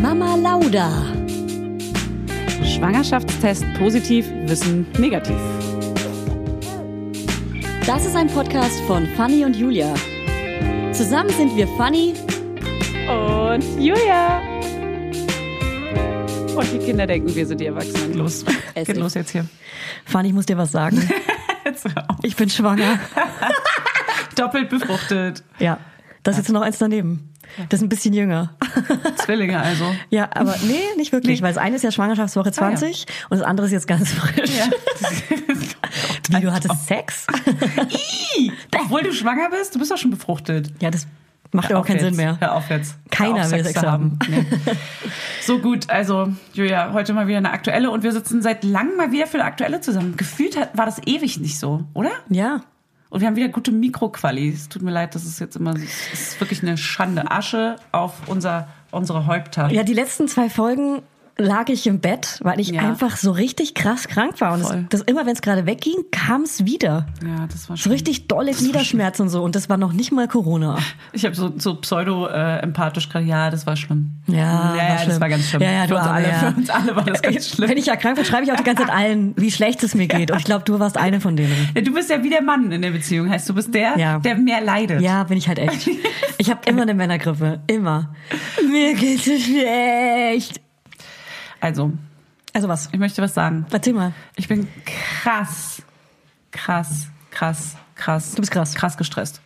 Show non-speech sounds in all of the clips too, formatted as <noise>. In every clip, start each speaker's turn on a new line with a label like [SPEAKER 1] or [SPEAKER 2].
[SPEAKER 1] Mama Lauda.
[SPEAKER 2] Schwangerschaftstest positiv, Wissen negativ.
[SPEAKER 1] Das ist ein Podcast von Fanny und Julia. Zusammen sind wir Fanny
[SPEAKER 2] Und Julia! Und die Kinder denken, wir sind die Erwachsenen.
[SPEAKER 3] Los,
[SPEAKER 1] Es
[SPEAKER 3] geht
[SPEAKER 1] ist-
[SPEAKER 3] los jetzt hier.
[SPEAKER 4] Fanny, ich muss dir was sagen.
[SPEAKER 3] <laughs> Jetzt hör auf.
[SPEAKER 4] Ich bin schwanger.
[SPEAKER 3] Doppelt befruchtet.
[SPEAKER 4] Ja. Das ist jetzt noch eins daneben. Das ist ein bisschen jünger.
[SPEAKER 3] <laughs> Zwillinge also. Ah,
[SPEAKER 4] Ja, aber nee, nicht wirklich, weil das eine ist ja Schwangerschaftswoche 20 und das andere ist jetzt ganz frisch.
[SPEAKER 3] <laughs> Ja.
[SPEAKER 4] Wie, du hattest
[SPEAKER 3] <laughs>
[SPEAKER 4] Sex?
[SPEAKER 3] Obwohl du schwanger bist, du bist doch schon befruchtet.
[SPEAKER 4] Ja, das macht überhaupt keinen
[SPEAKER 3] jetzt.
[SPEAKER 4] Sinn mehr.
[SPEAKER 3] Hör auf jetzt.
[SPEAKER 4] Keiner
[SPEAKER 3] Hör auf,
[SPEAKER 4] will Sex
[SPEAKER 3] zu
[SPEAKER 4] haben.
[SPEAKER 3] Nee. So gut, also Julia, heute mal wieder eine aktuelle und wir sitzen seit langem mal wieder für eine aktuelle zusammen. Gefühlt hat, war das ewig nicht so, oder?
[SPEAKER 4] Ja.
[SPEAKER 3] Und wir haben wieder gute Mikroqualis. Tut mir leid, das ist jetzt immer, es ist wirklich eine Schande. Asche auf unser, unsere Häupter.
[SPEAKER 4] Ja, die letzten zwei Folgen lag ich im Bett, weil ich
[SPEAKER 3] Ja.
[SPEAKER 4] einfach so richtig krass krank war. Und das,
[SPEAKER 3] Voll.
[SPEAKER 4] das immer, wenn es gerade wegging, kam es wieder.
[SPEAKER 3] Ja, das war
[SPEAKER 4] So
[SPEAKER 3] schon.
[SPEAKER 4] richtig dolle Niederschmerzen und so. Und das war noch nicht mal Corona.
[SPEAKER 3] Ich habe so, so pseudo-empathisch gerade, ja, das war schlimm.
[SPEAKER 4] Ja,
[SPEAKER 3] ja,
[SPEAKER 4] war
[SPEAKER 3] das
[SPEAKER 4] schlimm.
[SPEAKER 3] war ganz schlimm.
[SPEAKER 4] Ja, ja,
[SPEAKER 3] für,
[SPEAKER 4] du
[SPEAKER 3] uns
[SPEAKER 4] Arme,
[SPEAKER 3] alle,
[SPEAKER 4] ja. Äh,
[SPEAKER 3] für uns alle war das ganz schlimm.
[SPEAKER 4] Wenn ich ja krank bin, schreibe ich auch die ganze Zeit allen, wie schlecht es mir geht. Und ich glaube, du warst eine von denen.
[SPEAKER 3] Ja, du bist ja wie der Mann in der Beziehung, heißt du bist der,
[SPEAKER 4] Ja.
[SPEAKER 3] der mehr leidet.
[SPEAKER 4] Ja, bin ich halt
[SPEAKER 3] <laughs>
[SPEAKER 4] echt. Ich habe immer eine Männergrippe. Immer. Mir geht's schlecht.
[SPEAKER 3] Also,
[SPEAKER 4] Also was?
[SPEAKER 3] ich möchte was sagen.
[SPEAKER 4] Erzähl mal.
[SPEAKER 3] Ich bin krass, krass, krass, krass.
[SPEAKER 4] Du bist krass.
[SPEAKER 3] Krass gestresst.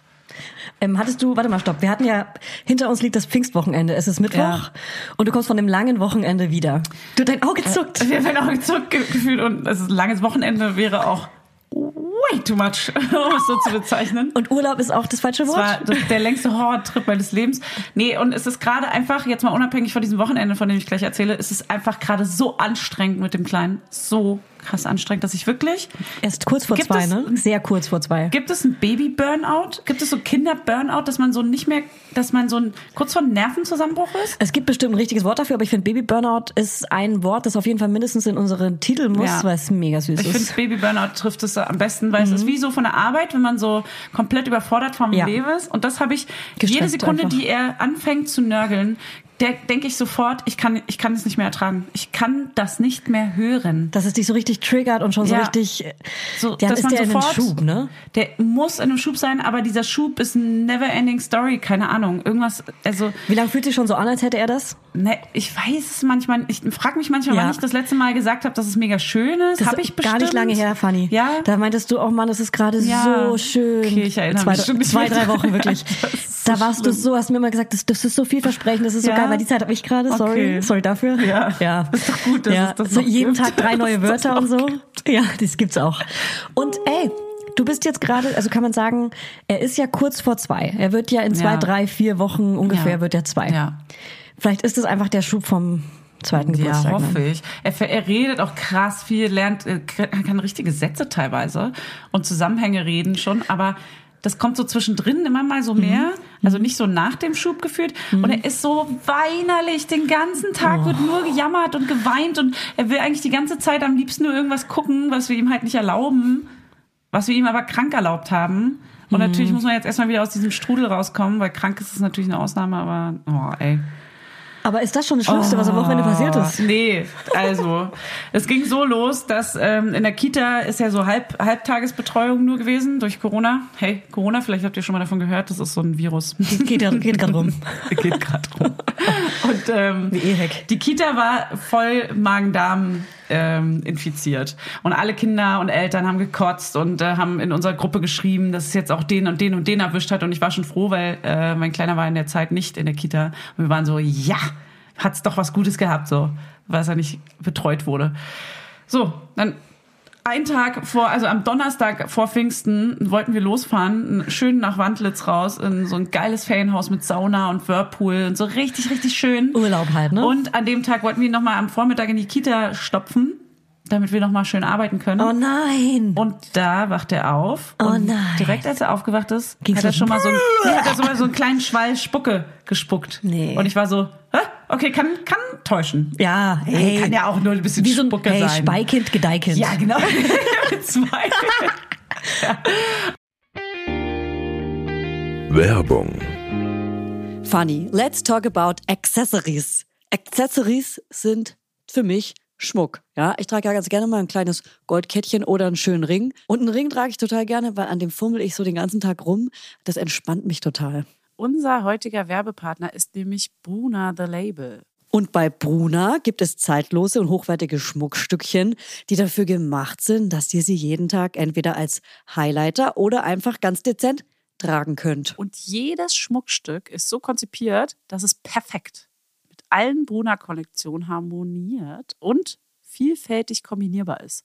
[SPEAKER 4] Ähm, hattest du, warte mal, stopp. Wir hatten ja, hinter uns liegt das Pfingstwochenende. Es ist Mittwoch.
[SPEAKER 3] Ja.
[SPEAKER 4] Und du kommst von dem langen Wochenende wieder. Du dein Auge zuckt.
[SPEAKER 3] Wir werden auch zurückgefühlt und es ist ein langes Wochenende wäre auch way too much, <laughs> um es so zu bezeichnen.
[SPEAKER 4] Und Urlaub ist auch das falsche
[SPEAKER 3] Das war
[SPEAKER 4] Wort.
[SPEAKER 3] das, der längste Horrortrip meines Lebens. Nee, und es ist gerade einfach, jetzt mal unabhängig von diesem Wochenende, von dem ich gleich erzähle, es ist einfach gerade so anstrengend mit dem Kleinen. So krass anstrengend, dass ich wirklich.
[SPEAKER 4] Erst kurz vor
[SPEAKER 3] Gibt
[SPEAKER 4] zwei,
[SPEAKER 3] es-
[SPEAKER 4] ne? Sehr kurz vor zwei.
[SPEAKER 3] Gibt es ein Baby-Burnout? Gibt es so Kinder-Burnout, dass man so nicht mehr, dass man so ein kurz vor einem Nervenzusammenbruch ist?
[SPEAKER 4] Es gibt bestimmt ein richtiges Wort dafür, aber ich finde Baby-Burnout ist ein Wort, das auf jeden Fall mindestens in unseren Titel muss,
[SPEAKER 3] Ja.
[SPEAKER 4] weil es mega süß
[SPEAKER 3] Ich
[SPEAKER 4] ist. Mhm.
[SPEAKER 3] finde, Baby-Burnout trifft es am besten, weil es ist wie so von der Arbeit, wenn man so komplett überfordert vom
[SPEAKER 4] Ja.
[SPEAKER 3] Leben ist. Und das habe ich, jede
[SPEAKER 4] Gestresst
[SPEAKER 3] Sekunde,
[SPEAKER 4] einfach.
[SPEAKER 3] die er anfängt zu nörgeln, der denke ich sofort, ich kann, ich kann es nicht mehr ertragen. Ich kann das nicht mehr hören.
[SPEAKER 4] Dass es dich so richtig triggert und schon so
[SPEAKER 3] Ja.
[SPEAKER 4] richtig. äh,
[SPEAKER 3] So,
[SPEAKER 4] ja,
[SPEAKER 3] dass
[SPEAKER 4] ist
[SPEAKER 3] man
[SPEAKER 4] der in einem
[SPEAKER 3] sofort,
[SPEAKER 4] Schub, ne?
[SPEAKER 3] Der muss in einem Schub sein, aber dieser Schub ist eine never-ending Story, keine Ahnung. Irgendwas, also,
[SPEAKER 4] Wie lange fühlt sich schon so an, als hätte er das?
[SPEAKER 3] ne, ich weiß es manchmal, ich frage mich manchmal,
[SPEAKER 4] Ja.
[SPEAKER 3] wann ich das letzte Mal gesagt habe, dass es mega schön ist.
[SPEAKER 4] Das
[SPEAKER 3] Hab
[SPEAKER 4] ist
[SPEAKER 3] ich bestimmt.
[SPEAKER 4] Gar nicht lange her, Fanny.
[SPEAKER 3] Ja.
[SPEAKER 4] Da meintest du, oh Mann, das ist gerade
[SPEAKER 3] Ja.
[SPEAKER 4] so schön.
[SPEAKER 3] Okay, ich erinnere
[SPEAKER 4] zwei,
[SPEAKER 3] mich schon nicht
[SPEAKER 4] zwei,
[SPEAKER 3] mehr
[SPEAKER 4] drei Wochen
[SPEAKER 3] dran.
[SPEAKER 4] wirklich.
[SPEAKER 3] <laughs> Das ist so
[SPEAKER 4] da warst du
[SPEAKER 3] schlimm.
[SPEAKER 4] so, hast mir immer gesagt, das, das ist so vielversprechend, das ist
[SPEAKER 3] Ja.
[SPEAKER 4] so geil, weil die Zeit habe ich gerade, sorry.
[SPEAKER 3] Okay.
[SPEAKER 4] Sorry dafür.
[SPEAKER 3] Ja.
[SPEAKER 4] ja.
[SPEAKER 3] <laughs> Ist doch gut, dass
[SPEAKER 4] ja.
[SPEAKER 3] es das
[SPEAKER 4] so
[SPEAKER 3] noch
[SPEAKER 4] jeden
[SPEAKER 3] gibt.
[SPEAKER 4] Tag drei neue
[SPEAKER 3] <laughs> Dass es das
[SPEAKER 4] Wörter und
[SPEAKER 3] noch
[SPEAKER 4] so. Ja, das gibt's auch. Und ey, du bist jetzt gerade, also kann man sagen, er ist ja kurz vor zwei. Er wird ja in zwei,
[SPEAKER 3] Ja.
[SPEAKER 4] drei, vier Wochen ungefähr
[SPEAKER 3] Ja.
[SPEAKER 4] wird er zwei.
[SPEAKER 3] Ja.
[SPEAKER 4] Vielleicht ist es einfach der Schub vom zweiten
[SPEAKER 3] Ja,
[SPEAKER 4] Geburtstag. ne?
[SPEAKER 3] hoffe ich. Er, ver- er redet auch krass viel, lernt, äh, k- kann richtige Sätze teilweise und Zusammenhänge reden schon, aber das kommt so zwischendrin immer mal so mehr,
[SPEAKER 4] Mhm.
[SPEAKER 3] also nicht so nach dem Schub gefühlt. Und er ist so weinerlich, den ganzen Tag wird
[SPEAKER 4] Oh.
[SPEAKER 3] nur gejammert und geweint und er will eigentlich die ganze Zeit am liebsten nur irgendwas gucken, was wir ihm halt nicht erlauben, was wir ihm aber krank erlaubt haben. Und
[SPEAKER 4] Mhm.
[SPEAKER 3] natürlich muss man jetzt erstmal wieder aus diesem Strudel rauskommen, weil krank ist es natürlich eine Ausnahme, aber oh ey.
[SPEAKER 4] Aber ist das schon das Schlimmste,
[SPEAKER 3] Oh.
[SPEAKER 4] was am Wochenende passiert ist?
[SPEAKER 3] Ah, Nee, also es ging so los, dass ähm, in der Kita ist ja so Halb Halbtagesbetreuung nur gewesen durch Corona. Hey, Corona, vielleicht habt ihr schon mal davon gehört, das ist so ein Virus.
[SPEAKER 4] Geht, ja- geht gerade rum.
[SPEAKER 3] <laughs> Geht gerade rum. Und ähm,
[SPEAKER 4] Wie Erik.
[SPEAKER 3] die Kita war voll Magen-Darm ähm, infiziert. Und alle Kinder und Eltern haben gekotzt und äh, haben in unserer Gruppe geschrieben, dass es jetzt auch den und den und den erwischt hat. Und ich war schon froh, weil äh, mein Kleiner war in der Zeit nicht in der Kita. Und wir waren so, ja, hat's doch was Gutes gehabt, so, was er nicht betreut wurde. So, dann ein Tag vor, also am Donnerstag vor Pfingsten wollten wir losfahren, n- schön nach Wandlitz raus, in so ein geiles Ferienhaus mit Sauna und Whirlpool und so richtig, richtig schön.
[SPEAKER 4] Urlaub halt, ne?
[SPEAKER 3] Und an dem Tag wollten wir nochmal am Vormittag in die Kita stopfen, damit wir nochmal schön arbeiten können.
[SPEAKER 4] Oh nein.
[SPEAKER 3] Und da wacht er auf.
[SPEAKER 4] Oh
[SPEAKER 3] und
[SPEAKER 4] nein.
[SPEAKER 3] Direkt als er aufgewacht ist,
[SPEAKER 4] Ging's
[SPEAKER 3] hat er,
[SPEAKER 4] los.
[SPEAKER 3] schon mal
[SPEAKER 4] <laughs>
[SPEAKER 3] so, einen- hat er schon mal so einen kleinen Schwall Spucke gespuckt.
[SPEAKER 4] Nee.
[SPEAKER 3] Und ich war so, Hä? okay, kann, kann täuschen.
[SPEAKER 4] Ja,
[SPEAKER 3] Hey,
[SPEAKER 4] hey.
[SPEAKER 3] kann ja auch nur ein bisschen
[SPEAKER 4] Wie so ein
[SPEAKER 3] Spucke
[SPEAKER 4] hey,
[SPEAKER 3] sein.
[SPEAKER 4] Speikind, Gedeihkind.
[SPEAKER 3] Ja, genau. <laughs> Zwei.
[SPEAKER 5] Werbung.
[SPEAKER 1] Funny. Let's talk about accessories. Ac
[SPEAKER 4] Accessoires sind für mich Schmuck. Ja, ich trage ja ganz gerne mal ein kleines Goldkettchen oder einen schönen Ring. Und einen Ring trage ich total gerne, weil an dem fummel ich so den ganzen Tag rum. Das entspannt mich total.
[SPEAKER 2] Unser heutiger Werbepartner ist nämlich Bruna The Label.
[SPEAKER 4] Und bei Bruna gibt es zeitlose und hochwertige Schmuckstückchen, die dafür gemacht sind, dass ihr sie jeden Tag entweder als Highlighter oder einfach ganz dezent tragen könnt.
[SPEAKER 2] Und jedes Schmuckstück ist so konzipiert, dass es perfekt mit allen Bruna-Kollektionen harmoniert und vielfältig kombinierbar ist.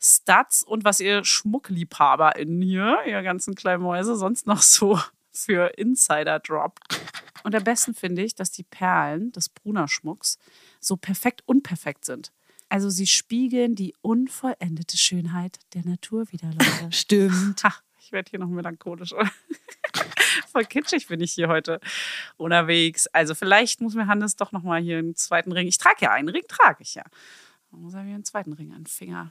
[SPEAKER 2] Studs und was ihr SchmuckliebhaberInnen hier, ihr ganzen kleinen Mäuse, sonst noch so <laughs> für Insider droppt. Und am besten finde ich, dass die Perlen des Bruna-Schmucks so perfekt unperfekt sind. Also sie spiegeln die unvollendete Schönheit der Natur wieder, Leute.
[SPEAKER 4] Stimmt.
[SPEAKER 2] Ha, ich werde hier noch melancholisch. <laughs> oder? Voll kitschig bin ich hier heute unterwegs. Also vielleicht muss mir Hannes doch noch mal hier einen zweiten Ring. Ich trage ja einen Ring, trage ich ja. Dann muss er mir einen zweiten Ring an den Finger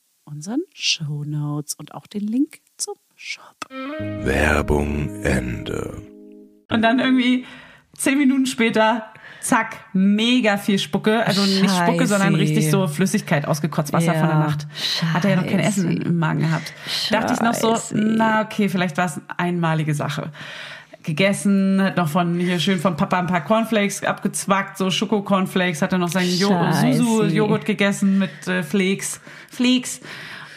[SPEAKER 2] unseren Show Notes und auch den Link zum Shop.
[SPEAKER 5] Werbung Ende.
[SPEAKER 3] Und dann irgendwie zehn Minuten später, zack, mega viel Spucke. Also nicht
[SPEAKER 4] Scheiße.
[SPEAKER 3] Spucke, sondern richtig so Flüssigkeit, ausgekotzt Wasser
[SPEAKER 4] Ja.
[SPEAKER 3] von der Nacht. Hat er ja noch kein
[SPEAKER 4] Scheiße.
[SPEAKER 3] Essen im Magen gehabt. Dachte ich noch so,
[SPEAKER 4] Scheiße.
[SPEAKER 3] na okay, vielleicht war es eine einmalige Sache. Gegessen, hat noch von hier schön von Papa ein paar Cornflakes abgezwackt, so Schoko-Cornflakes, hat er noch seinen jo
[SPEAKER 4] Scheiße.
[SPEAKER 3] Susu-Joghurt gegessen mit äh, Flakes. Flakes.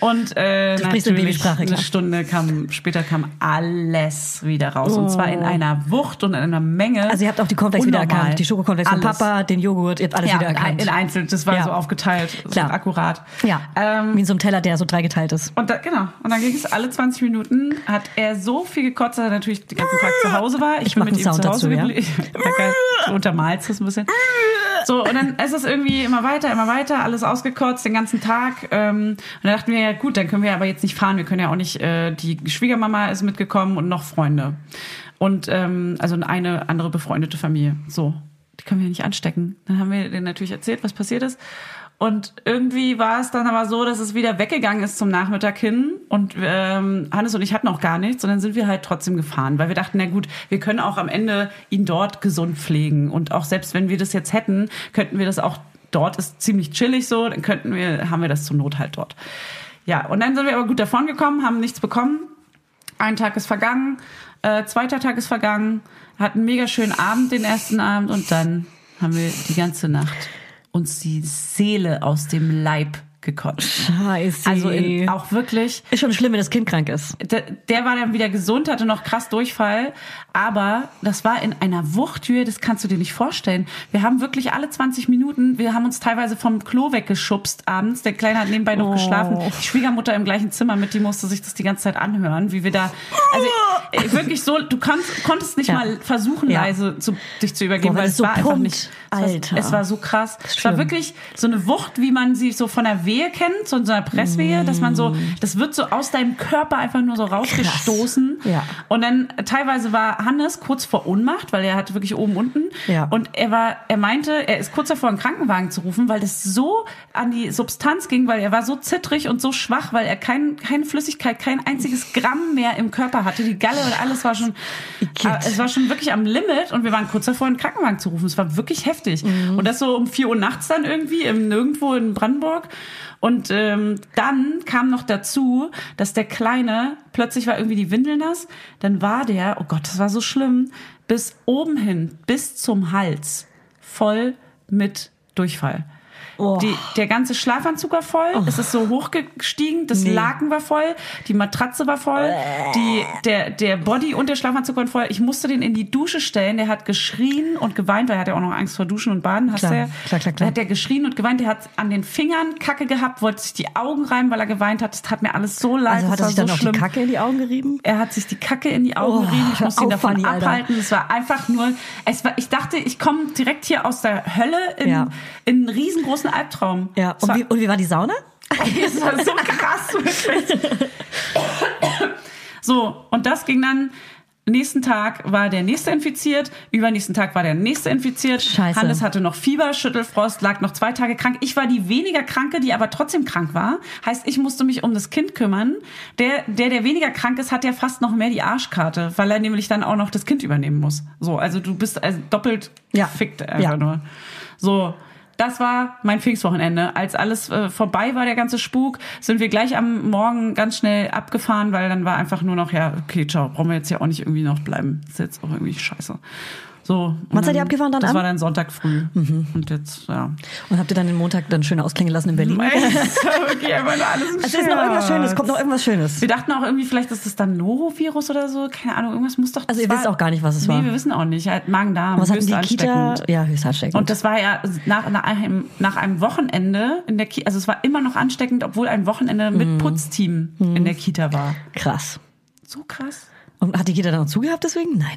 [SPEAKER 3] Und äh,
[SPEAKER 4] Du sprichst in
[SPEAKER 3] natürlich
[SPEAKER 4] Babysprache,
[SPEAKER 3] eine
[SPEAKER 4] klar.
[SPEAKER 3] Stunde kam, später kam alles wieder raus. Und zwar in einer Wucht und in einer Menge.
[SPEAKER 4] Oh. Also ihr habt auch die Cornflakes wieder
[SPEAKER 3] Unnormal.
[SPEAKER 4] erkannt. Die Schokocornflakes von
[SPEAKER 3] Alles.
[SPEAKER 4] Papa, den Joghurt, ihr habt alles
[SPEAKER 3] Ja,
[SPEAKER 4] wieder erkannt.
[SPEAKER 3] in einzeln, das war
[SPEAKER 4] Ja.
[SPEAKER 3] so aufgeteilt, so
[SPEAKER 4] Klar.
[SPEAKER 3] akkurat.
[SPEAKER 4] ja, wie
[SPEAKER 3] Ähm,
[SPEAKER 4] in so einem Teller, der so dreigeteilt ist.
[SPEAKER 3] und da, genau, und dann ging es alle 20 Minuten, hat er so viel gekotzt, dass er natürlich den ganzen Tag zu Hause war. Ich,
[SPEAKER 4] Ich
[SPEAKER 3] bin
[SPEAKER 4] mach
[SPEAKER 3] mit ihm
[SPEAKER 4] einen Sound
[SPEAKER 3] zu Hause
[SPEAKER 4] dazu, ja.
[SPEAKER 3] geblieben. <laughs> Ja, geil. Du untermalst das ein bisschen. So, und dann ist es irgendwie immer weiter, immer weiter, alles ausgekotzt, den ganzen Tag. Ähm, und dann dachten wir, ja gut, dann können wir aber jetzt nicht fahren. Wir können ja auch nicht, äh, die Schwiegermama ist mitgekommen und noch Freunde. Und ähm, also eine andere befreundete Familie. So, die können wir nicht anstecken. Dann haben wir denen natürlich erzählt, was passiert ist. Und irgendwie war es dann aber so, dass es wieder weggegangen ist zum Nachmittag hin. Und ähm, Hannes und ich hatten auch gar nichts. Und dann sind wir halt trotzdem gefahren, weil wir dachten, na gut, wir können auch am Ende ihn dort gesund pflegen. Und auch selbst wenn wir das jetzt hätten, könnten wir das auch dort ist ziemlich chillig so, dann könnten wir, haben wir das zur Not halt dort. Ja, und dann sind wir aber gut davon gekommen, haben nichts bekommen. Ein Tag ist vergangen, äh, zweiter Tag ist vergangen, hatten einen mega schönen Abend, den ersten Abend, und dann haben wir die ganze Nacht uns die Seele aus dem Leib gekotzt.
[SPEAKER 4] Scheiße.
[SPEAKER 3] Also in, auch wirklich,
[SPEAKER 4] ist schon schlimm, wenn das Kind krank ist.
[SPEAKER 3] der, der war dann wieder gesund, hatte noch krass Durchfall, aber das war in einer Wuchthöhe, das kannst du dir nicht vorstellen. Wir haben wirklich alle 20 Minuten, wir haben uns teilweise vom Klo weggeschubst abends. Der Kleine hat nebenbei
[SPEAKER 4] Oh.
[SPEAKER 3] noch geschlafen. Die Schwiegermutter im gleichen Zimmer mit, die musste sich das die ganze Zeit anhören, wie wir da, also äh, wirklich so, du kannst, konntest nicht
[SPEAKER 4] Ja.
[SPEAKER 3] mal versuchen,
[SPEAKER 4] Oh. Ja.
[SPEAKER 3] leise zu, dich zu übergeben,
[SPEAKER 4] Boah, wenn
[SPEAKER 3] weil
[SPEAKER 4] es
[SPEAKER 3] es
[SPEAKER 4] so
[SPEAKER 3] war einfach
[SPEAKER 4] pumpt.
[SPEAKER 3] nicht, es war-
[SPEAKER 4] Alter.
[SPEAKER 3] es war so krass. Es war
[SPEAKER 4] schlimm.
[SPEAKER 3] wirklich so eine Wucht, wie man sie so von der Wehe kennt, so in so einer Presswehe, dass man so, das wird so aus deinem Körper einfach nur so rausgestoßen.
[SPEAKER 4] Ja.
[SPEAKER 3] Und dann äh, teilweise war Hannes kurz vor Ohnmacht, weil er hatte wirklich oben unten.
[SPEAKER 4] Ja.
[SPEAKER 3] Und er war, er meinte, er ist kurz davor, einen Krankenwagen zu rufen, weil das so an die Substanz ging, weil er war so zittrig und so schwach, weil er kein, keine Flüssigkeit, kein einziges Gramm mehr im Körper hatte. Die Galle und alles war schon, aber es war schon wirklich am Limit und wir waren kurz davor, einen Krankenwagen zu rufen. Es war wirklich heftig.
[SPEAKER 4] Mhm.
[SPEAKER 3] Und das so um 4 Uhr nachts dann irgendwie, im, irgendwo in Brandenburg. Und ähm, dann kam noch dazu, dass der Kleine, plötzlich war irgendwie die Windel nass, dann war der, oh Gott, das war so schlimm, bis oben hin, bis zum Hals, voll mit Durchfall.
[SPEAKER 4] Oh.
[SPEAKER 3] Die, der ganze Schlafanzug war voll. Es ist so hochgestiegen. Das Laken war voll. Die Matratze war voll. Die, der, der Body und der Schlafanzug waren voll. Ich musste den in die Dusche stellen. Der hat geschrien und geweint, weil er hat ja auch noch Angst vor Duschen und Baden. Hast
[SPEAKER 4] Klar,
[SPEAKER 3] du ja.
[SPEAKER 4] klar, klar, klar.
[SPEAKER 3] Da hat der geschrien und geweint. Der hat an den Fingern Kacke gehabt, wollte sich die Augen reiben, weil er geweint hat. Das tat mir alles so leid.
[SPEAKER 4] Also hat er
[SPEAKER 3] das war
[SPEAKER 4] sich
[SPEAKER 3] so
[SPEAKER 4] dann auch
[SPEAKER 3] schlimm.
[SPEAKER 4] die Kacke in die Augen gerieben?
[SPEAKER 3] Er hat sich die Kacke in die Augen
[SPEAKER 4] Oh,
[SPEAKER 3] gerieben. Ich
[SPEAKER 4] hör
[SPEAKER 3] musste ihn
[SPEAKER 4] auf,
[SPEAKER 3] davon
[SPEAKER 4] Fanny, Alter.
[SPEAKER 3] abhalten. Es war einfach nur, es war, ich dachte, ich komme direkt hier aus der Hölle in,
[SPEAKER 4] Ja.
[SPEAKER 3] in einen riesengroßen Albtraum.
[SPEAKER 4] Ja.
[SPEAKER 3] es
[SPEAKER 4] Und
[SPEAKER 3] war,
[SPEAKER 4] wie, und wie war die Sauna?
[SPEAKER 3] <laughs> es war so
[SPEAKER 4] <laughs>
[SPEAKER 3] krass. wirklich. so, und das ging dann. Nächsten Tag war der nächste infiziert, übernächsten Tag war der nächste infiziert.
[SPEAKER 4] Scheiße.
[SPEAKER 3] Hannes hatte noch Fieber, Schüttelfrost, lag noch zwei Tage krank. Ich war die weniger kranke, die aber trotzdem krank war. Heißt, ich musste mich um das Kind kümmern. Der, der, der weniger krank ist, hat ja fast noch mehr die Arschkarte, weil er nämlich dann auch noch das Kind übernehmen muss. So, also du bist also doppelt
[SPEAKER 4] Ja.
[SPEAKER 3] fickt einfach
[SPEAKER 4] Ja.
[SPEAKER 3] nur. So. Das war mein Pfingstwochenende. Als alles äh, vorbei war, der ganze Spuk, sind wir gleich am Morgen ganz schnell abgefahren, weil dann war einfach nur noch, ja, okay, ciao, brauchen wir jetzt ja auch nicht irgendwie noch bleiben. Ist jetzt auch irgendwie scheiße. So. und
[SPEAKER 4] Wann seid ihr abgefahren dann
[SPEAKER 3] Das
[SPEAKER 4] an?
[SPEAKER 3] war dann Sonntag früh. Und jetzt, ja.
[SPEAKER 4] Mhm. Und habt ihr dann den Montag dann schön ausklingen lassen in Berlin?
[SPEAKER 3] <laughs> okay, aber alles
[SPEAKER 4] Also, Es ist noch irgendwas Schönes, kommt noch irgendwas Schönes.
[SPEAKER 3] Wir dachten auch irgendwie, vielleicht ist das dann Norovirus oder so. Keine Ahnung, irgendwas muss doch.
[SPEAKER 4] Also ihr
[SPEAKER 3] das
[SPEAKER 4] wisst auch gar nicht, was es
[SPEAKER 3] nee,
[SPEAKER 4] war.
[SPEAKER 3] Nee, wir wissen auch nicht. Halt Magen-Darm.
[SPEAKER 4] Was hatten die Kita?
[SPEAKER 3] höchstansteckend.
[SPEAKER 4] Ja, höchst ansteckend.
[SPEAKER 3] Und das war ja nach, nach, einem, nach einem Wochenende in der Kita, also es war immer noch ansteckend, obwohl ein Wochenende
[SPEAKER 4] Mhm.
[SPEAKER 3] mit Putzteam in der Kita war.
[SPEAKER 4] krass.
[SPEAKER 3] So krass.
[SPEAKER 4] Und hat die Kita dann noch zugehabt deswegen? Nein.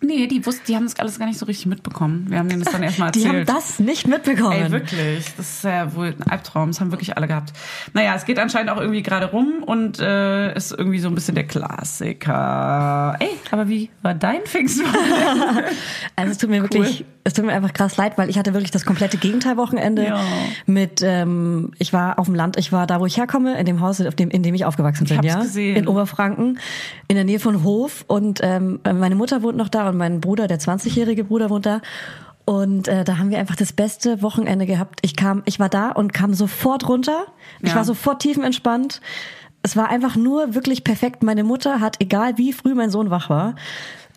[SPEAKER 3] Nee, die wussten, die haben das alles gar nicht so richtig mitbekommen. Wir haben denen das dann erstmal
[SPEAKER 4] Die
[SPEAKER 3] erzählt.
[SPEAKER 4] haben das nicht mitbekommen.
[SPEAKER 3] Ey, wirklich. Das ist ja wohl ein Albtraum. Das haben wirklich alle gehabt. Naja, es geht anscheinend auch irgendwie gerade rum und äh, ist irgendwie so ein bisschen der Klassiker. Ey, aber wie war dein Pfingstwochenende? <laughs>
[SPEAKER 4] Also es tut mir wirklich, es tut mir einfach krass leid, weil ich hatte wirklich das komplette Gegenteilwochenende
[SPEAKER 3] Ja.
[SPEAKER 4] mit, ähm, ich war auf dem Land, ich war da, wo ich herkomme, in dem Haus, auf dem, in dem ich aufgewachsen bin,
[SPEAKER 3] hab's
[SPEAKER 4] ja,
[SPEAKER 3] gesehen.
[SPEAKER 4] in Oberfranken, in der Nähe von Hof und ähm, meine Mutter wohnt noch da und mein Bruder, der 20-jährige Bruder wohnt da. Und äh, da haben wir einfach das beste Wochenende gehabt. Ich kam, ich war da und kam sofort runter. Ich
[SPEAKER 3] Ja.
[SPEAKER 4] war sofort tiefenentspannt. Es war einfach nur wirklich perfekt. Meine Mutter hat, egal wie früh mein Sohn wach war,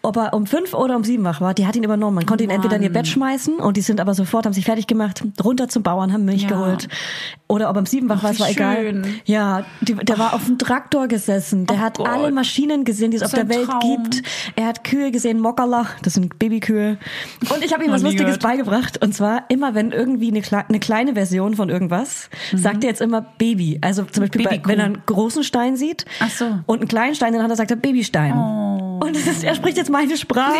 [SPEAKER 4] ob er um fünf oder um sieben wach war, die hat ihn übernommen. Man konnte ihn entweder in ihr Bett schmeißen und die sind aber sofort, haben sich fertig gemacht, runter zum Bauern, haben Milch
[SPEAKER 3] Ja.
[SPEAKER 4] geholt. Oder ob er um sieben wach war,
[SPEAKER 3] wie
[SPEAKER 4] es war egal.
[SPEAKER 3] schön.
[SPEAKER 4] Ja, die, der war auf dem Traktor gesessen. Der hat
[SPEAKER 3] Oh Gott.
[SPEAKER 4] alle Maschinen gesehen, die es auf der
[SPEAKER 3] ein
[SPEAKER 4] Welt
[SPEAKER 3] Traum.
[SPEAKER 4] gibt. Er hat Kühe gesehen, Mokala, das sind Babykühe. Und ich habe ihm was
[SPEAKER 3] Noch nie
[SPEAKER 4] Lustiges
[SPEAKER 3] gehört.
[SPEAKER 4] beigebracht. Und zwar immer, wenn irgendwie eine, kle eine kleine Version von irgendwas, sagt er jetzt immer Baby. Also zum Beispiel, bei,
[SPEAKER 3] Mhm. Babykuh.
[SPEAKER 4] wenn er einen großen Stein sieht
[SPEAKER 3] Ach so. Oh.
[SPEAKER 4] und einen kleinen Stein, dann hat er gesagt, er hat Babystein. Und das ist, er spricht jetzt meine Sprache.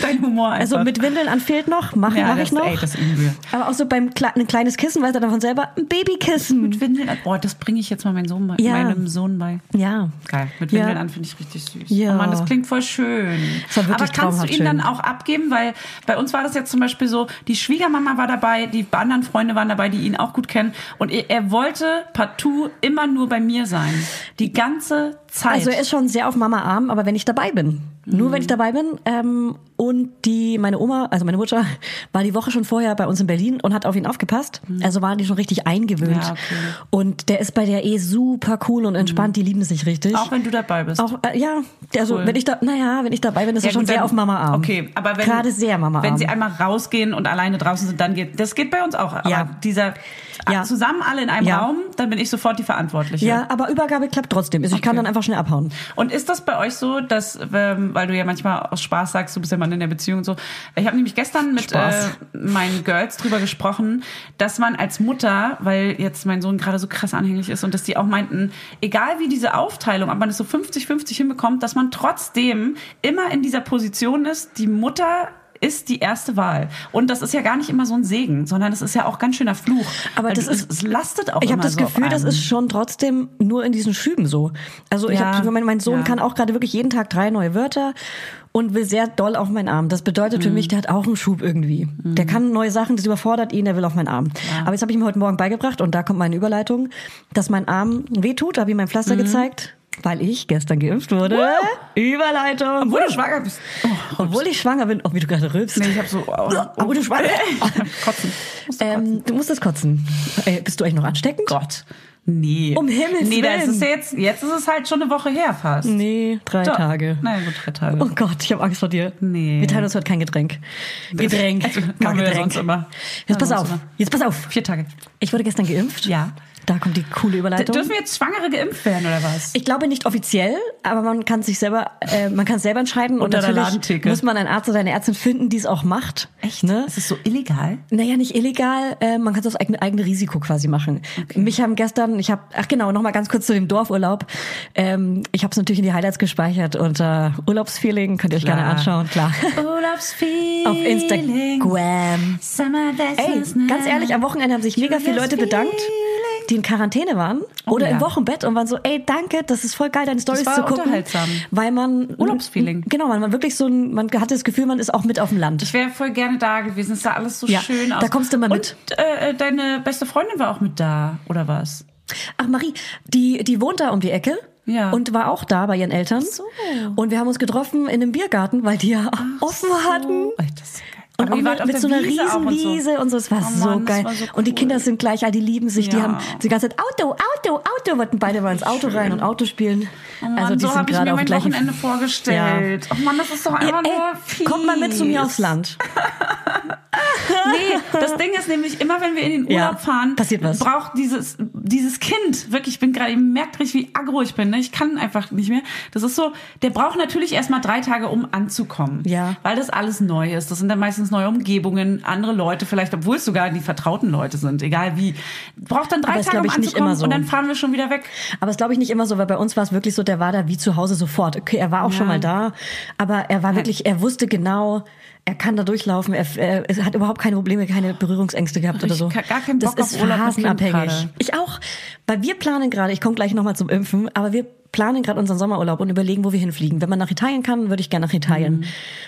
[SPEAKER 3] Dein Humor einfach.
[SPEAKER 4] Also mit Windeln an fehlt noch, mache
[SPEAKER 3] ja,
[SPEAKER 4] mach
[SPEAKER 3] das,
[SPEAKER 4] ich noch.
[SPEAKER 3] Ey, das üben wir.
[SPEAKER 4] aber auch so beim Kle ein kleines Kissen weiß er dann von selber ein Babykissen.
[SPEAKER 3] <laughs> Mit Windeln an. Boah, das bringe ich jetzt mal meinem Sohn bei.
[SPEAKER 4] Ja.
[SPEAKER 3] Meinem Sohn bei.
[SPEAKER 4] Ja.
[SPEAKER 3] Geil. Mit
[SPEAKER 4] Ja.
[SPEAKER 3] Windeln an finde ich richtig süß.
[SPEAKER 4] Ja.
[SPEAKER 3] Oh Mann, das klingt voll schön.
[SPEAKER 4] Es war wirklich
[SPEAKER 3] Aber kannst du
[SPEAKER 4] traumhaft
[SPEAKER 3] ihn
[SPEAKER 4] schön.
[SPEAKER 3] dann auch abgeben? Weil bei uns war das jetzt zum Beispiel so, die Schwiegermama war dabei, die anderen Freunde waren dabei, die ihn auch gut kennen. Und er, er wollte partout immer nur bei mir sein. Die ganze Zeit. Mhm.
[SPEAKER 4] Also er ist schon sehr auf Mama arm, aber wenn ich dabei bin. Nur wenn ich dabei bin. Ähm, und die, meine Oma, also meine Mutter, <laughs> war die Woche schon vorher bei uns in Berlin und hat auf ihn aufgepasst. Also waren die schon richtig eingewöhnt.
[SPEAKER 3] Mhm. Ja, okay. Mhm.
[SPEAKER 4] Und der ist bei der eh super cool und entspannt, die lieben sich richtig.
[SPEAKER 3] auch wenn du dabei bist.
[SPEAKER 4] Auch, äh, ja, also
[SPEAKER 3] Cool.
[SPEAKER 4] wenn ich da, naja, wenn ich dabei bin, ist er
[SPEAKER 3] Ja,
[SPEAKER 4] schon
[SPEAKER 3] gut,
[SPEAKER 4] sehr
[SPEAKER 3] wenn-
[SPEAKER 4] auf Mama arm.
[SPEAKER 3] Okay, aber wenn
[SPEAKER 4] gerade sehr Mama arm.
[SPEAKER 3] Wenn sie einmal rausgehen und alleine draußen sind, dann geht das geht bei uns auch. Aber
[SPEAKER 4] Ja.
[SPEAKER 3] dieser
[SPEAKER 4] Ja.
[SPEAKER 3] zusammen alle in einem
[SPEAKER 4] Ja.
[SPEAKER 3] Raum, dann bin ich sofort die Verantwortliche.
[SPEAKER 4] ja, aber Übergabe klappt trotzdem. Also ich kann
[SPEAKER 3] Okay.
[SPEAKER 4] dann einfach schnell abhauen.
[SPEAKER 3] Und ist das bei euch so, dass, ähm, weil du ja manchmal aus Spaß sagst, du bist ja Mann in der Beziehung und so. Ich habe nämlich gestern mit äh,
[SPEAKER 4] Spaß.
[SPEAKER 3] meinen Girls drüber gesprochen, dass man als Mutter, weil jetzt mein Sohn gerade so krass anhänglich ist und dass die auch meinten, egal wie diese Aufteilung, ob man es so 50-50 hinbekommt, dass man trotzdem immer in dieser Position ist, die Mutter ist die erste Wahl. Und das ist ja gar nicht immer so ein Segen, sondern das ist ja auch ganz schöner Fluch.
[SPEAKER 4] Aber
[SPEAKER 3] Weil
[SPEAKER 4] das
[SPEAKER 3] du-
[SPEAKER 4] ist-
[SPEAKER 3] es lastet auch
[SPEAKER 4] Ich habe
[SPEAKER 3] immer
[SPEAKER 4] das
[SPEAKER 3] so auf
[SPEAKER 4] Gefühl, das
[SPEAKER 3] einem.
[SPEAKER 4] ist schon trotzdem nur in diesen Schüben so. Also ich
[SPEAKER 3] Ja,
[SPEAKER 4] hab, mein, mein Sohn
[SPEAKER 3] ja.
[SPEAKER 4] kann auch gerade wirklich jeden Tag drei neue Wörter und will sehr doll auf meinen Arm. Das bedeutet
[SPEAKER 3] Mhm.
[SPEAKER 4] für mich, der hat auch einen Schub irgendwie. Der kann neue Sachen, das überfordert ihn, der will auf meinen Arm. Aber jetzt habe ich ihm heute Morgen beigebracht und da kommt meine Überleitung, dass mein Arm wehtut, habe ihm mein
[SPEAKER 3] Mhm.
[SPEAKER 4] Pflaster gezeigt, weil ich gestern geimpft wurde. Überleitung.
[SPEAKER 3] Obwohl du schwanger bist. Oh,
[SPEAKER 4] Obwohl ich schwanger bin, oh, wie du gerade rülpst.
[SPEAKER 3] Nee, ich hab so- oh, oh.
[SPEAKER 4] Obwohl
[SPEAKER 3] <laughs>
[SPEAKER 4] du schwanger <laughs>
[SPEAKER 3] Kotzen.
[SPEAKER 4] ähm, Du musst das kotzen. Ey, bist du Äh, eigentlich noch ansteckend?
[SPEAKER 3] Gott. Nee.
[SPEAKER 4] Um Himmels
[SPEAKER 3] nee, da ist
[SPEAKER 4] Willen.
[SPEAKER 3] es jetzt, jetzt ist es halt schon eine Woche her fast.
[SPEAKER 4] Nee, drei
[SPEAKER 3] Doch.
[SPEAKER 4] Tage.
[SPEAKER 3] Naja, gut, drei Tage.
[SPEAKER 4] Oh Gott, ich habe Angst vor dir.
[SPEAKER 3] Nee.
[SPEAKER 4] Wir teilen uns heute kein Getränk. Getränk.
[SPEAKER 3] Also, <laughs> machen
[SPEAKER 4] Kein
[SPEAKER 3] wir
[SPEAKER 4] Getränk.
[SPEAKER 3] sonst immer.
[SPEAKER 4] Jetzt pass
[SPEAKER 3] Sonst
[SPEAKER 4] auf.
[SPEAKER 3] immer.
[SPEAKER 4] Jetzt pass auf.
[SPEAKER 3] Vier Tage.
[SPEAKER 4] Ich wurde gestern geimpft.
[SPEAKER 3] Ja.
[SPEAKER 4] Da kommt die coole
[SPEAKER 3] D
[SPEAKER 4] Überleitung.
[SPEAKER 3] dürfen jetzt Schwangere geimpft werden oder was?
[SPEAKER 4] Ich glaube nicht offiziell, aber man kann sich selber, äh, man kann selber entscheiden und
[SPEAKER 3] Unter der
[SPEAKER 4] natürlich
[SPEAKER 3] Ladentheke.
[SPEAKER 4] muss man einen Arzt oder eine Ärztin finden, die es auch macht. Ne?
[SPEAKER 3] Ist es so illegal?
[SPEAKER 4] Naja, nicht illegal, äh, man kann es aufs eigene, eigene Risiko quasi machen. Mich haben gestern, ich habe, ach genau, nochmal ganz kurz zu dem Dorfurlaub. Ähm, ich habe es natürlich in die Highlights gespeichert unter Urlaubsfeeling, könnt ihr euch
[SPEAKER 3] Klar.
[SPEAKER 4] gerne anschauen,
[SPEAKER 3] <laughs>
[SPEAKER 4] klar.
[SPEAKER 3] Urlaubsfeeling.
[SPEAKER 4] Auf Instagram.
[SPEAKER 3] Summer
[SPEAKER 4] Ey, ganz ehrlich, am Wochenende haben sich mega viele Leute bedankt, die in Quarantäne waren oder
[SPEAKER 3] Oh ja.
[SPEAKER 4] im Wochenbett und waren so, ey, danke, das ist voll geil, deine Stories
[SPEAKER 3] war
[SPEAKER 4] zu gucken.
[SPEAKER 3] unterhaltsam.
[SPEAKER 4] Weil man
[SPEAKER 3] Urlaubsfeeling.
[SPEAKER 4] Genau, man war wirklich so ein, man hatte das Gefühl, man ist auch mit auf dem Land.
[SPEAKER 3] Ich wäre voll gerne da gewesen. Es sah alles so
[SPEAKER 4] Ja,
[SPEAKER 3] schön
[SPEAKER 4] da
[SPEAKER 3] aus.
[SPEAKER 4] kommst du mal mit.
[SPEAKER 3] Und äh, deine beste Freundin war auch mit da, oder was?
[SPEAKER 4] Ach Marie, die die wohnt da um die Ecke.
[SPEAKER 3] Ja.
[SPEAKER 4] Und war auch da bei ihren Eltern. so. Und wir haben uns getroffen in einem Biergarten, weil die ja offen hatten.
[SPEAKER 3] Ey, das ist ja geil.
[SPEAKER 4] Und
[SPEAKER 3] Aber
[SPEAKER 4] auch
[SPEAKER 3] ihr wart
[SPEAKER 4] mit,
[SPEAKER 3] auf
[SPEAKER 4] mit
[SPEAKER 3] der
[SPEAKER 4] so einer
[SPEAKER 3] Wiese auch
[SPEAKER 4] riesen
[SPEAKER 3] und so.
[SPEAKER 4] Wiese und so. Es war
[SPEAKER 3] Oh
[SPEAKER 4] so
[SPEAKER 3] Mann, das
[SPEAKER 4] geil.
[SPEAKER 3] war so
[SPEAKER 4] Und die
[SPEAKER 3] cool.
[SPEAKER 4] Kinder sind gleich, all die lieben sich. Die
[SPEAKER 3] Ja.
[SPEAKER 4] haben die ganze Zeit Auto, Auto, Auto, wollten beide mal ins Auto rein und Auto spielen. also
[SPEAKER 3] Oh Mann,
[SPEAKER 4] die
[SPEAKER 3] so
[SPEAKER 4] sind
[SPEAKER 3] habe ich
[SPEAKER 4] gerade
[SPEAKER 3] mir
[SPEAKER 4] auf dem
[SPEAKER 3] mein
[SPEAKER 4] gleichen.
[SPEAKER 3] Wochenende vorgestellt. Oh Mann, das ist doch
[SPEAKER 4] Ja,
[SPEAKER 3] einfach nur
[SPEAKER 4] ey,
[SPEAKER 3] fies.
[SPEAKER 4] kommt mal mit zu mir aufs Land.
[SPEAKER 3] Nee, das Ding ist nämlich, immer wenn wir in den Urlaub
[SPEAKER 4] Ja,
[SPEAKER 3] fahren,
[SPEAKER 4] passiert was.
[SPEAKER 3] braucht dieses, dieses Kind, wirklich, ich bin gerade, ihr merkt richtig, wie aggro ich bin, ne? ich kann einfach nicht mehr. Das ist so, der braucht natürlich erstmal drei Tage, um anzukommen.
[SPEAKER 4] Ja.
[SPEAKER 3] Weil das alles neu ist. Das sind dann meistens neue Umgebungen, andere Leute vielleicht, obwohl es sogar die vertrauten Leute sind, egal wie. Braucht dann drei
[SPEAKER 4] Aber das
[SPEAKER 3] Tage, um
[SPEAKER 4] glaub ich nicht
[SPEAKER 3] anzukommen
[SPEAKER 4] immer so.
[SPEAKER 3] und dann fahren wir schon wieder weg.
[SPEAKER 4] Aber das glaube ich nicht immer so, weil bei uns war es wirklich so, der war da wie zu Hause sofort. Okay, er war auch schon mal da, aber er war wirklich, er wusste genau, er kann da durchlaufen, er, er, er hat überhaupt keine Probleme, keine Berührungsängste gehabt oder
[SPEAKER 3] Ich
[SPEAKER 4] so.
[SPEAKER 3] hab gar keinen Bock
[SPEAKER 4] das
[SPEAKER 3] auf
[SPEAKER 4] ist
[SPEAKER 3] Urlaub mit Kind
[SPEAKER 4] phasenabhängig.
[SPEAKER 3] gerade.
[SPEAKER 4] Ich auch, weil wir planen gerade, ich komme gleich nochmal zum Impfen, aber wir planen gerade unseren Sommerurlaub und überlegen, wo wir hinfliegen. Wenn man nach Italien kann, würde ich gerne nach Italien.
[SPEAKER 3] Mhm.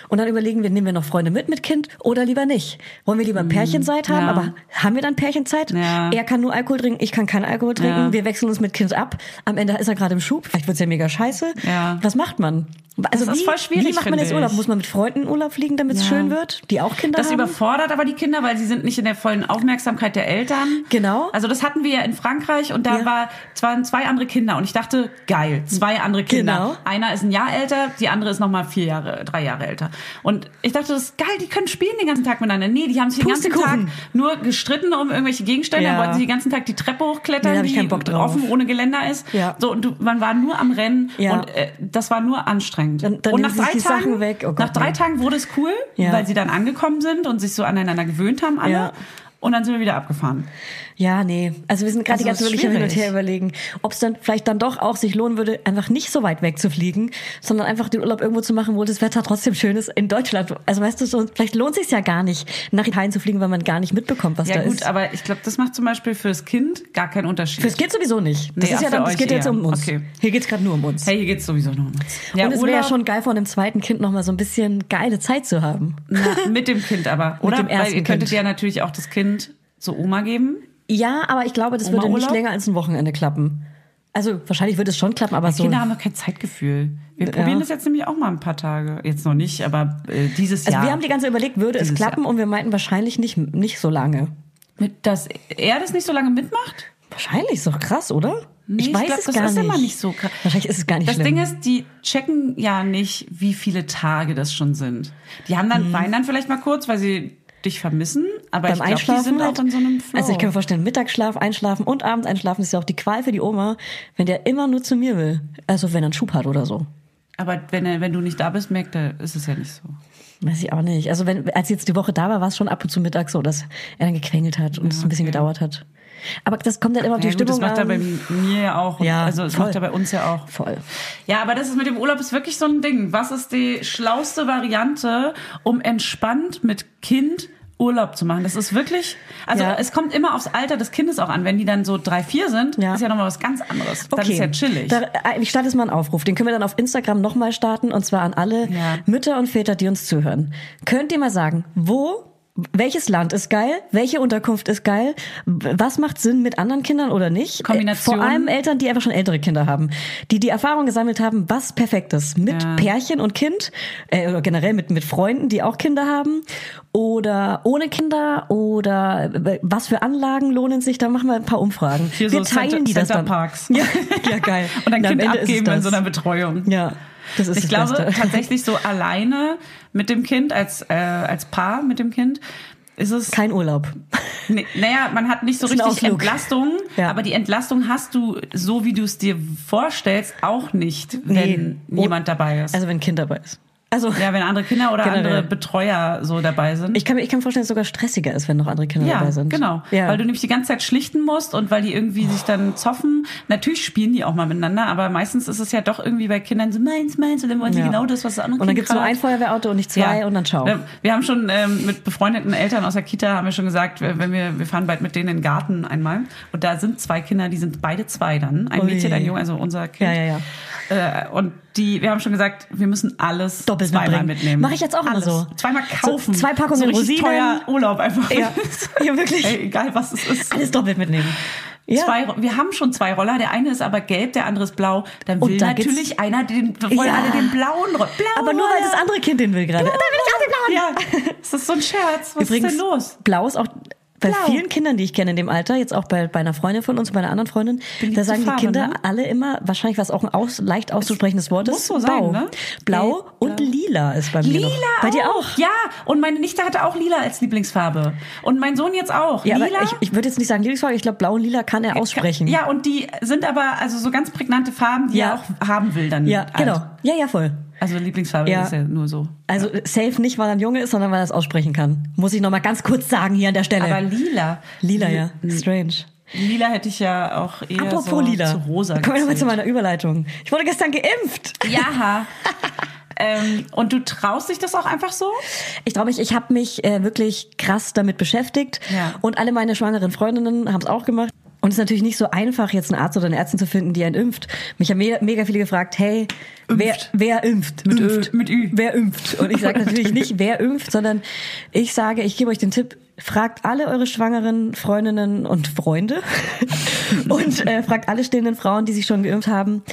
[SPEAKER 4] Und dann überlegen wir, nehmen wir noch Freunde mit mit Kind oder lieber nicht? Wollen wir lieber Pärchenzeit haben,
[SPEAKER 3] Mhm. Ja.
[SPEAKER 4] aber haben wir dann Pärchenzeit?
[SPEAKER 3] Ja.
[SPEAKER 4] Er kann nur Alkohol trinken, ich kann keinen Alkohol trinken.
[SPEAKER 3] Ja.
[SPEAKER 4] Wir wechseln uns mit Kind ab. Am Ende ist er gerade im Schub. Vielleicht wird's ja mega scheiße.
[SPEAKER 3] Ja.
[SPEAKER 4] Was macht man? Also
[SPEAKER 3] Das
[SPEAKER 4] wie,
[SPEAKER 3] ist voll schwierig,
[SPEAKER 4] wie macht man
[SPEAKER 3] finde
[SPEAKER 4] jetzt Urlaub?
[SPEAKER 3] ich.
[SPEAKER 4] Muss man mit Freunden in Urlaub fliegen, damit es
[SPEAKER 3] Ja.
[SPEAKER 4] schön wird? Die auch Kinder
[SPEAKER 3] Das
[SPEAKER 4] haben?
[SPEAKER 3] überfordert aber die Kinder, weil sie sind nicht in der vollen Aufmerksamkeit der Eltern.
[SPEAKER 4] Genau.
[SPEAKER 3] Also das hatten wir ja in Frankreich und da
[SPEAKER 4] Ja.
[SPEAKER 3] war, es waren zwei andere Kinder und ich dachte, geil, zwei andere Kinder.
[SPEAKER 4] Genau.
[SPEAKER 3] Einer ist ein Jahr älter, die andere ist nochmal vier Jahre, drei Jahre älter. Und ich dachte, das ist geil, die können spielen den ganzen Tag miteinander. Nee, die haben sich den ganzen Tag
[SPEAKER 4] Pustekuchen.
[SPEAKER 3] nur gestritten um irgendwelche Gegenstände,
[SPEAKER 4] Ja.
[SPEAKER 3] dann wollten sie den ganzen Tag die Treppe hochklettern,
[SPEAKER 4] Nee, da hab ich
[SPEAKER 3] die
[SPEAKER 4] keinen Bock drauf.
[SPEAKER 3] offen ohne Geländer ist.
[SPEAKER 4] Ja.
[SPEAKER 3] So, und du, man war nur am Rennen
[SPEAKER 4] Ja.
[SPEAKER 3] und äh, das war nur anstrengend.
[SPEAKER 4] Dann- dann
[SPEAKER 3] und
[SPEAKER 4] nehmen sie sich die Sachen weg. Oh Gott,
[SPEAKER 3] nach drei
[SPEAKER 4] nee.
[SPEAKER 3] Tagen wurde es cool,
[SPEAKER 4] Ja.
[SPEAKER 3] weil sie dann angekommen sind und sich so aneinander gewöhnt haben alle.
[SPEAKER 4] Ja.
[SPEAKER 3] Und dann sind wir wieder abgefahren.
[SPEAKER 4] Ja, nee. Also wir sind gerade die
[SPEAKER 3] Also
[SPEAKER 4] ganze
[SPEAKER 3] ist
[SPEAKER 4] wirklich am hin und
[SPEAKER 3] schwierig.
[SPEAKER 4] her überlegen, ob es dann vielleicht dann doch auch sich lohnen würde, einfach nicht so weit weg zu fliegen, sondern einfach den Urlaub irgendwo zu machen, wo das Wetter trotzdem schön ist in Deutschland. Also weißt du, so, vielleicht lohnt sich ja gar nicht, nach Italien zu fliegen, weil man gar nicht mitbekommt, was
[SPEAKER 3] Ja
[SPEAKER 4] da
[SPEAKER 3] gut,
[SPEAKER 4] ist.
[SPEAKER 3] aber ich glaube, das macht zum Beispiel fürs Kind gar keinen Unterschied.
[SPEAKER 4] Fürs geht sowieso nicht. Das
[SPEAKER 3] Nee,
[SPEAKER 4] ist ja
[SPEAKER 3] für
[SPEAKER 4] dann, es
[SPEAKER 3] euch
[SPEAKER 4] geht jetzt
[SPEAKER 3] eher.
[SPEAKER 4] um uns.
[SPEAKER 3] Okay.
[SPEAKER 4] Hier geht's gerade nur um uns.
[SPEAKER 3] hey, hier geht's sowieso noch um uns. Ja,
[SPEAKER 4] und es wäre ja schon geil, von dem zweiten Kind noch mal so ein bisschen geile Zeit zu haben.
[SPEAKER 3] na, mit dem
[SPEAKER 4] <laughs>
[SPEAKER 3] Kind aber, oder?
[SPEAKER 4] dem
[SPEAKER 3] Weil
[SPEAKER 4] ersten
[SPEAKER 3] ihr könntet
[SPEAKER 4] Kind.
[SPEAKER 3] ja natürlich auch das Kind zur Oma geben.
[SPEAKER 4] Ja, aber ich glaube, das würde nicht
[SPEAKER 3] Oma-Urlaub?
[SPEAKER 4] länger als ein Wochenende klappen. Also wahrscheinlich würde es schon klappen, aber so.
[SPEAKER 3] Kinder haben doch kein Zeitgefühl. Wir probieren das jetzt nämlich auch mal ein paar Tage. Jetzt noch nicht, aber äh, dieses
[SPEAKER 4] also
[SPEAKER 3] Jahr.
[SPEAKER 4] wir haben die ganze Zeit überlegt, würde es
[SPEAKER 3] Dieses
[SPEAKER 4] klappen und wir meinten wahrscheinlich nicht, nicht so lange.
[SPEAKER 3] Mit, dass er das nicht so lange mitmacht?
[SPEAKER 4] Wahrscheinlich ist doch krass, oder?
[SPEAKER 3] Nee, ich glaub, das ist immer nicht so krass.
[SPEAKER 4] Wahrscheinlich ist es gar nicht
[SPEAKER 3] Das
[SPEAKER 4] schlimm.
[SPEAKER 3] Ding ist, die checken ja nicht, wie viele Tage das schon sind. Die haben dann, weinen dann vielleicht mal kurz, weil sie dich vermissen, aber
[SPEAKER 4] Mhm. beim
[SPEAKER 3] ich glaube, die
[SPEAKER 4] Einschlafen
[SPEAKER 3] sind
[SPEAKER 4] halt.
[SPEAKER 3] auch in so einem Flow.
[SPEAKER 4] Also ich kann mir vorstellen, Mittagsschlaf, Einschlafen und abends einschlafen ist ja auch die Qual für die Oma, wenn der immer nur zu mir will. Also wenn er einen Schub hat oder so.
[SPEAKER 3] aber wenn, er- wenn du nicht da bist, merkt er, ist es ja nicht so.
[SPEAKER 4] Weiß ich auch nicht. Also wenn, als jetzt die Woche da war, war es schon ab und zu Mittag so, dass er dann gequengelt hat und es ein bisschen gedauert hat. Aber das kommt dann immer auf die
[SPEAKER 3] Ah, Ja, gut,
[SPEAKER 4] Stimmung
[SPEAKER 3] das macht er
[SPEAKER 4] an.
[SPEAKER 3] bei mir ja auch. und-
[SPEAKER 4] Ja,
[SPEAKER 3] also das
[SPEAKER 4] voll.
[SPEAKER 3] macht er bei uns ja auch.
[SPEAKER 4] Voll.
[SPEAKER 3] Ja, aber das ist mit dem Urlaub ist wirklich so ein Ding. Was ist die schlauste Variante, um entspannt mit Kind Urlaub zu machen? Das ist wirklich, also
[SPEAKER 4] Ja.
[SPEAKER 3] es kommt immer aufs Alter des Kindes auch an. Wenn die dann so drei, vier sind,
[SPEAKER 4] Ja.
[SPEAKER 3] ist ja nochmal was ganz anderes. Dann ist ja chillig.
[SPEAKER 4] Da, äh, ich starte jetzt mal einen Aufruf. Den können wir dann auf Instagram nochmal starten und zwar an alle
[SPEAKER 3] Ja.
[SPEAKER 4] Mütter und Väter, die uns zuhören. Könnt ihr mal sagen, wo welches Land ist geil? Welche Unterkunft ist geil? Was macht Sinn mit anderen Kindern oder nicht? Äh,
[SPEAKER 3] Kombination.
[SPEAKER 4] Vor allem Eltern, die einfach schon ältere Kinder haben, die die Erfahrung gesammelt haben, was perfekt ist. Mit
[SPEAKER 3] Ja.
[SPEAKER 4] Pärchen und Kind, äh, oder generell mit, mit Freunden, die auch Kinder haben. Oder ohne Kinder oder äh, was für Anlagen lohnen sich, da machen wir ein paar Umfragen.
[SPEAKER 3] Hier
[SPEAKER 4] wir
[SPEAKER 3] so Center- Centerparks. <laughs>
[SPEAKER 4] Ja, ja, geil.
[SPEAKER 3] Und dann
[SPEAKER 4] am
[SPEAKER 3] Kind
[SPEAKER 4] Ende ist es
[SPEAKER 3] abgeben in
[SPEAKER 4] das.
[SPEAKER 3] so einer Betreuung.
[SPEAKER 4] Ja, das ist
[SPEAKER 3] ich
[SPEAKER 4] das
[SPEAKER 3] glaube
[SPEAKER 4] Beste.
[SPEAKER 3] tatsächlich so alleine mit dem Kind, als, äh, als Paar mit dem Kind, ist es.
[SPEAKER 4] Kein Urlaub.
[SPEAKER 3] Nee, naja, man hat nicht so
[SPEAKER 4] Ist ein
[SPEAKER 3] richtig
[SPEAKER 4] Ausflug.
[SPEAKER 3] Entlastung,
[SPEAKER 4] Ja.
[SPEAKER 3] aber die Entlastung hast du, so wie du es dir vorstellst, auch nicht, wenn
[SPEAKER 4] Nee.
[SPEAKER 3] jemand dabei ist.
[SPEAKER 4] Also wenn ein Kind dabei ist. Also
[SPEAKER 3] ja, wenn andere Kinder oder
[SPEAKER 4] Generell.
[SPEAKER 3] andere Betreuer so dabei sind.
[SPEAKER 4] ich kann mir ich kann mir vorstellen, dass es sogar stressiger ist, wenn noch andere Kinder
[SPEAKER 3] ja,
[SPEAKER 4] dabei sind.
[SPEAKER 3] genau.
[SPEAKER 4] Ja.
[SPEAKER 3] Weil du nämlich die ganze Zeit schlichten musst und weil die irgendwie sich dann zoffen. Natürlich spielen die auch mal miteinander, aber meistens ist es ja doch irgendwie bei Kindern so meins, meins und dann wollen sie
[SPEAKER 4] Ja.
[SPEAKER 3] genau das, was das andere
[SPEAKER 4] Und dann
[SPEAKER 3] Kind
[SPEAKER 4] gibt's nur
[SPEAKER 3] gerade
[SPEAKER 4] ein
[SPEAKER 3] hat.
[SPEAKER 4] Feuerwehrauto und nicht zwei und dann schau.
[SPEAKER 3] Ähm, Wir haben schon ähm, mit befreundeten Eltern aus der Kita haben wir schon gesagt, äh, wenn wir wir fahren bald mit denen in den Garten einmal und da sind zwei Kinder, die sind beide zwei dann, ein
[SPEAKER 4] Ui.
[SPEAKER 3] Mädchen, ein Junge, also unser Kind.
[SPEAKER 4] Ja, ja,
[SPEAKER 3] Äh, und die, wir haben schon gesagt, wir müssen alles
[SPEAKER 4] Doppelt
[SPEAKER 3] zweimal
[SPEAKER 4] mitbringen.
[SPEAKER 3] mitnehmen.
[SPEAKER 4] Mach ich jetzt auch immer
[SPEAKER 3] alles.
[SPEAKER 4] so.
[SPEAKER 3] Zweimal kaufen.
[SPEAKER 4] So zwei Packungen
[SPEAKER 3] so
[SPEAKER 4] Rosinen.
[SPEAKER 3] richtig teuer Urlaub einfach. <laughs>
[SPEAKER 4] Ja, <laughs> ja wirklich.
[SPEAKER 3] Ey, egal was es ist.
[SPEAKER 4] Alles doppelt mitnehmen. Ja.
[SPEAKER 3] Zwei, Ro- wir haben schon zwei Roller, der eine ist aber gelb, der andere ist blau. Dann
[SPEAKER 4] Und
[SPEAKER 3] will
[SPEAKER 4] da geht's-
[SPEAKER 3] natürlich einer den, wollen
[SPEAKER 4] Ja.
[SPEAKER 3] alle den blauen Roller.
[SPEAKER 4] Aber nur weil das andere Kind den will
[SPEAKER 3] Genau,
[SPEAKER 4] gerade. Da will ich auch
[SPEAKER 3] Ja,
[SPEAKER 4] den blauen.
[SPEAKER 3] ist das so ein Scherz? Was
[SPEAKER 4] Übrigens,
[SPEAKER 3] ist denn los?
[SPEAKER 4] Blau ist auch bei
[SPEAKER 3] Blau.
[SPEAKER 4] vielen Kindern, die ich kenne in dem Alter, jetzt auch bei, bei einer Freundin von uns und bei einer anderen Freundin,
[SPEAKER 3] Beliebte
[SPEAKER 4] da sagen
[SPEAKER 3] Farbe,
[SPEAKER 4] die Kinder
[SPEAKER 3] ne?
[SPEAKER 4] alle immer, wahrscheinlich was auch ein aus, leicht auszusprechendes Wort
[SPEAKER 3] muss
[SPEAKER 4] ist,
[SPEAKER 3] so sein,
[SPEAKER 4] Blau.
[SPEAKER 3] ne?
[SPEAKER 4] Blau
[SPEAKER 3] Gelb,
[SPEAKER 4] und
[SPEAKER 3] blau.
[SPEAKER 4] lila ist bei mir
[SPEAKER 3] Lila
[SPEAKER 4] noch. Bei dir auch?
[SPEAKER 3] Ja, und meine Nichte hatte auch lila als Lieblingsfarbe. Und mein Sohn jetzt auch.
[SPEAKER 4] Ja,
[SPEAKER 3] lila.
[SPEAKER 4] aber ich, ich würde jetzt nicht sagen Lieblingsfarbe, ich glaube, blau und lila kann er aussprechen.
[SPEAKER 3] Ja, und die sind aber also so ganz prägnante Farben, die
[SPEAKER 4] Ja.
[SPEAKER 3] er auch haben will dann.
[SPEAKER 4] ja
[SPEAKER 3] halt.
[SPEAKER 4] genau. Ja, ja, voll.
[SPEAKER 3] Also Lieblingsfarbe
[SPEAKER 4] Ja.
[SPEAKER 3] ist ja nur so.
[SPEAKER 4] Also safe nicht, weil er ein Junge ist, sondern weil er es aussprechen kann. Muss ich nochmal ganz kurz sagen hier an der Stelle.
[SPEAKER 3] Aber lila.
[SPEAKER 4] lila, ja. Strange.
[SPEAKER 3] Lila hätte ich ja auch eher
[SPEAKER 4] Apropos
[SPEAKER 3] so
[SPEAKER 4] lila.
[SPEAKER 3] zu rosa
[SPEAKER 4] Kommen wir nochmal
[SPEAKER 3] gezählt.
[SPEAKER 4] zu meiner Überleitung. Ich wurde gestern geimpft.
[SPEAKER 3] Ja. ähm, und du traust dich das auch einfach so?
[SPEAKER 4] Ich glaube, ich, ich habe mich äh, wirklich krass damit beschäftigt
[SPEAKER 3] Ja.
[SPEAKER 4] und alle meine schwangeren Freundinnen haben es auch gemacht. Und es ist natürlich nicht so einfach, jetzt einen Arzt oder eine Ärztin zu finden, die einen impft. Mich haben me mega viele gefragt, hey, wer,
[SPEAKER 3] Impft.
[SPEAKER 4] wer impft?
[SPEAKER 3] Mit Ö,
[SPEAKER 4] impft.
[SPEAKER 3] mit Ü.
[SPEAKER 4] Wer impft? Und ich
[SPEAKER 3] <laughs>
[SPEAKER 4] sage natürlich nicht, wer impft, sondern ich sage, ich gebe euch den Tipp, fragt alle eure schwangeren Freundinnen und
[SPEAKER 3] <laughs>
[SPEAKER 4] Freunde und äh, fragt alle stehenden Frauen, die sich schon geimpft haben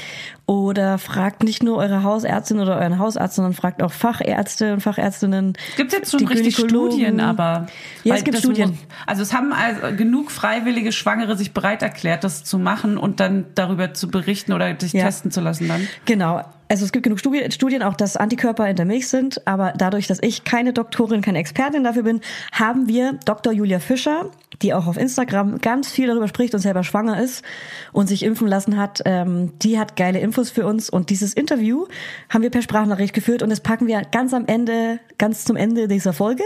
[SPEAKER 4] oder fragt nicht nur eure Hausärztin oder euren Hausarzt, sondern fragt auch Fachärzte und Fachärztinnen.
[SPEAKER 3] Es gibt jetzt schon
[SPEAKER 4] die
[SPEAKER 3] richtig
[SPEAKER 4] Gynäkologen.
[SPEAKER 3] Studien, aber.
[SPEAKER 4] Ja, es
[SPEAKER 3] weil
[SPEAKER 4] gibt
[SPEAKER 3] das
[SPEAKER 4] Studien.
[SPEAKER 3] Muss, also es haben also genug freiwillige Schwangere sich bereit erklärt, das zu machen und dann darüber zu berichten oder sich
[SPEAKER 4] Ja.
[SPEAKER 3] testen zu lassen dann.
[SPEAKER 4] Genau. Also es gibt genug Studien, Studien auch, dass Antikörper in der Milch sind, aber dadurch, dass ich keine Doktorin, keine Expertin dafür bin, haben wir Dr. Julia Fischer, die auch auf Instagram ganz viel darüber spricht und selber schwanger ist und sich impfen lassen hat. Ähm, die hat geile Infos für uns und dieses Interview haben wir per Sprachnachricht geführt und das packen wir ganz am Ende, ganz zum Ende dieser Folge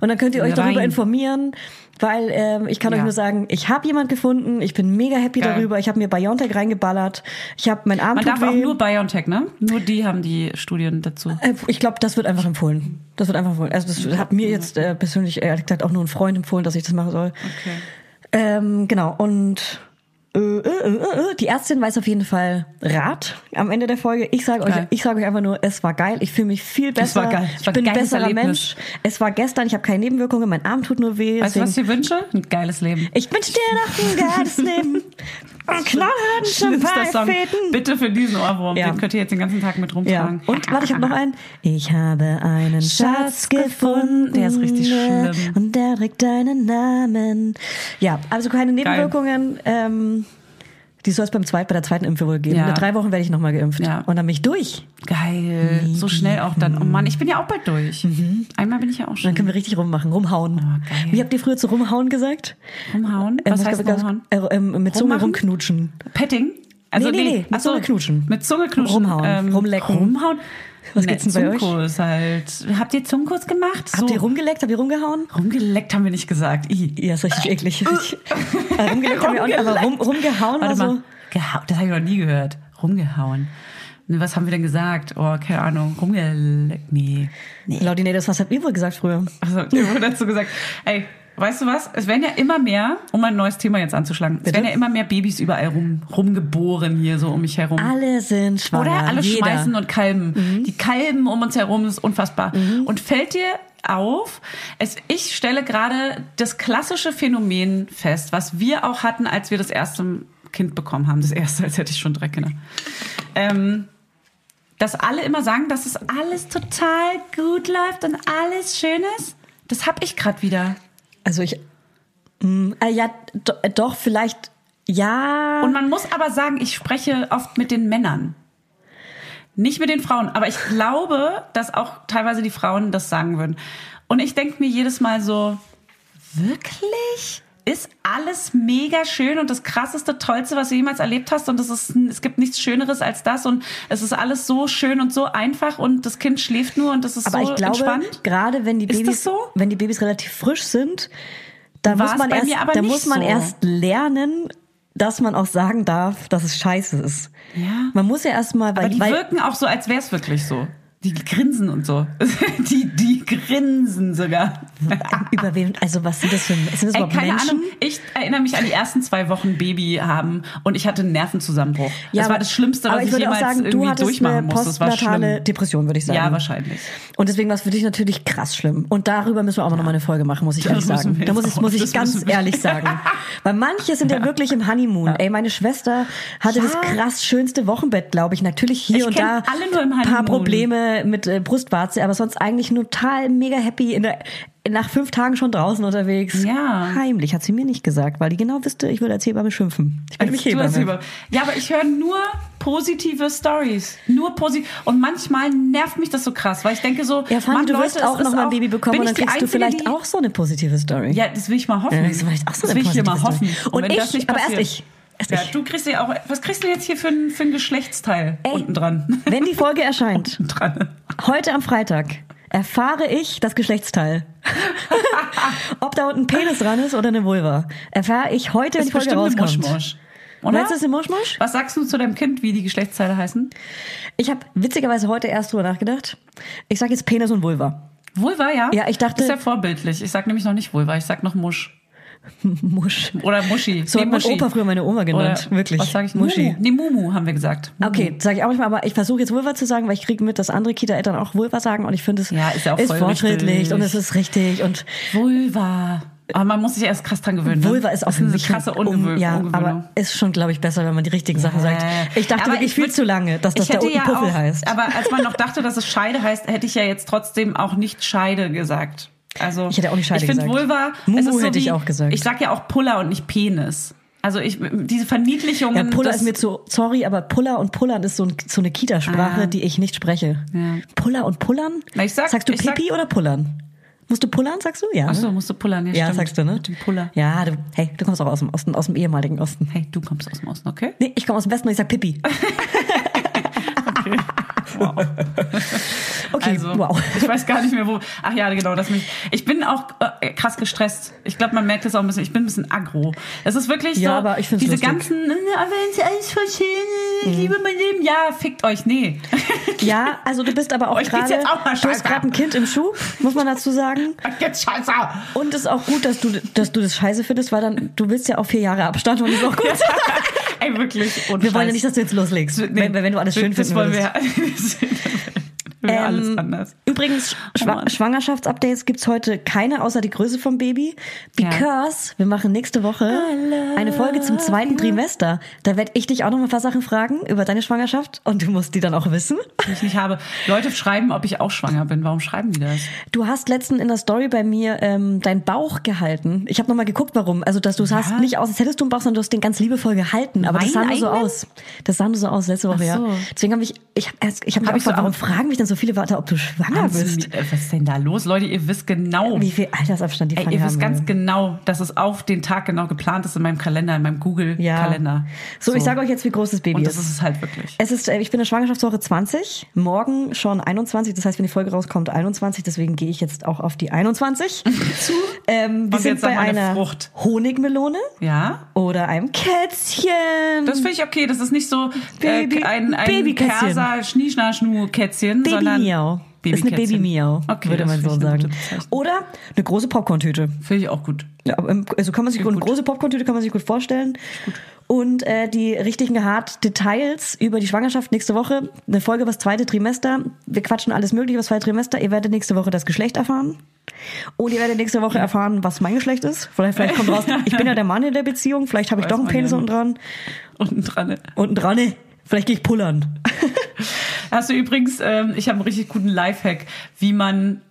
[SPEAKER 4] und dann könnt ihr euch darüber
[SPEAKER 3] Rein.
[SPEAKER 4] informieren, weil ähm, ich kann euch
[SPEAKER 3] Ja.
[SPEAKER 4] nur sagen, ich habe jemand gefunden, ich bin mega happy
[SPEAKER 3] Geil.
[SPEAKER 4] darüber, ich habe mir BioNTech reingeballert, ich habe mein Arm
[SPEAKER 3] Man
[SPEAKER 4] tut
[SPEAKER 3] darf auch
[SPEAKER 4] weh.
[SPEAKER 3] nur BioNTech, ne? Nur die haben die Studien dazu.
[SPEAKER 4] Äh, Ich glaube, das wird einfach empfohlen. Das wird einfach empfohlen. Also
[SPEAKER 3] Mhm.
[SPEAKER 4] das hat mir jetzt äh, persönlich ehrlich gesagt auch nur ein Freund empfohlen, dass ich das machen soll.
[SPEAKER 3] Okay.
[SPEAKER 4] Ähm, genau. Und äh, äh, äh, äh, die Ärztin weiß auf jeden Fall Rat am Ende der Folge. Ich sage euch,
[SPEAKER 3] Geil.
[SPEAKER 4] ich sage euch einfach nur, es war geil. Ich fühle mich viel besser.
[SPEAKER 3] war geil. Es
[SPEAKER 4] Ich
[SPEAKER 3] war ein
[SPEAKER 4] bin ein
[SPEAKER 3] geiles
[SPEAKER 4] besserer
[SPEAKER 3] Erlebnis.
[SPEAKER 4] Mensch. Es war gestern. Ich habe keine Nebenwirkungen. Mein Arm tut nur weh.
[SPEAKER 3] Weißt du, was ich
[SPEAKER 4] deswegen-
[SPEAKER 3] dir wünsche? Ein geiles Leben.
[SPEAKER 4] ich wünsche dir noch ein
[SPEAKER 3] <laughs>
[SPEAKER 4] geiles Leben. Und knallharten
[SPEAKER 3] Schlimmster Song.
[SPEAKER 4] Champagnerfäden.
[SPEAKER 3] Bitte für diesen Ohrwurm.
[SPEAKER 4] Ja.
[SPEAKER 3] Den könnt ihr jetzt den ganzen Tag mit
[SPEAKER 4] Ja.
[SPEAKER 3] rumtragen.
[SPEAKER 4] Und warte, ich habe noch einen. Ich habe einen Schatz
[SPEAKER 3] Schatz
[SPEAKER 4] gefunden.
[SPEAKER 3] gefunden. Der ist richtig schlimm.
[SPEAKER 4] Und der trägt deinen Namen. Ja, also keine Nebenwirkungen. Ähm, die soll es beim zweiten, bei der zweiten Impfung wohl geben.
[SPEAKER 3] Ja.
[SPEAKER 4] In drei Wochen werde ich nochmal geimpft.
[SPEAKER 3] Ja.
[SPEAKER 4] Und dann bin ich durch.
[SPEAKER 3] Geil. So schnell auch dann. Oh Mann, ich bin ja auch bald durch. Einmal bin ich ja auch
[SPEAKER 4] Mhm. Dann können
[SPEAKER 3] schon.
[SPEAKER 4] wir richtig rummachen, rumhauen.
[SPEAKER 3] Oh, geil.
[SPEAKER 4] Wie habt ihr früher zu rumhauen gesagt?
[SPEAKER 3] Rumhauen?
[SPEAKER 4] Ähm,
[SPEAKER 3] Was
[SPEAKER 4] es
[SPEAKER 3] heißt
[SPEAKER 4] gab-
[SPEAKER 3] rumhauen?
[SPEAKER 4] Äh, ähm, mit Zunge
[SPEAKER 3] Rummachen?
[SPEAKER 4] rumknutschen.
[SPEAKER 3] Petting? Also
[SPEAKER 4] Nee, nee, nee, mit
[SPEAKER 3] ach so,
[SPEAKER 4] Zunge knutschen.
[SPEAKER 3] Mit Zunge knutschen. ähm,
[SPEAKER 4] Rumhauen, rumlecken.
[SPEAKER 3] Rumhauen.
[SPEAKER 4] Was gibt's denn bei euch?
[SPEAKER 3] Zungenkurs halt. Habt ihr Zungenkurs gemacht?
[SPEAKER 4] Habt
[SPEAKER 3] So.
[SPEAKER 4] ihr rumgeleckt? Habt ihr rumgehauen?
[SPEAKER 3] Rumgeleckt haben wir nicht gesagt. I.
[SPEAKER 4] Ja, ist richtig eklig.
[SPEAKER 3] <laughs>
[SPEAKER 4] Richtig. Äh, rumgeleckt haben wir auch nicht, aber rum, rumgehauen
[SPEAKER 3] Warte
[SPEAKER 4] war so.
[SPEAKER 3] mal. Geha das habe ich noch nie gehört. Rumgehauen. Ne, Was haben wir denn gesagt? Oh, keine Ahnung. Rumgeleckt. Nee.
[SPEAKER 4] Laudine, das was habt ihr wohl gesagt früher?
[SPEAKER 3] Also, ich wurde dazu gesagt, ey, Weißt du was? Es werden ja immer mehr, um ein neues Thema jetzt anzuschlagen, es
[SPEAKER 4] Bitte?
[SPEAKER 3] werden ja immer mehr Babys überall rum, rumgeboren hier so um mich herum.
[SPEAKER 4] Alle sind schwanger.
[SPEAKER 3] Oder alle
[SPEAKER 4] jeder.
[SPEAKER 3] schmeißen und kalben. Die kalben um uns herum, das ist unfassbar. Und fällt dir auf, es, ich stelle gerade das klassische Phänomen fest, was wir auch hatten, als wir das erste Kind bekommen haben. Das erste, als hätte ich schon drei Kinder. Ähm, dass alle immer sagen, dass es alles total gut läuft und alles schön ist. Das hab ich gerade wieder.
[SPEAKER 4] Also ich, mh, äh, ja, do, äh, doch vielleicht, ja.
[SPEAKER 3] Und man muss aber sagen, ich spreche oft mit den Männern. Nicht mit den Frauen, aber ich glaube, dass auch teilweise die Frauen das sagen würden. Und ich denke mir jedes Mal so, wirklich? Ist alles mega schön und das krasseste, tollste, was du jemals erlebt hast und es ist, es gibt nichts Schöneres als das und es ist alles so schön und so einfach und das Kind schläft nur und das ist
[SPEAKER 4] aber
[SPEAKER 3] so
[SPEAKER 4] ich glaube,
[SPEAKER 3] entspannt.
[SPEAKER 4] gerade wenn die
[SPEAKER 3] Ist das
[SPEAKER 4] Babys,
[SPEAKER 3] so?
[SPEAKER 4] wenn die Babys relativ frisch sind, da
[SPEAKER 3] War
[SPEAKER 4] muss
[SPEAKER 3] es
[SPEAKER 4] man
[SPEAKER 3] bei
[SPEAKER 4] erst,
[SPEAKER 3] mir aber
[SPEAKER 4] da
[SPEAKER 3] nicht
[SPEAKER 4] muss man
[SPEAKER 3] so.
[SPEAKER 4] erst lernen, dass man auch sagen darf, dass es scheiße ist.
[SPEAKER 3] Ja.
[SPEAKER 4] Man muss ja erst mal, weil,
[SPEAKER 3] Aber die
[SPEAKER 4] weil
[SPEAKER 3] wirken auch so, als wäre es wirklich so. Die grinsen und so. <laughs> Die, die
[SPEAKER 4] <laughs>
[SPEAKER 3] grinsen sogar.
[SPEAKER 4] über wen, also was sind das für, sind das
[SPEAKER 3] Ey,
[SPEAKER 4] überhaupt
[SPEAKER 3] keine
[SPEAKER 4] Menschen?
[SPEAKER 3] Ahnung. Ich erinnere mich an die ersten zwei Wochen Baby haben und ich hatte einen Nervenzusammenbruch. das war
[SPEAKER 4] aber-
[SPEAKER 3] das Schlimmste,
[SPEAKER 4] aber
[SPEAKER 3] was ich,
[SPEAKER 4] würde auch
[SPEAKER 3] jemals
[SPEAKER 4] sagen, du
[SPEAKER 3] irgendwie
[SPEAKER 4] hattest
[SPEAKER 3] durchmachen
[SPEAKER 4] eine
[SPEAKER 3] musste. Das war
[SPEAKER 4] postnatale
[SPEAKER 3] schlimm.
[SPEAKER 4] Depression, würde ich sagen.
[SPEAKER 3] Ja, wahrscheinlich.
[SPEAKER 4] Und deswegen war es für dich natürlich krass schlimm. Und darüber müssen wir auch noch mal eine Folge machen, muss ich
[SPEAKER 3] Das
[SPEAKER 4] ehrlich
[SPEAKER 3] müssen
[SPEAKER 4] sagen.
[SPEAKER 3] wir
[SPEAKER 4] Da muss
[SPEAKER 3] jetzt
[SPEAKER 4] ich, muss
[SPEAKER 3] auch.
[SPEAKER 4] ich
[SPEAKER 3] Das
[SPEAKER 4] ganz
[SPEAKER 3] müssen wir.
[SPEAKER 4] ehrlich
[SPEAKER 3] <laughs>
[SPEAKER 4] sagen. Weil manche sind ja, wirklich im Honeymoon. Ey, meine Schwester hatte das krass schönste Wochenbett, glaube ich. Natürlich hier
[SPEAKER 3] Ich
[SPEAKER 4] und
[SPEAKER 3] kenn
[SPEAKER 4] da
[SPEAKER 3] alle nur im
[SPEAKER 4] ein paar
[SPEAKER 3] Honeymoon.
[SPEAKER 4] Probleme mit äh, Brustwarze, aber sonst eigentlich nur total mega happy. In der, nach fünf Tagen schon draußen unterwegs.
[SPEAKER 3] Ja.
[SPEAKER 4] Heimlich, hat sie mir nicht gesagt, weil die genau wüsste, ich würde als Hebamme schimpfen. Ich bin nämlich
[SPEAKER 3] Du hast
[SPEAKER 4] Hebamme.
[SPEAKER 3] über- Ja, aber ich höre nur positive Stories, nur positiv. Und manchmal nervt mich das so krass, weil ich denke so,
[SPEAKER 4] Ja, Fanny,
[SPEAKER 3] Mann,
[SPEAKER 4] du
[SPEAKER 3] Leute,
[SPEAKER 4] wirst
[SPEAKER 3] es
[SPEAKER 4] auch
[SPEAKER 3] ist
[SPEAKER 4] noch mal ein
[SPEAKER 3] auch-
[SPEAKER 4] Baby bekommen
[SPEAKER 3] bin
[SPEAKER 4] und dann
[SPEAKER 3] ich die
[SPEAKER 4] kriegst du
[SPEAKER 3] Einzige,
[SPEAKER 4] vielleicht
[SPEAKER 3] die-
[SPEAKER 4] auch so eine positive Story.
[SPEAKER 3] Ja, das will ich mal hoffen.
[SPEAKER 4] Ja, das war echt auch so
[SPEAKER 3] das
[SPEAKER 4] eine
[SPEAKER 3] will ich hier mal
[SPEAKER 4] positive
[SPEAKER 3] hoffen.
[SPEAKER 4] Story.
[SPEAKER 3] wenn
[SPEAKER 4] Und
[SPEAKER 3] das
[SPEAKER 4] ich-
[SPEAKER 3] nicht
[SPEAKER 4] aber erst
[SPEAKER 3] passiert-
[SPEAKER 4] ich. Erst
[SPEAKER 3] ja,
[SPEAKER 4] ich.
[SPEAKER 3] du kriegst ja auch. Was kriegst du jetzt hier für ein, für ein Geschlechtsteil unten dran? <laughs>
[SPEAKER 4] Wenn die Folge erscheint,
[SPEAKER 3] dran.
[SPEAKER 4] heute am Freitag, erfahre ich das
[SPEAKER 3] <laughs>
[SPEAKER 4] Geschlechtsteil. Ob da unten ein Penis dran ist oder eine Vulva, erfahre ich heute, wenn die Folge
[SPEAKER 3] eine
[SPEAKER 4] rauskommt.
[SPEAKER 3] Muschmusch. Oder?
[SPEAKER 4] Meinst du, das ist eine Muschmusch?
[SPEAKER 3] Was sagst du zu deinem Kind, wie die Geschlechtsteile heißen?
[SPEAKER 4] Ich habe witzigerweise heute erst drüber nachgedacht. Ich sage jetzt Penis und Vulva. <laughs>
[SPEAKER 3] Vulva, ja?
[SPEAKER 4] Ja, ich dachte-
[SPEAKER 3] Ist ja vorbildlich. Ich sag nämlich noch nicht Vulva, ich sag noch Musch.
[SPEAKER 4] Musch.
[SPEAKER 3] Oder Muschi.
[SPEAKER 4] So hat mein
[SPEAKER 3] Muschi.
[SPEAKER 4] Opa früher meine Oma genannt.
[SPEAKER 3] Oder,
[SPEAKER 4] Wirklich.
[SPEAKER 3] Was sag ich?
[SPEAKER 4] Muschi.
[SPEAKER 3] Mumu. Nee, Mumu haben wir gesagt. Mumu.
[SPEAKER 4] Okay, sage ich auch nicht mal, aber ich versuche jetzt Vulva zu sagen, weil ich kriege mit, dass andere Kita-Eltern auch Vulva sagen und ich finde es
[SPEAKER 3] Ja, ist ja auch voll
[SPEAKER 4] fortschrittlich
[SPEAKER 3] richtig.
[SPEAKER 4] und es ist richtig und
[SPEAKER 3] Vulva. Aber man muss sich erst krass dran gewöhnen. ne?
[SPEAKER 4] Vulva ist auch
[SPEAKER 3] das ist
[SPEAKER 4] für
[SPEAKER 3] eine
[SPEAKER 4] mich
[SPEAKER 3] krasse
[SPEAKER 4] ein- um-
[SPEAKER 3] Ungewöhnung.
[SPEAKER 4] Ja, aber ist schon, glaube ich, besser, wenn man die richtigen Sachen sagt. Also Ich dachte
[SPEAKER 3] Aber
[SPEAKER 4] wirklich
[SPEAKER 3] ich
[SPEAKER 4] viel
[SPEAKER 3] würd-
[SPEAKER 4] zu lange, dass das
[SPEAKER 3] ich
[SPEAKER 4] da
[SPEAKER 3] hätte
[SPEAKER 4] unten
[SPEAKER 3] ja
[SPEAKER 4] Puffel
[SPEAKER 3] auch,
[SPEAKER 4] heißt.
[SPEAKER 3] Aber als man noch dachte, dass es Scheide heißt, hätte ich ja jetzt trotzdem auch nicht Scheide gesagt. Also
[SPEAKER 4] Ich hätte auch nicht Scheide
[SPEAKER 3] ich find
[SPEAKER 4] gesagt.
[SPEAKER 3] Vulva,
[SPEAKER 4] Mumu
[SPEAKER 3] es ist so
[SPEAKER 4] hätte
[SPEAKER 3] wie,
[SPEAKER 4] ich auch gesagt.
[SPEAKER 3] Ich sag ja auch Puller und nicht Penis. Also ich diese Verniedlichung.
[SPEAKER 4] ja, Puller ist mir zu, sorry, aber Puller und Pullern ist so, ein, so eine Kita-Sprache, die ich nicht spreche. Puller und Pullern?
[SPEAKER 3] Na, ich sag-
[SPEAKER 4] sagst du
[SPEAKER 3] ich sag-
[SPEAKER 4] Pipi oder Pullern? Musst du Pullern, sagst du? Ja. ne?
[SPEAKER 3] Achso, musst du pullern, ja,
[SPEAKER 4] ja,
[SPEAKER 3] stimmt.
[SPEAKER 4] sagst du, ne?
[SPEAKER 3] Mit dem Puller.
[SPEAKER 4] Ja, du, hey, du kommst auch aus dem Osten, aus dem ehemaligen Osten.
[SPEAKER 3] Hey, du kommst aus dem Osten, okay?
[SPEAKER 4] Nee, ich komme aus dem Westen und ich sag Pipi. okay,
[SPEAKER 3] Also,
[SPEAKER 4] wow.
[SPEAKER 3] <laughs> ich weiß gar nicht mehr, wo. Ach ja, genau, das mich. Ich bin auch äh, krass gestresst. Ich glaube, man merkt das auch ein bisschen. Ich bin ein bisschen aggro. Es ist wirklich
[SPEAKER 4] Ja,
[SPEAKER 3] so.
[SPEAKER 4] aber ich find's
[SPEAKER 3] diese
[SPEAKER 4] lustig. Mhm.
[SPEAKER 3] ganzen, äh, aber es ist alles voll schön, ich liebe mein Leben. Ja, fickt
[SPEAKER 4] <laughs>
[SPEAKER 3] euch, nee.
[SPEAKER 4] Ja, also du bist aber auch
[SPEAKER 3] Euch geht's
[SPEAKER 4] gerade,
[SPEAKER 3] Oh, jetzt auch
[SPEAKER 4] du
[SPEAKER 3] mal
[SPEAKER 4] hast
[SPEAKER 3] scheiße.
[SPEAKER 4] gerade ein Kind im Schuh, muss man dazu sagen.
[SPEAKER 3] Euch geht's scheiße.
[SPEAKER 4] Und es ist auch gut, dass du, dass du das scheiße findest, weil dann, du willst ja auch vier Jahre Abstand und ist auch gut.
[SPEAKER 3] Ey, wirklich. Und
[SPEAKER 4] Wir wollen ja nicht, dass du jetzt loslegst,
[SPEAKER 3] Nee,
[SPEAKER 4] wenn, wenn du alles schön Ähm,
[SPEAKER 3] das
[SPEAKER 4] findest.
[SPEAKER 3] wollen wir, ja- <laughs> das <laughs> wäre alles anders.
[SPEAKER 4] Übrigens,
[SPEAKER 3] Oh
[SPEAKER 4] Schwa
[SPEAKER 3] Mann.
[SPEAKER 4] Schwangerschaftsupdates gibt's heute keine, außer die Größe vom Baby. Because wir machen nächste Woche eine Folge zum zweiten Trimester. Da werde ich dich auch noch mal ein paar Sachen fragen über deine Schwangerschaft und du musst die dann auch wissen.
[SPEAKER 3] Die Ich nicht habe. Leute schreiben, ob ich auch schwanger bin. Warum schreiben die das?
[SPEAKER 4] Du hast letztens in der Story bei mir ähm, deinen Bauch gehalten. Ich habe nochmal geguckt, warum. Also, dass du es hast nicht aus, als hättest du einen Bauch, sondern du hast den ganz liebevoll gehalten. Aber das sah
[SPEAKER 3] Meinen
[SPEAKER 4] nur so
[SPEAKER 3] eigenen?
[SPEAKER 4] aus. Das sah nur so aus letzte Woche,
[SPEAKER 3] Ach so.
[SPEAKER 4] ja. Deswegen habe ich, ich habe erst, ich habe mich
[SPEAKER 3] Hab
[SPEAKER 4] auch
[SPEAKER 3] ich so
[SPEAKER 4] gefragt, warum
[SPEAKER 3] am-
[SPEAKER 4] fragen mich dann so viele Wörter, ob du schwanger bist?
[SPEAKER 3] Äh, Was ist denn da los? Leute, ihr wisst genau.
[SPEAKER 4] Wie viel Altersabstand die
[SPEAKER 3] Ey,
[SPEAKER 4] Fanny
[SPEAKER 3] Äh, ihr
[SPEAKER 4] haben
[SPEAKER 3] wisst ganz
[SPEAKER 4] will.
[SPEAKER 3] genau, dass es auf den Tag genau geplant ist in meinem Kalender, in meinem Google-Kalender.
[SPEAKER 4] So, ich sage euch jetzt, wie groß das Baby
[SPEAKER 3] genau, Und das
[SPEAKER 4] ist.
[SPEAKER 3] ist es halt wirklich.
[SPEAKER 4] Es ist, äh, ich bin in der Schwangerschaftswoche 20, morgen schon 21, das heißt, wenn die Folge rauskommt, 21, deswegen gehe ich jetzt auch auf die
[SPEAKER 3] <laughs>
[SPEAKER 4] 21 zu. Ähm, wir
[SPEAKER 3] Und
[SPEAKER 4] sind
[SPEAKER 3] jetzt sag
[SPEAKER 4] bei
[SPEAKER 3] mal eine
[SPEAKER 4] einer
[SPEAKER 3] Frucht.
[SPEAKER 4] Honigmelone
[SPEAKER 3] Ja?
[SPEAKER 4] oder einem Kätzchen.
[SPEAKER 3] Das finde ich okay. Das ist nicht so
[SPEAKER 4] Baby-
[SPEAKER 3] äh, ein, ein
[SPEAKER 4] Babykätzchen.
[SPEAKER 3] Perser, Schnieschna, Schnu, Kätzchen, sondern
[SPEAKER 4] Baby-Miau. ist eine
[SPEAKER 3] Babykätzchen.
[SPEAKER 4] Baby-Miau,
[SPEAKER 3] Okay,
[SPEAKER 4] würde
[SPEAKER 3] das
[SPEAKER 4] man
[SPEAKER 3] finde
[SPEAKER 4] so
[SPEAKER 3] ich eine
[SPEAKER 4] sagen.
[SPEAKER 3] gute Bezeichnung.
[SPEAKER 4] Oder eine große Popcorn-Tüte.
[SPEAKER 3] Finde ich auch gut.
[SPEAKER 4] Ja, aber, ähm, also kann man sich eine große Popcorn-Tüte kann man sich gut vorstellen. Und äh, die richtigen hart Details über die Schwangerschaft nächste Woche. Eine Folge über das zweite Trimester. Wir quatschen alles mögliche über das zweite Trimester. Ihr werdet nächste Woche das Geschlecht erfahren. Und ihr werdet nächste Woche erfahren, was mein Geschlecht ist. Vielleicht, vielleicht kommt raus, ich bin ja der Mann in der Beziehung. Vielleicht habe ich
[SPEAKER 3] Weiß
[SPEAKER 4] doch einen
[SPEAKER 3] man
[SPEAKER 4] Penis
[SPEAKER 3] ja
[SPEAKER 4] unten dran.
[SPEAKER 3] Unten
[SPEAKER 4] <laughs>
[SPEAKER 3] dran.
[SPEAKER 4] Unten dran, ne? Vielleicht gehe ich pullern.
[SPEAKER 3] Hast du übrigens, ähm, ich habe einen richtig guten Lifehack, wie man,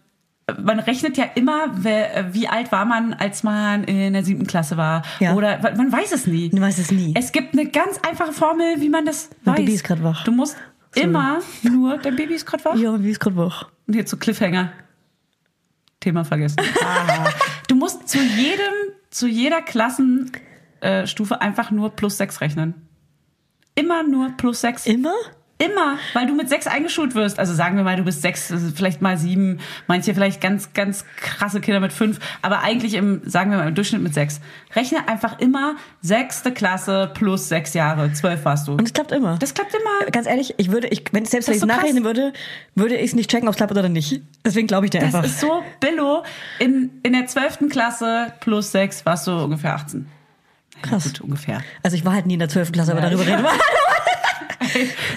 [SPEAKER 3] man rechnet ja immer, wer, äh, wie alt war man, als man in der siebten Klasse war.
[SPEAKER 4] Ja.
[SPEAKER 3] Oder man man weiß es nie.
[SPEAKER 4] Man weiß es nie.
[SPEAKER 3] Es gibt eine ganz einfache Formel, wie man das
[SPEAKER 4] Mein
[SPEAKER 3] weiß.
[SPEAKER 4] Baby ist grad wach.
[SPEAKER 3] Du musst immer nur, dein Baby ist gerade wach.
[SPEAKER 4] Ja, wie ist gerade wach?
[SPEAKER 3] Und jetzt so Cliffhanger. Thema vergessen.
[SPEAKER 4] Ah.
[SPEAKER 3] du musst zu jedem, zu jeder Klassenstufe äh, Stufe einfach nur plus sechs rechnen. Immer nur plus sechs.
[SPEAKER 4] Immer?
[SPEAKER 3] Immer, weil du mit sechs eingeschult wirst. Also sagen wir mal, du bist sechs, also vielleicht mal sieben, manche vielleicht ganz, ganz krasse Kinder mit fünf, aber eigentlich im, sagen wir mal, im Durchschnitt mit sechs. Rechne einfach immer sechste Klasse plus sechs Jahre. Zwölf warst du.
[SPEAKER 4] Und es klappt immer.
[SPEAKER 3] Das klappt immer.
[SPEAKER 4] Ganz ehrlich, ich würde, ich, wenn ich selbst
[SPEAKER 3] Das
[SPEAKER 4] wenn
[SPEAKER 3] ist
[SPEAKER 4] ich
[SPEAKER 3] so krass.
[SPEAKER 4] nachrechnen würde, würde ich es nicht checken, ob es klappt oder nicht. Deswegen glaube ich dir
[SPEAKER 3] Das
[SPEAKER 4] einfach.
[SPEAKER 3] ist so Billo. In, in der zwölften Klasse plus sechs warst du ungefähr 18.
[SPEAKER 4] Krass.
[SPEAKER 3] Gut, ungefähr.
[SPEAKER 4] Also ich war halt nie in der 12. Klasse, aber darüber reden wir.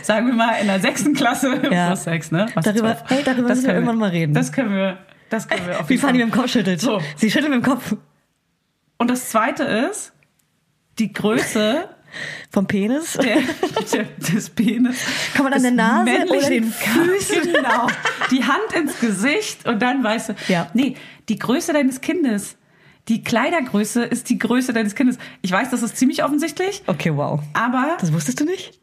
[SPEAKER 3] Sagen wir mal in der sechsten Klasse
[SPEAKER 4] Ja.
[SPEAKER 3] plus sechs, ne? Warst du
[SPEAKER 4] Darüber-
[SPEAKER 3] 12.
[SPEAKER 4] hey, darüber müssen wir
[SPEAKER 3] können
[SPEAKER 4] irgendwann mal reden.
[SPEAKER 3] Das können wir, das können wir auf
[SPEAKER 4] Wie
[SPEAKER 3] jeden Fall.
[SPEAKER 4] Fanny mit dem Kopf schüttelt.
[SPEAKER 3] So.
[SPEAKER 4] Sie schüttelt mit dem Kopf
[SPEAKER 3] Und das zweite ist, die Größe
[SPEAKER 4] vom Penis.
[SPEAKER 3] der, der, des Penis.
[SPEAKER 4] Kann man an der Nase
[SPEAKER 3] männlichen
[SPEAKER 4] oder den
[SPEAKER 3] Füßen? Genau. Die Hand ins Gesicht und dann weißt du.
[SPEAKER 4] Ja.
[SPEAKER 3] Nee, die Größe deines Kindes. Die Kleidergröße ist die Größe deines Kindes. Ich weiß, das ist ziemlich offensichtlich,
[SPEAKER 4] Okay, wow.
[SPEAKER 3] aber
[SPEAKER 4] Das wusstest du nicht?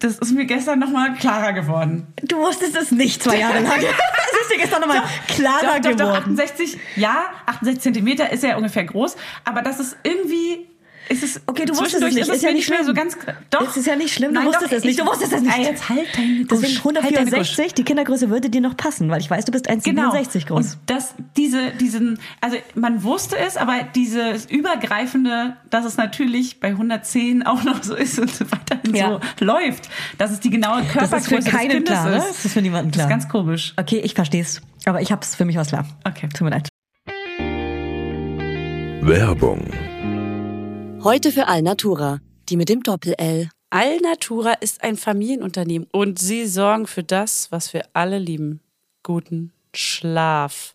[SPEAKER 3] das ist mir gestern nochmal klarer geworden.
[SPEAKER 4] Du wusstest es nicht zwei Jahre
[SPEAKER 3] <laughs>
[SPEAKER 4] lang. Es ist dir gestern nochmal klarer
[SPEAKER 3] doch, doch, doch,
[SPEAKER 4] geworden.
[SPEAKER 3] 68, ja, 68 Zentimeter ist ja ungefähr groß, aber das ist irgendwie, ist es,
[SPEAKER 4] Okay, du wusstest es
[SPEAKER 3] zwischendurch
[SPEAKER 4] nicht,
[SPEAKER 3] ist es mir nicht mehr so ganz, doch.
[SPEAKER 4] Es ist ja nicht schlimm, du
[SPEAKER 3] Nein,
[SPEAKER 4] wusstest
[SPEAKER 3] doch,
[SPEAKER 4] es nicht, du
[SPEAKER 3] ich-
[SPEAKER 4] wusstest es nicht.
[SPEAKER 3] Ah, jetzt halt deine Gusch.
[SPEAKER 4] Deswegen
[SPEAKER 3] Halt deine Gusch.
[SPEAKER 4] 164, die Kindergröße würde dir noch passen, weil ich weiß, du bist 1,67
[SPEAKER 3] genau.
[SPEAKER 4] groß.
[SPEAKER 3] Und das, diese, diesen, also man wusste es, aber dieses übergreifende, dass es natürlich bei 110 auch noch so ist und so weiterhin
[SPEAKER 4] Ja.
[SPEAKER 3] so läuft, dass es die genaue Körpergröße
[SPEAKER 4] ist für keinen
[SPEAKER 3] des Kindes
[SPEAKER 4] klar, ne?
[SPEAKER 3] ist.
[SPEAKER 4] Das ist für niemanden
[SPEAKER 3] Das
[SPEAKER 4] klar.
[SPEAKER 3] ist ganz komisch.
[SPEAKER 4] Okay, ich versteh's. Aber ich hab's für mich was klar.
[SPEAKER 3] Okay.
[SPEAKER 4] Tut mir leid.
[SPEAKER 5] Werbung,
[SPEAKER 1] Heute für Alnatura, die mit dem Doppel-L.
[SPEAKER 2] Alnatura ist ein Familienunternehmen und sie sorgen für das, was wir alle lieben. Guten Schlaf.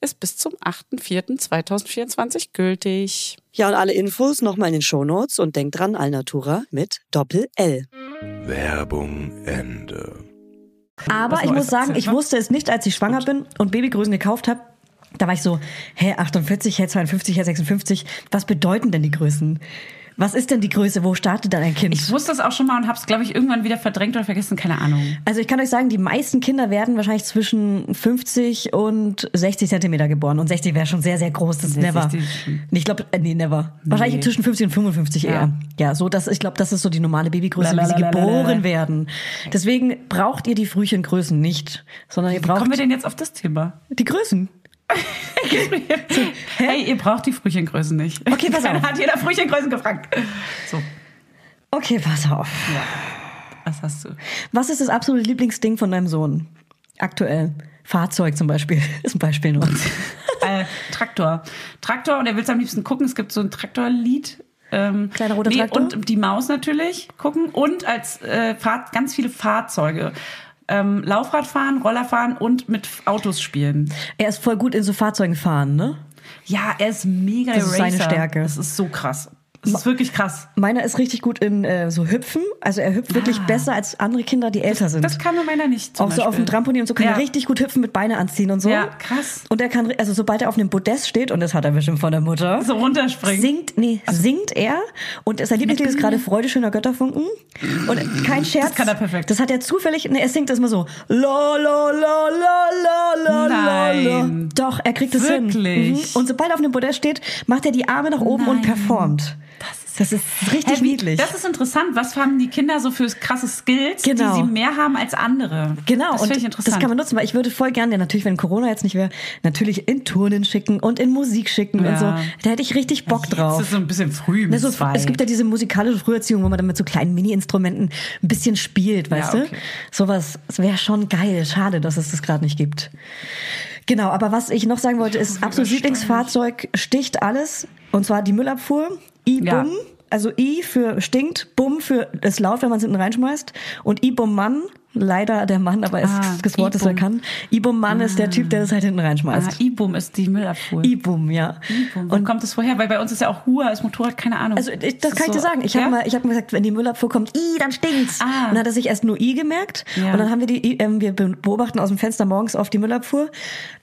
[SPEAKER 2] ist bis zum 8.4.2024 gültig.
[SPEAKER 1] Ja, und alle Infos nochmal in den Shownotes und denkt dran, Alnatura mit Doppel-L.
[SPEAKER 5] Werbung, Ende.
[SPEAKER 4] Aber ich muss sagen, ich wusste es nicht, als ich schwanger bin und Babygrößen gekauft habe. Da war ich so, hä, 48, hä, 52, hä, 56. Was bedeuten denn die Größen? Was ist denn die Größe? Wo startet dann ein Kind?
[SPEAKER 3] Ich wusste das auch schon mal und habe es, glaube ich, irgendwann wieder verdrängt oder vergessen. Keine Ahnung.
[SPEAKER 4] Also ich kann euch sagen, die meisten Kinder werden wahrscheinlich zwischen 50 und 60 Zentimeter geboren. Und 60 wäre schon sehr, sehr groß. Das ist
[SPEAKER 3] Nee,
[SPEAKER 4] never.
[SPEAKER 3] 60 ist schon-
[SPEAKER 4] Ich glaube, äh, nee, never. Wahrscheinlich zwischen 50 und 55 eher. Ja, so das, ich glaube, das ist so die normale Babygröße, wie sie geboren werden. Deswegen braucht ihr die Frühchengrößen nicht, sondern ihr braucht
[SPEAKER 3] Kommen wir denn jetzt auf das Thema?
[SPEAKER 4] die Größen.
[SPEAKER 3] hey, ihr braucht die Frühchengrößen nicht.
[SPEAKER 4] Okay, pass
[SPEAKER 3] Dann
[SPEAKER 4] auf.
[SPEAKER 3] <laughs> hat jeder Frühchengrößen gefragt. So,
[SPEAKER 4] Okay, pass auf.
[SPEAKER 3] was hast du?
[SPEAKER 4] Was ist das absolute Lieblingsding von deinem Sohn? Aktuell. Fahrzeug zum Beispiel. <laughs> Ist ein Beispiel
[SPEAKER 3] <laughs>
[SPEAKER 4] nur.
[SPEAKER 3] äh, Traktor. Traktor und er will es am liebsten gucken. Es gibt so ein Traktorlied. Ähm,
[SPEAKER 4] Kleiner roter Traktor?
[SPEAKER 3] Und die Maus natürlich gucken und als äh, Fahrt, ganz viele Fahrzeuge. Ähm, Laufrad fahren, Roller fahren und mit Autos spielen.
[SPEAKER 4] Er ist voll gut in so Fahrzeugen fahren, ne?
[SPEAKER 3] Ja, er ist mega
[SPEAKER 4] Das ist
[SPEAKER 3] Racer.
[SPEAKER 4] seine Stärke.
[SPEAKER 3] Das ist so krass. Das ist wirklich krass.
[SPEAKER 4] Meiner ist richtig gut in äh, so Hüpfen. Also er hüpft wirklich besser als andere Kinder, die älter sind.
[SPEAKER 3] Ah. Das kann nur meiner nicht. zum
[SPEAKER 4] auch so auf
[SPEAKER 3] Beispiel.
[SPEAKER 4] dem Trampolin und so kann
[SPEAKER 3] ja.
[SPEAKER 4] er richtig gut hüpfen mit Beine anziehen und so.
[SPEAKER 3] Ja, krass.
[SPEAKER 4] Und er kann, ri- also sobald er auf einem Podest steht, und das hat er bestimmt von der Mutter,
[SPEAKER 3] so runterspringen.
[SPEAKER 4] singt, nee, singt er und sein Lieblingslied ist gerade Freude schöner Götterfunken und kein Scherz.
[SPEAKER 3] Das kann er perfekt.
[SPEAKER 4] Das hat er zufällig, nee, er singt das immer so. La, la, la, la, la, la, la, la.
[SPEAKER 3] Nein.
[SPEAKER 4] Doch, er kriegt es hin. Mhm.
[SPEAKER 3] Wirklich?
[SPEAKER 4] Und sobald er auf einem Podest steht, macht er die Arme nach oben und performt. Das ist, richtig
[SPEAKER 3] Hä, Äh, wie-
[SPEAKER 4] niedlich.
[SPEAKER 3] Das ist interessant. Was haben die Kinder so für krasse Skills,
[SPEAKER 4] Genau.
[SPEAKER 3] die sie mehr haben als andere?
[SPEAKER 4] Genau,
[SPEAKER 3] Das
[SPEAKER 4] und
[SPEAKER 3] finde ich interessant.
[SPEAKER 4] das kann man nutzen, weil ich würde voll gerne, ja, natürlich, wenn Corona jetzt nicht wäre, natürlich in Turnen schicken und in Musik schicken
[SPEAKER 3] Ja.
[SPEAKER 4] und so. Da hätte ich richtig Bock
[SPEAKER 3] Das
[SPEAKER 4] drauf.
[SPEAKER 3] ist so ein bisschen früh. Mit
[SPEAKER 4] Ne, so,
[SPEAKER 3] zwei.
[SPEAKER 4] es gibt ja diese musikalische Früherziehung, wo man dann mit so kleinen Mini-Instrumenten ein bisschen spielt, weißt
[SPEAKER 3] okay.
[SPEAKER 4] du? Sowas das wäre schon geil. Schade, dass es das gerade nicht gibt. Genau, aber was ich noch sagen wollte, ist absolut Lieblingsfahrzeug sticht alles. Und zwar die Müllabfuhr, I-Bum,
[SPEAKER 3] Ja.
[SPEAKER 4] also I für stinkt, Bum für ist laut, wenn man es hinten reinschmeißt. Und I-Bum Mann, leider der Mann, aber ist
[SPEAKER 3] Ah,
[SPEAKER 4] das Wort, das er
[SPEAKER 3] I-Bum.
[SPEAKER 4] kann. I-Bum Mann ist der Typ, der das halt hinten
[SPEAKER 3] Ah,
[SPEAKER 4] reinschmeißt.
[SPEAKER 3] I-Boom ist die Müllabfuhr.
[SPEAKER 4] I-Bum, ja.
[SPEAKER 3] Und Wo kommt das vorher? Weil bei uns ist ja auch Hua, ist Motorrad, keine Ahnung.
[SPEAKER 4] Also ich, das
[SPEAKER 3] Ist
[SPEAKER 4] kann ich dir
[SPEAKER 3] so-
[SPEAKER 4] sagen. Ich habe
[SPEAKER 3] ja?
[SPEAKER 4] mal, ich habe mir gesagt, wenn die Müllabfuhr kommt, i, dann stinkt's.
[SPEAKER 3] Ah.
[SPEAKER 4] Und dann hat er sich erst nur i gemerkt.
[SPEAKER 3] Ja.
[SPEAKER 4] Und dann haben wir die, I- ähm, wir beobachten aus dem Fenster morgens auf die Müllabfuhr,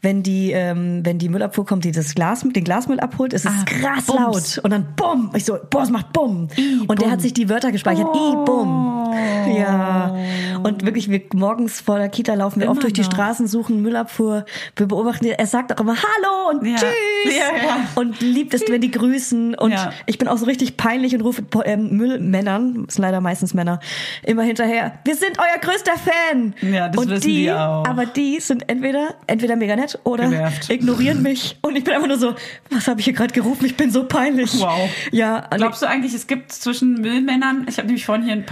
[SPEAKER 4] wenn die, ähm, wenn die Müllabfuhr kommt, die das Glas, den Glasmüll abholt, ist es
[SPEAKER 3] Ah,
[SPEAKER 4] krass
[SPEAKER 3] Bums.
[SPEAKER 4] laut. Und dann bumm. Ich so, boah, es macht bumm. und der hat sich die Wörter gespeichert.
[SPEAKER 3] Oh.
[SPEAKER 4] I, bumm. Ja. Und wirklich, wir morgens vor der Kita laufen wir oft durch die
[SPEAKER 3] noch.
[SPEAKER 4] Straßen, suchen Müllabfuhr. Wir beobachten, er sagt auch immer Hallo und
[SPEAKER 3] Ja.
[SPEAKER 4] Tschüss.
[SPEAKER 3] Ja, ja.
[SPEAKER 4] Und liebt es, wenn die grüßen. Und
[SPEAKER 3] Ja.
[SPEAKER 4] ich bin auch so richtig peinlich und rufe ähm, Müllmännern, das sind leider meistens Männer, immer hinterher, wir sind euer größter Fan.
[SPEAKER 3] Ja, das
[SPEAKER 4] und
[SPEAKER 3] wissen
[SPEAKER 4] die,
[SPEAKER 3] wir auch.
[SPEAKER 4] Aber die sind entweder, entweder mega nett oder
[SPEAKER 3] Genervt.
[SPEAKER 4] ignorieren mich. Und ich bin einfach nur so, was habe ich hier gerade gerufen? Ich bin so peinlich.
[SPEAKER 3] Wow.
[SPEAKER 4] Ja, und
[SPEAKER 3] Glaubst du eigentlich, es gibt zwischen Müllmännern, ich habe nämlich vorhin hier ein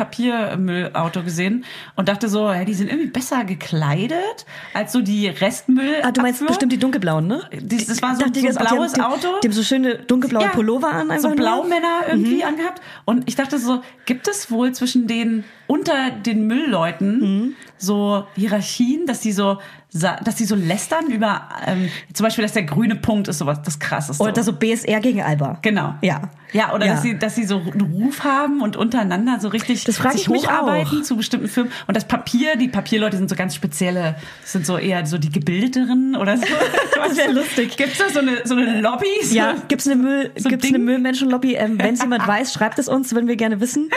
[SPEAKER 3] Papiermüllauto gesehen und dachte so, ja, die sind irgendwie besser gekleidet als so die Restmüll.
[SPEAKER 4] Ah, du meinst
[SPEAKER 3] Abfuhr.
[SPEAKER 4] bestimmt die dunkelblauen, ne?
[SPEAKER 3] Dies- das war so-
[SPEAKER 4] Ich dachte,
[SPEAKER 3] so ein
[SPEAKER 4] die- die haben-
[SPEAKER 3] blaues
[SPEAKER 4] die,
[SPEAKER 3] Auto.
[SPEAKER 4] Die haben so schöne dunkelblaue
[SPEAKER 3] Ja,
[SPEAKER 4] Pullover an. Einfach ne? Mhm.
[SPEAKER 3] So
[SPEAKER 4] nur.
[SPEAKER 3] Blaumänner irgendwie angehabt. Und ich dachte so, gibt es wohl zwischen den, unter den Müllleuten
[SPEAKER 4] Mhm.
[SPEAKER 3] so Hierarchien, dass die so, sa- dass die so lästern über, ähm, zum Beispiel, dass der grüne Punkt ist sowas, das krasseste.
[SPEAKER 4] Oder so BSR gegen Alba.
[SPEAKER 3] Genau.
[SPEAKER 4] Ja.
[SPEAKER 3] Ja, oder
[SPEAKER 4] Ja.
[SPEAKER 3] Dass, sie, dass sie so einen Ruf haben und untereinander so richtig
[SPEAKER 4] Das frag
[SPEAKER 3] sich
[SPEAKER 4] ich mich
[SPEAKER 3] hocharbeiten
[SPEAKER 4] auch.
[SPEAKER 3] zu bestimmten Firmen. Und das Papier, die Papierleute sind so ganz spezielle, sind so eher so die Gebildeteren oder so.
[SPEAKER 4] <laughs> Das wär lustig.
[SPEAKER 3] Gibt's da so eine, so eine Lobby? So-
[SPEAKER 4] Ja, gibt's eine Müll,
[SPEAKER 3] So ein
[SPEAKER 4] gibt's eine
[SPEAKER 3] Ding?
[SPEAKER 4] Müllmenschenlobby? Ähm,
[SPEAKER 3] <laughs>
[SPEAKER 4] Wenn es jemand weiß, schreibt es uns, würden wir gerne wissen.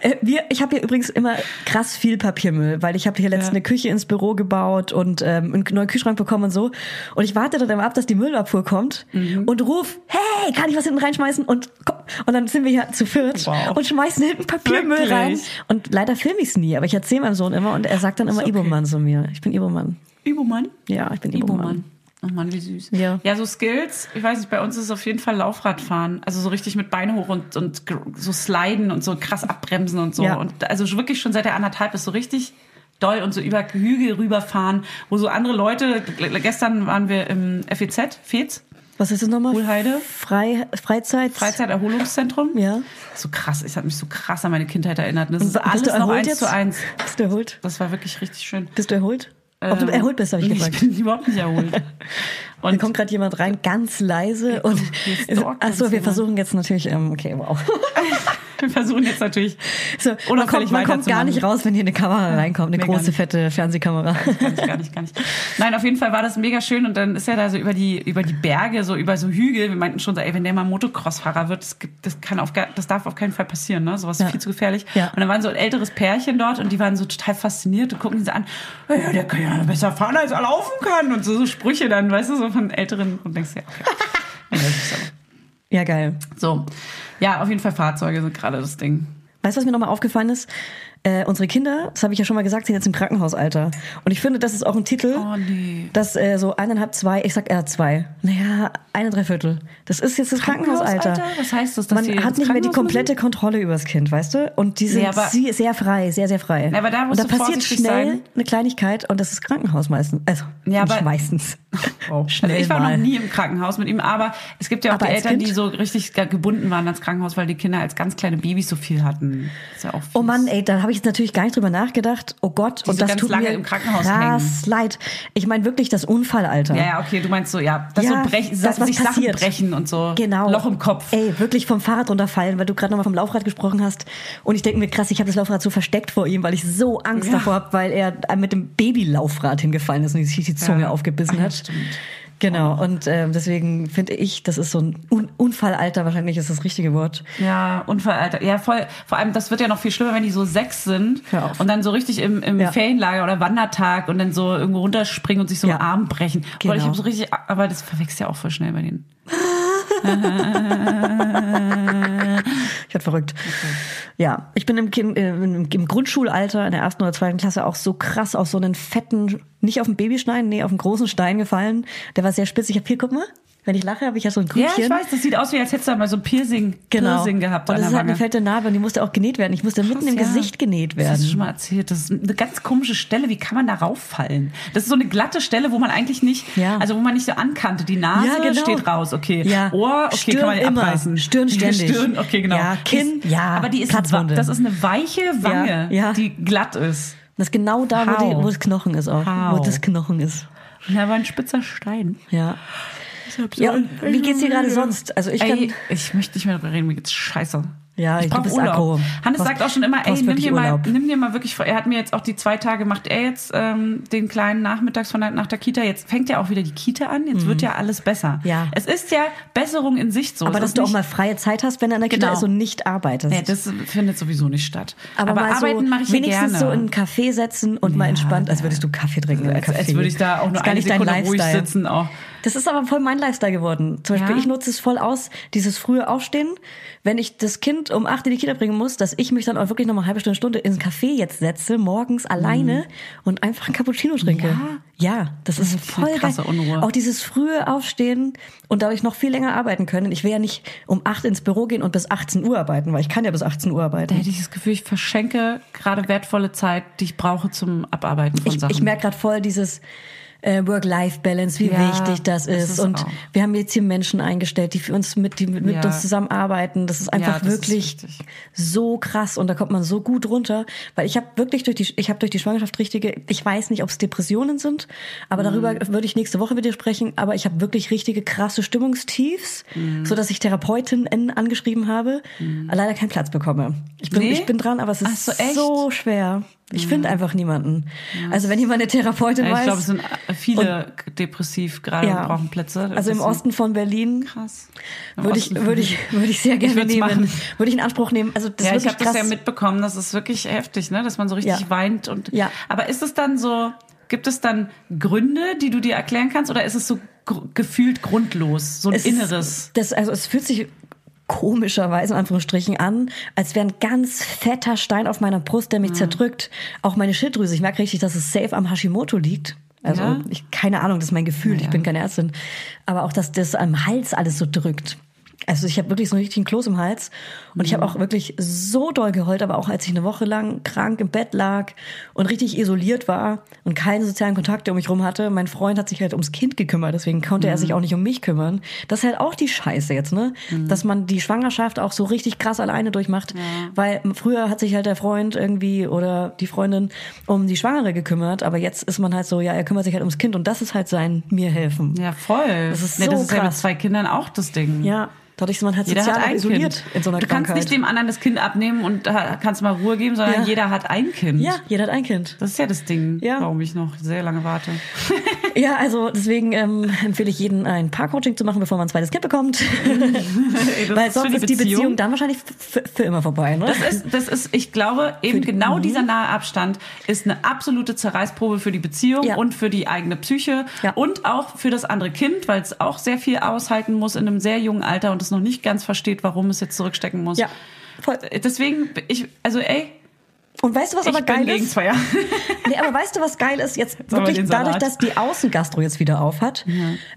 [SPEAKER 4] Äh, wir, ich habe hier übrigens immer krass viel Papiermüll, weil ich habe hier letztens
[SPEAKER 3] Ja.
[SPEAKER 4] eine Küche ins Büro gebaut und ähm, einen neuen Kühlschrank bekommen und so. Und ich warte dann immer ab, dass die Müllabfuhr kommt
[SPEAKER 3] Mhm.
[SPEAKER 4] und ruf, hey, kann ich was hinten reinschmeißen? Und komm. und dann sind wir hier zu viert
[SPEAKER 3] Wow.
[SPEAKER 4] und schmeißen hinten Papiermüll
[SPEAKER 3] Wirklich?
[SPEAKER 4] rein. Und leider filme ich's nie, aber ich erzähle meinem Sohn immer und er sagt dann immer
[SPEAKER 3] okay.
[SPEAKER 4] Ibomann zu mir. Ich bin Ibomann.
[SPEAKER 3] Ibomann?
[SPEAKER 4] Ja, ich bin
[SPEAKER 3] Ibomann.
[SPEAKER 4] Ibomann.
[SPEAKER 3] Oh Mann, wie süß.
[SPEAKER 4] Ja.
[SPEAKER 3] ja, so Skills, ich weiß nicht, bei uns ist es auf jeden Fall Laufradfahren. Also so richtig mit Beine hoch und, und gr- so sliden und so krass abbremsen und so.
[SPEAKER 4] Ja.
[SPEAKER 3] Und also schon wirklich schon seit der anderthalb ist so richtig doll und so über Hügel rüberfahren, wo so andere Leute, g- gestern waren wir im E FEZ, FEZ,
[SPEAKER 4] Was ist das nochmal?
[SPEAKER 3] Hohlheide.
[SPEAKER 4] Frei, Freizeit.
[SPEAKER 3] Freizeiterholungszentrum.
[SPEAKER 4] Ja.
[SPEAKER 3] So krass, ich habe mich so krass an meine Kindheit erinnert. Das ist
[SPEAKER 4] Bist
[SPEAKER 3] alles
[SPEAKER 4] du
[SPEAKER 3] noch
[SPEAKER 4] erholt
[SPEAKER 3] eins
[SPEAKER 4] jetzt?
[SPEAKER 3] zu eins.
[SPEAKER 4] Bist du erholt?
[SPEAKER 3] Das war wirklich richtig schön.
[SPEAKER 4] Bist du erholt? Ob du
[SPEAKER 3] Ähm,
[SPEAKER 4] erholt bist, habe ich
[SPEAKER 3] nee,
[SPEAKER 4] gefragt.
[SPEAKER 3] <laughs> Ich bin überhaupt
[SPEAKER 4] <laughs>
[SPEAKER 3] nicht erholt.
[SPEAKER 4] Da
[SPEAKER 3] Und
[SPEAKER 4] kommt gerade jemand rein, ganz leise und
[SPEAKER 3] hier stalkt
[SPEAKER 4] Ach so,
[SPEAKER 3] uns
[SPEAKER 4] wir
[SPEAKER 3] jemand. <laughs>
[SPEAKER 4] versuchen jetzt natürlich, ähm, okay, wow.
[SPEAKER 3] Wir versuchen jetzt natürlich
[SPEAKER 4] So, man kommt,
[SPEAKER 3] unauffällig
[SPEAKER 4] man kommt gar
[SPEAKER 3] weiterzumachen.
[SPEAKER 4] nicht raus, wenn hier eine Kamera reinkommt, eine
[SPEAKER 3] mega
[SPEAKER 4] große,
[SPEAKER 3] nicht.
[SPEAKER 4] fette Fernsehkamera.
[SPEAKER 3] Kann ich gar nicht, gar nicht. Nein, auf jeden Fall war das mega schön und dann ist er da so über die, über die Berge, so über so Hügel. Wir meinten schon so, ey, wenn der mal Motocross-Fahrer wird, das, gibt- das kann auf, gar- das darf auf keinen Fall passieren, ne? Sowas
[SPEAKER 4] Ja.
[SPEAKER 3] ist viel zu gefährlich.
[SPEAKER 4] Ja.
[SPEAKER 3] Und dann waren so ein älteres Pärchen dort und die waren so total fasziniert und gucken ihn so an, "Ja, ja, der kann ja besser fahren, als er laufen kann und so, so Sprüche dann, weißt du, so von Älteren und denkst dir, ja,
[SPEAKER 4] <laughs>
[SPEAKER 3] okay. Ja, das ist aber-
[SPEAKER 4] <laughs> Ja, geil.
[SPEAKER 3] So. Ja, auf jeden Fall Fahrzeuge sind gerade das Ding.
[SPEAKER 4] Weißt du, was mir nochmal aufgefallen ist? Äh, unsere Kinder, das habe ich ja schon mal gesagt, sind jetzt im Krankenhausalter. Und ich finde, das ist auch ein Titel,
[SPEAKER 3] Oh, nee.
[SPEAKER 4] dass äh, so eineinhalb, zwei, ich sag eher zwei, naja, eine Dreiviertel. Das ist jetzt das Krankenhausalter.
[SPEAKER 3] Krankenhausalter? Was heißt das, dass die
[SPEAKER 4] Man hat
[SPEAKER 3] ins
[SPEAKER 4] nicht mehr die
[SPEAKER 3] Krankenhaus
[SPEAKER 4] komplette Kontrolle über das Kind, weißt du? Und die sind
[SPEAKER 3] Nee, aber-
[SPEAKER 4] sie- sehr frei, sehr, sehr frei.
[SPEAKER 3] Na, aber da
[SPEAKER 4] und
[SPEAKER 3] musst
[SPEAKER 4] da
[SPEAKER 3] du
[SPEAKER 4] passiert
[SPEAKER 3] vorsichtig
[SPEAKER 4] schnell
[SPEAKER 3] sein.
[SPEAKER 4] eine Kleinigkeit und das ist Krankenhaus meistens. Also
[SPEAKER 3] Ja,
[SPEAKER 4] nicht
[SPEAKER 3] aber- <laughs>
[SPEAKER 4] meistens. Oh, Schnell
[SPEAKER 3] Also ich war
[SPEAKER 4] mal.
[SPEAKER 3] noch nie im Krankenhaus mit ihm, aber es gibt ja auch
[SPEAKER 4] Aber
[SPEAKER 3] die
[SPEAKER 4] als
[SPEAKER 3] Eltern,
[SPEAKER 4] Kind?
[SPEAKER 3] die so richtig ge- gebunden waren ans Krankenhaus, weil die Kinder als ganz kleine Babys so viel hatten. Ist ja auch
[SPEAKER 4] Oh
[SPEAKER 3] fies.
[SPEAKER 4] Mann, ey, da habe ich jetzt natürlich gar nicht drüber nachgedacht. Oh Gott,
[SPEAKER 3] Die
[SPEAKER 4] und
[SPEAKER 3] so
[SPEAKER 4] das
[SPEAKER 3] ganz
[SPEAKER 4] tut
[SPEAKER 3] lange
[SPEAKER 4] mir
[SPEAKER 3] im Krankenhaus
[SPEAKER 4] krass leid. Ich meine wirklich das Unfallalter.
[SPEAKER 3] Ja, ja, okay, du meinst so, ja, das
[SPEAKER 4] Ja,
[SPEAKER 3] so brech,
[SPEAKER 4] das,
[SPEAKER 3] das,
[SPEAKER 4] was
[SPEAKER 3] sich
[SPEAKER 4] passiert.
[SPEAKER 3] Sachen brechen und so.
[SPEAKER 4] Genau.
[SPEAKER 3] Loch im Kopf.
[SPEAKER 4] Ey, wirklich vom Fahrrad runterfallen, weil du gerade nochmal vom Laufrad gesprochen hast. Und ich denke mir, krass, ich habe das Laufrad so versteckt vor ihm, weil ich so Angst
[SPEAKER 3] Ja.
[SPEAKER 4] davor habe, weil er mit dem Babylaufrad hingefallen ist und sich die Zunge
[SPEAKER 3] Ja.
[SPEAKER 4] aufgebissen
[SPEAKER 3] Ah, ja,
[SPEAKER 4] hat.
[SPEAKER 3] stimmt.
[SPEAKER 4] Genau, und ähm, deswegen finde ich, das ist so ein Un Unfallalter, wahrscheinlich ist das richtige Wort.
[SPEAKER 3] Ja, Unfallalter. Ja, voll. Vor allem, das wird ja noch viel schlimmer, wenn die so sechs sind
[SPEAKER 4] Hör auf.
[SPEAKER 3] und dann so richtig im, im
[SPEAKER 4] Ja.
[SPEAKER 3] Ferienlager oder Wandertag und dann so irgendwo runterspringen und sich so
[SPEAKER 4] Ja.
[SPEAKER 3] einen Arm brechen. Genau. ich
[SPEAKER 4] Genau.
[SPEAKER 3] habe so richtig, aber das verwechselt ja auch voll schnell bei denen.
[SPEAKER 4] Äh, <laughs> Ich werd verrückt. Ja, ich bin im, kind, äh, im, im Grundschulalter in der ersten oder zweiten Klasse auch so krass auf so einen fetten, nicht auf einen Babystein, nee, auf einen großen Stein gefallen. Der war sehr spitz. Ich hab hier, guck mal, wenn ich lache, habe ich ja so ein
[SPEAKER 3] Ja,
[SPEAKER 4] Grünchen.
[SPEAKER 3] ich weiß, das sieht aus, wie als hättest du mal so ein Piercing,
[SPEAKER 4] Genau.
[SPEAKER 3] Piercing gehabt.
[SPEAKER 4] und
[SPEAKER 3] an
[SPEAKER 4] das
[SPEAKER 3] der
[SPEAKER 4] ist halt
[SPEAKER 3] Wange.
[SPEAKER 4] eine fette Narbe und die musste auch genäht werden. Ich musste mitten im
[SPEAKER 3] Ja.
[SPEAKER 4] Gesicht genäht
[SPEAKER 3] Das hast du
[SPEAKER 4] werden.
[SPEAKER 3] schon mal erzählt. Das ist eine ganz komische Stelle. Wie kann man da rauffallen? Das ist so eine glatte Stelle, wo man eigentlich nicht,
[SPEAKER 4] Ja.
[SPEAKER 3] also wo man nicht so ankannte. Die Nase
[SPEAKER 4] Ja, genau.
[SPEAKER 3] steht raus, okay.
[SPEAKER 4] Ja.
[SPEAKER 3] Ohr, okay,
[SPEAKER 4] Stirn
[SPEAKER 3] kann man nicht
[SPEAKER 4] immer.
[SPEAKER 3] abreißen.
[SPEAKER 4] Stirn ständig.
[SPEAKER 3] Stirn, okay, genau.
[SPEAKER 4] Ja, Kinn,
[SPEAKER 3] Ist,
[SPEAKER 4] ja,
[SPEAKER 3] Aber die ist,
[SPEAKER 4] Platzwunde.
[SPEAKER 3] das ist eine weiche Wange,
[SPEAKER 4] Ja, ja.
[SPEAKER 3] die glatt ist.
[SPEAKER 4] Das ist genau da, wo, die,
[SPEAKER 3] How?
[SPEAKER 4] wo das Knochen ist auch.
[SPEAKER 3] How?
[SPEAKER 4] Wo das Knochen ist.
[SPEAKER 3] Na, aber ein spitzer Stein.
[SPEAKER 4] Ja. Ja, und wie geht's dir gerade sonst? Also ich
[SPEAKER 3] Ey,
[SPEAKER 4] kann.
[SPEAKER 3] ich möchte nicht mehr darüber reden, mir geht's scheiße.
[SPEAKER 4] Ja, ich- du
[SPEAKER 3] brauch
[SPEAKER 4] bist aggro.
[SPEAKER 3] Hannes
[SPEAKER 4] Du
[SPEAKER 3] sagt auch
[SPEAKER 4] brauchst-
[SPEAKER 3] schon immer, ey,
[SPEAKER 4] brauchst
[SPEAKER 3] nimm
[SPEAKER 4] wirklich
[SPEAKER 3] dir, mal,
[SPEAKER 4] Urlaub.
[SPEAKER 3] nimm dir mal wirklich, vor- er hat mir jetzt auch die zwei Tage, macht er jetzt ähm, den kleinen nachmittags von der, nach der Kita, jetzt fängt ja auch wieder die Kita an, jetzt wird ja alles besser.
[SPEAKER 4] Mhm. Ja.
[SPEAKER 3] Es ist ja Besserung in Sicht so.
[SPEAKER 4] aber
[SPEAKER 3] Es
[SPEAKER 4] dass
[SPEAKER 3] ist
[SPEAKER 4] du auch
[SPEAKER 3] nicht-
[SPEAKER 4] mal freie Zeit hast, wenn du an der Kita
[SPEAKER 3] Genau.
[SPEAKER 4] ist und nicht arbeitest.
[SPEAKER 3] Nee, das findet sowieso nicht statt.
[SPEAKER 4] aber mal
[SPEAKER 3] arbeiten
[SPEAKER 4] so,
[SPEAKER 3] mache ich ja
[SPEAKER 4] wenigstens
[SPEAKER 3] gerne.
[SPEAKER 4] so in einen Café setzen und mal entspannt, als würdest du Kaffee trinken in einem
[SPEAKER 3] als,
[SPEAKER 4] Café.
[SPEAKER 3] als würde ich da auch
[SPEAKER 4] Das
[SPEAKER 3] nur
[SPEAKER 4] ist gar
[SPEAKER 3] eine
[SPEAKER 4] nicht dein
[SPEAKER 3] Sekunde ruhig
[SPEAKER 4] Lifestyle.
[SPEAKER 3] sitzen. Auch.
[SPEAKER 4] Das ist aber voll mein Lifestyle geworden. Zum Beispiel,
[SPEAKER 3] Ja.
[SPEAKER 4] ich nutze es voll aus, dieses frühe Aufstehen. Wenn ich das Kind um 8 in die Kita bringen muss, dass ich mich dann auch wirklich noch mal eine halbe Stunde, Stunde ins Café jetzt setze, morgens
[SPEAKER 3] Mhm.
[SPEAKER 4] alleine und einfach einen Cappuccino trinke. Ja, das, ist
[SPEAKER 3] eine
[SPEAKER 4] voll
[SPEAKER 3] krasse
[SPEAKER 4] geil.
[SPEAKER 3] Unruhe.
[SPEAKER 4] Auch dieses frühe Aufstehen und dadurch noch viel länger arbeiten können. Ich will ja nicht um 8 ins Büro gehen und bis 18 Uhr arbeiten, weil ich kann ja bis 18 Uhr arbeiten.
[SPEAKER 3] Da hätte ich das Gefühl, ich verschenke gerade wertvolle Zeit, die ich brauche zum Abarbeiten von
[SPEAKER 4] ich,
[SPEAKER 3] Sachen.
[SPEAKER 4] ich merke gerade voll dieses äh, Work-Life-Balance, wie
[SPEAKER 3] Ja,
[SPEAKER 4] wichtig das
[SPEAKER 3] das
[SPEAKER 4] ist.
[SPEAKER 3] ist
[SPEAKER 4] und
[SPEAKER 3] auch.
[SPEAKER 4] wir haben jetzt hier Menschen eingestellt, die für uns mit, die mit, mit
[SPEAKER 3] Ja.
[SPEAKER 4] uns zusammenarbeiten. Das ist einfach
[SPEAKER 3] das ist
[SPEAKER 4] wirklich
[SPEAKER 3] wichtig.
[SPEAKER 4] so krass und da kommt man so gut runter, weil ich habe wirklich durch die ich habe durch die Schwangerschaft richtige. Ich weiß nicht, ob es Depressionen sind, aber darüber
[SPEAKER 3] Mhm.
[SPEAKER 4] würde ich nächste Woche mit dir sprechen. Aber ich habe wirklich richtige krasse Stimmungstiefs,
[SPEAKER 3] Mhm.
[SPEAKER 4] so dass ich Therapeutinnen angeschrieben habe, leider keinen Platz bekomme. Ich bin
[SPEAKER 3] Nee?
[SPEAKER 4] ich bin dran, aber es
[SPEAKER 3] Ach
[SPEAKER 4] ist
[SPEAKER 3] so,
[SPEAKER 4] so,
[SPEAKER 3] echt?
[SPEAKER 4] schwer. Ich finde einfach niemanden. Also wenn jemand eine Therapeutin
[SPEAKER 3] Mhm. Ja,
[SPEAKER 4] weiß.
[SPEAKER 3] ich glaube, es sind äh, viele depressiv gerade
[SPEAKER 4] ja.
[SPEAKER 3] und brauchen Plätze.
[SPEAKER 4] Also im
[SPEAKER 3] Das ist
[SPEAKER 4] Osten von Berlin
[SPEAKER 3] Krass. Im
[SPEAKER 4] würde ich
[SPEAKER 3] Osten.
[SPEAKER 4] würde ich würde ich sehr gerne
[SPEAKER 3] würd's
[SPEAKER 4] nehmen.
[SPEAKER 3] machen.
[SPEAKER 4] Würde ich in Anspruch nehmen. Also das
[SPEAKER 3] ja,
[SPEAKER 4] ist
[SPEAKER 3] ich
[SPEAKER 4] wirklich
[SPEAKER 3] habe das
[SPEAKER 4] krass.
[SPEAKER 3] ja mitbekommen, das ist wirklich heftig, ne? dass man so richtig
[SPEAKER 4] Ja.
[SPEAKER 3] weint. Und
[SPEAKER 4] Ja.
[SPEAKER 3] Aber ist es dann so, gibt es dann Gründe, die du dir erklären kannst oder ist es so gr- gefühlt grundlos, so ein
[SPEAKER 4] Es ist-
[SPEAKER 3] Inneres?
[SPEAKER 4] Das, also es fühlt sich komischerweise in Anführungsstrichen an, als wäre ein ganz fetter Stein auf meiner Brust, der mich zerdrückt. Auch meine Schilddrüse. Ich merke richtig, dass es safe am Hashimoto liegt. Also
[SPEAKER 3] Ja?
[SPEAKER 4] ich, keine Ahnung, das ist mein Gefühl. Ich bin keine Ärztin. Aber auch, dass das am Hals alles so drückt. Also ich habe wirklich so einen richtigen Kloß im Hals und ich habe
[SPEAKER 3] Mhm.
[SPEAKER 4] auch wirklich so doll geheult, aber auch als ich eine Woche lang krank im Bett lag und richtig isoliert war und keine sozialen Kontakte um mich rum hatte. Mein Freund hat sich halt ums Kind gekümmert, deswegen konnte er
[SPEAKER 3] Mhm.
[SPEAKER 4] sich auch nicht um mich kümmern. Das ist halt auch die Scheiße jetzt, ne? Dass man die Schwangerschaft auch so richtig krass alleine durchmacht, weil früher hat sich halt der Freund irgendwie oder die Freundin um die Schwangere gekümmert, aber jetzt ist man halt so, ja, er kümmert sich halt ums Kind und das ist halt sein mir helfen.
[SPEAKER 3] Ja, voll.
[SPEAKER 4] Das ist
[SPEAKER 3] nee,
[SPEAKER 4] so
[SPEAKER 3] das ist ja mit
[SPEAKER 4] krass.
[SPEAKER 3] zwei Kindern auch das Ding.
[SPEAKER 4] Ja. Dadurch, man hat sich
[SPEAKER 3] Jeder hat
[SPEAKER 4] ja
[SPEAKER 3] ein
[SPEAKER 4] isoliert
[SPEAKER 3] Kind.
[SPEAKER 4] in so einer
[SPEAKER 3] du kannst
[SPEAKER 4] Krankheit.
[SPEAKER 3] nicht dem anderen das Kind abnehmen und da kannst mal Ruhe geben, sondern
[SPEAKER 4] Ja.
[SPEAKER 3] jeder hat ein Kind.
[SPEAKER 4] ja, jeder hat ein Kind.
[SPEAKER 3] Das ist ja das Ding,
[SPEAKER 4] Ja.
[SPEAKER 3] warum ich noch sehr lange warte. <laughs>
[SPEAKER 4] Ja, also deswegen ähm, empfehle ich jedem, ein Paar-Coaching zu machen, bevor man ein zweites Kind bekommt.
[SPEAKER 3] Ey, <laughs> das
[SPEAKER 4] Weil
[SPEAKER 3] ist
[SPEAKER 4] sonst
[SPEAKER 3] für
[SPEAKER 4] ist die Beziehung dann wahrscheinlich f- f- für immer vorbei. Ne?
[SPEAKER 3] Das ist, das ist, ich glaube, eben
[SPEAKER 4] Mhm.
[SPEAKER 3] genau dieser nahe Abstand ist eine absolute Zerreißprobe für die Beziehung
[SPEAKER 4] Ja.
[SPEAKER 3] und für die eigene Psyche
[SPEAKER 4] Ja.
[SPEAKER 3] und auch für das andere Kind, weil es auch sehr viel aushalten muss in einem sehr jungen Alter und es noch nicht ganz versteht, warum es jetzt zurückstecken muss.
[SPEAKER 4] Ja, voll.
[SPEAKER 3] Deswegen, ich, also ey,
[SPEAKER 4] Und weißt du, was
[SPEAKER 3] ich
[SPEAKER 4] aber
[SPEAKER 3] bin
[SPEAKER 4] geil
[SPEAKER 3] gegen
[SPEAKER 4] ist?
[SPEAKER 3] zwei Jahre.
[SPEAKER 4] <laughs> Nee, aber weißt du, was geil ist? Jetzt
[SPEAKER 3] aber
[SPEAKER 4] wirklich
[SPEAKER 3] den Salat.
[SPEAKER 4] dadurch, dass die Außengastro jetzt wieder auf hat,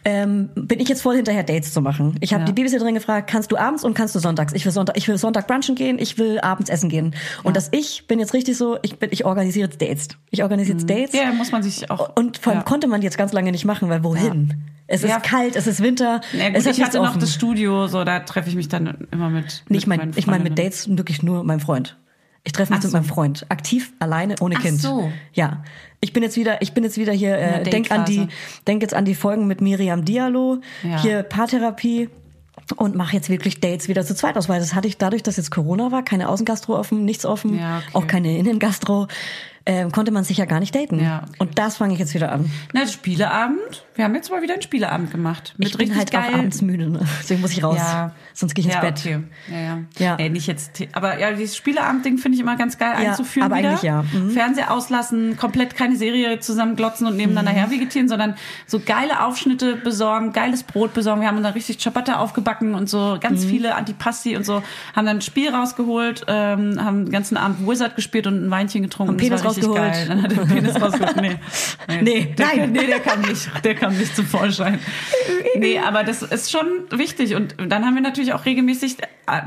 [SPEAKER 4] ähm, bin ich jetzt voll hinterher, Dates zu machen. Ich habe
[SPEAKER 3] Ja.
[SPEAKER 4] die Babysitterin gefragt, kannst du abends und kannst du sonntags? Ich will Sonntag, ich will Sonntag brunchen gehen, ich will abends essen gehen. Und das ich bin jetzt richtig so, ich bin, ich organisiere jetzt Dates. Ich organisiere jetzt Dates.
[SPEAKER 3] Mhm. Ja, muss man sich auch.
[SPEAKER 4] Und vor allem
[SPEAKER 3] ja.
[SPEAKER 4] konnte man jetzt ganz lange nicht machen, weil wohin? Es ist
[SPEAKER 3] Ja.
[SPEAKER 4] kalt, es ist Winter,
[SPEAKER 3] Ja, gut,
[SPEAKER 4] es ist
[SPEAKER 3] ich
[SPEAKER 4] nichts
[SPEAKER 3] hatte noch
[SPEAKER 4] offen.
[SPEAKER 3] das Studio, so da treffe ich mich dann immer mit.
[SPEAKER 4] Nee, ich
[SPEAKER 3] mit
[SPEAKER 4] meine
[SPEAKER 3] meinen
[SPEAKER 4] ich mein mit
[SPEAKER 3] Freundinnen.
[SPEAKER 4] Dates wirklich nur meinem Freund. Ich treffe mich
[SPEAKER 3] Ach
[SPEAKER 4] mit
[SPEAKER 3] so.
[SPEAKER 4] meinem Freund. Aktiv, alleine, ohne
[SPEAKER 3] Ach
[SPEAKER 4] Kind.
[SPEAKER 3] so.
[SPEAKER 4] Ja. Ich bin jetzt wieder, ich bin jetzt wieder hier,
[SPEAKER 3] der
[SPEAKER 4] äh, denk an die,
[SPEAKER 3] Datephase.
[SPEAKER 4] denk jetzt an die Folgen mit Miriam Diallo,
[SPEAKER 3] Ja.
[SPEAKER 4] hier Paartherapie und mache jetzt wirklich Dates wieder zu zweit aus, weil das hatte ich dadurch, dass jetzt Corona war, keine Außengastro offen, nichts offen,
[SPEAKER 3] Ja, okay.
[SPEAKER 4] auch keine Innengastro, ähm, konnte man sich ja gar nicht daten.
[SPEAKER 3] Ja, okay.
[SPEAKER 4] Und das fange ich jetzt wieder an.
[SPEAKER 3] Na, Spieleabend. Wir haben jetzt mal wieder einen Spieleabend gemacht. Mit
[SPEAKER 4] ich
[SPEAKER 3] richtig
[SPEAKER 4] bin halt
[SPEAKER 3] geil.
[SPEAKER 4] auch abends müde, ne? deswegen muss ich raus,
[SPEAKER 3] Ja.
[SPEAKER 4] sonst gehe ich ins
[SPEAKER 3] ja,
[SPEAKER 4] Bett.
[SPEAKER 3] Okay. Ja, ja.
[SPEAKER 4] Ja.
[SPEAKER 3] Nee, nicht jetzt. The- Aber ja, dieses Spieleabend-Ding finde ich immer ganz geil
[SPEAKER 4] Ja,
[SPEAKER 3] einzuführen.
[SPEAKER 4] aber
[SPEAKER 3] wieder.
[SPEAKER 4] eigentlich ja. Mhm.
[SPEAKER 3] Fernseher auslassen, komplett keine Serie zusammenglotzen und
[SPEAKER 4] Mhm.
[SPEAKER 3] nebeneinander hervegetieren, sondern so geile Aufschnitte besorgen, geiles Brot besorgen. Wir haben dann richtig Ciabatta aufgebacken und so
[SPEAKER 4] Mhm.
[SPEAKER 3] ganz viele Antipasti und so. Haben dann ein Spiel rausgeholt, ähm, haben den ganzen Abend Wizard gespielt und ein Weinchen getrunken.
[SPEAKER 4] Und
[SPEAKER 3] Das
[SPEAKER 4] Penis
[SPEAKER 3] war richtig
[SPEAKER 4] rausgeholt.
[SPEAKER 3] Geil. Dann hat er den Penis rausgeholt.
[SPEAKER 4] <laughs>
[SPEAKER 3] Nee.
[SPEAKER 4] Nee,
[SPEAKER 3] der,
[SPEAKER 4] nein.
[SPEAKER 3] Nee, der kam nicht. Der kam nicht zum Vorschein. Nee, aber das ist schon wichtig. Und dann haben wir natürlich auch regelmäßig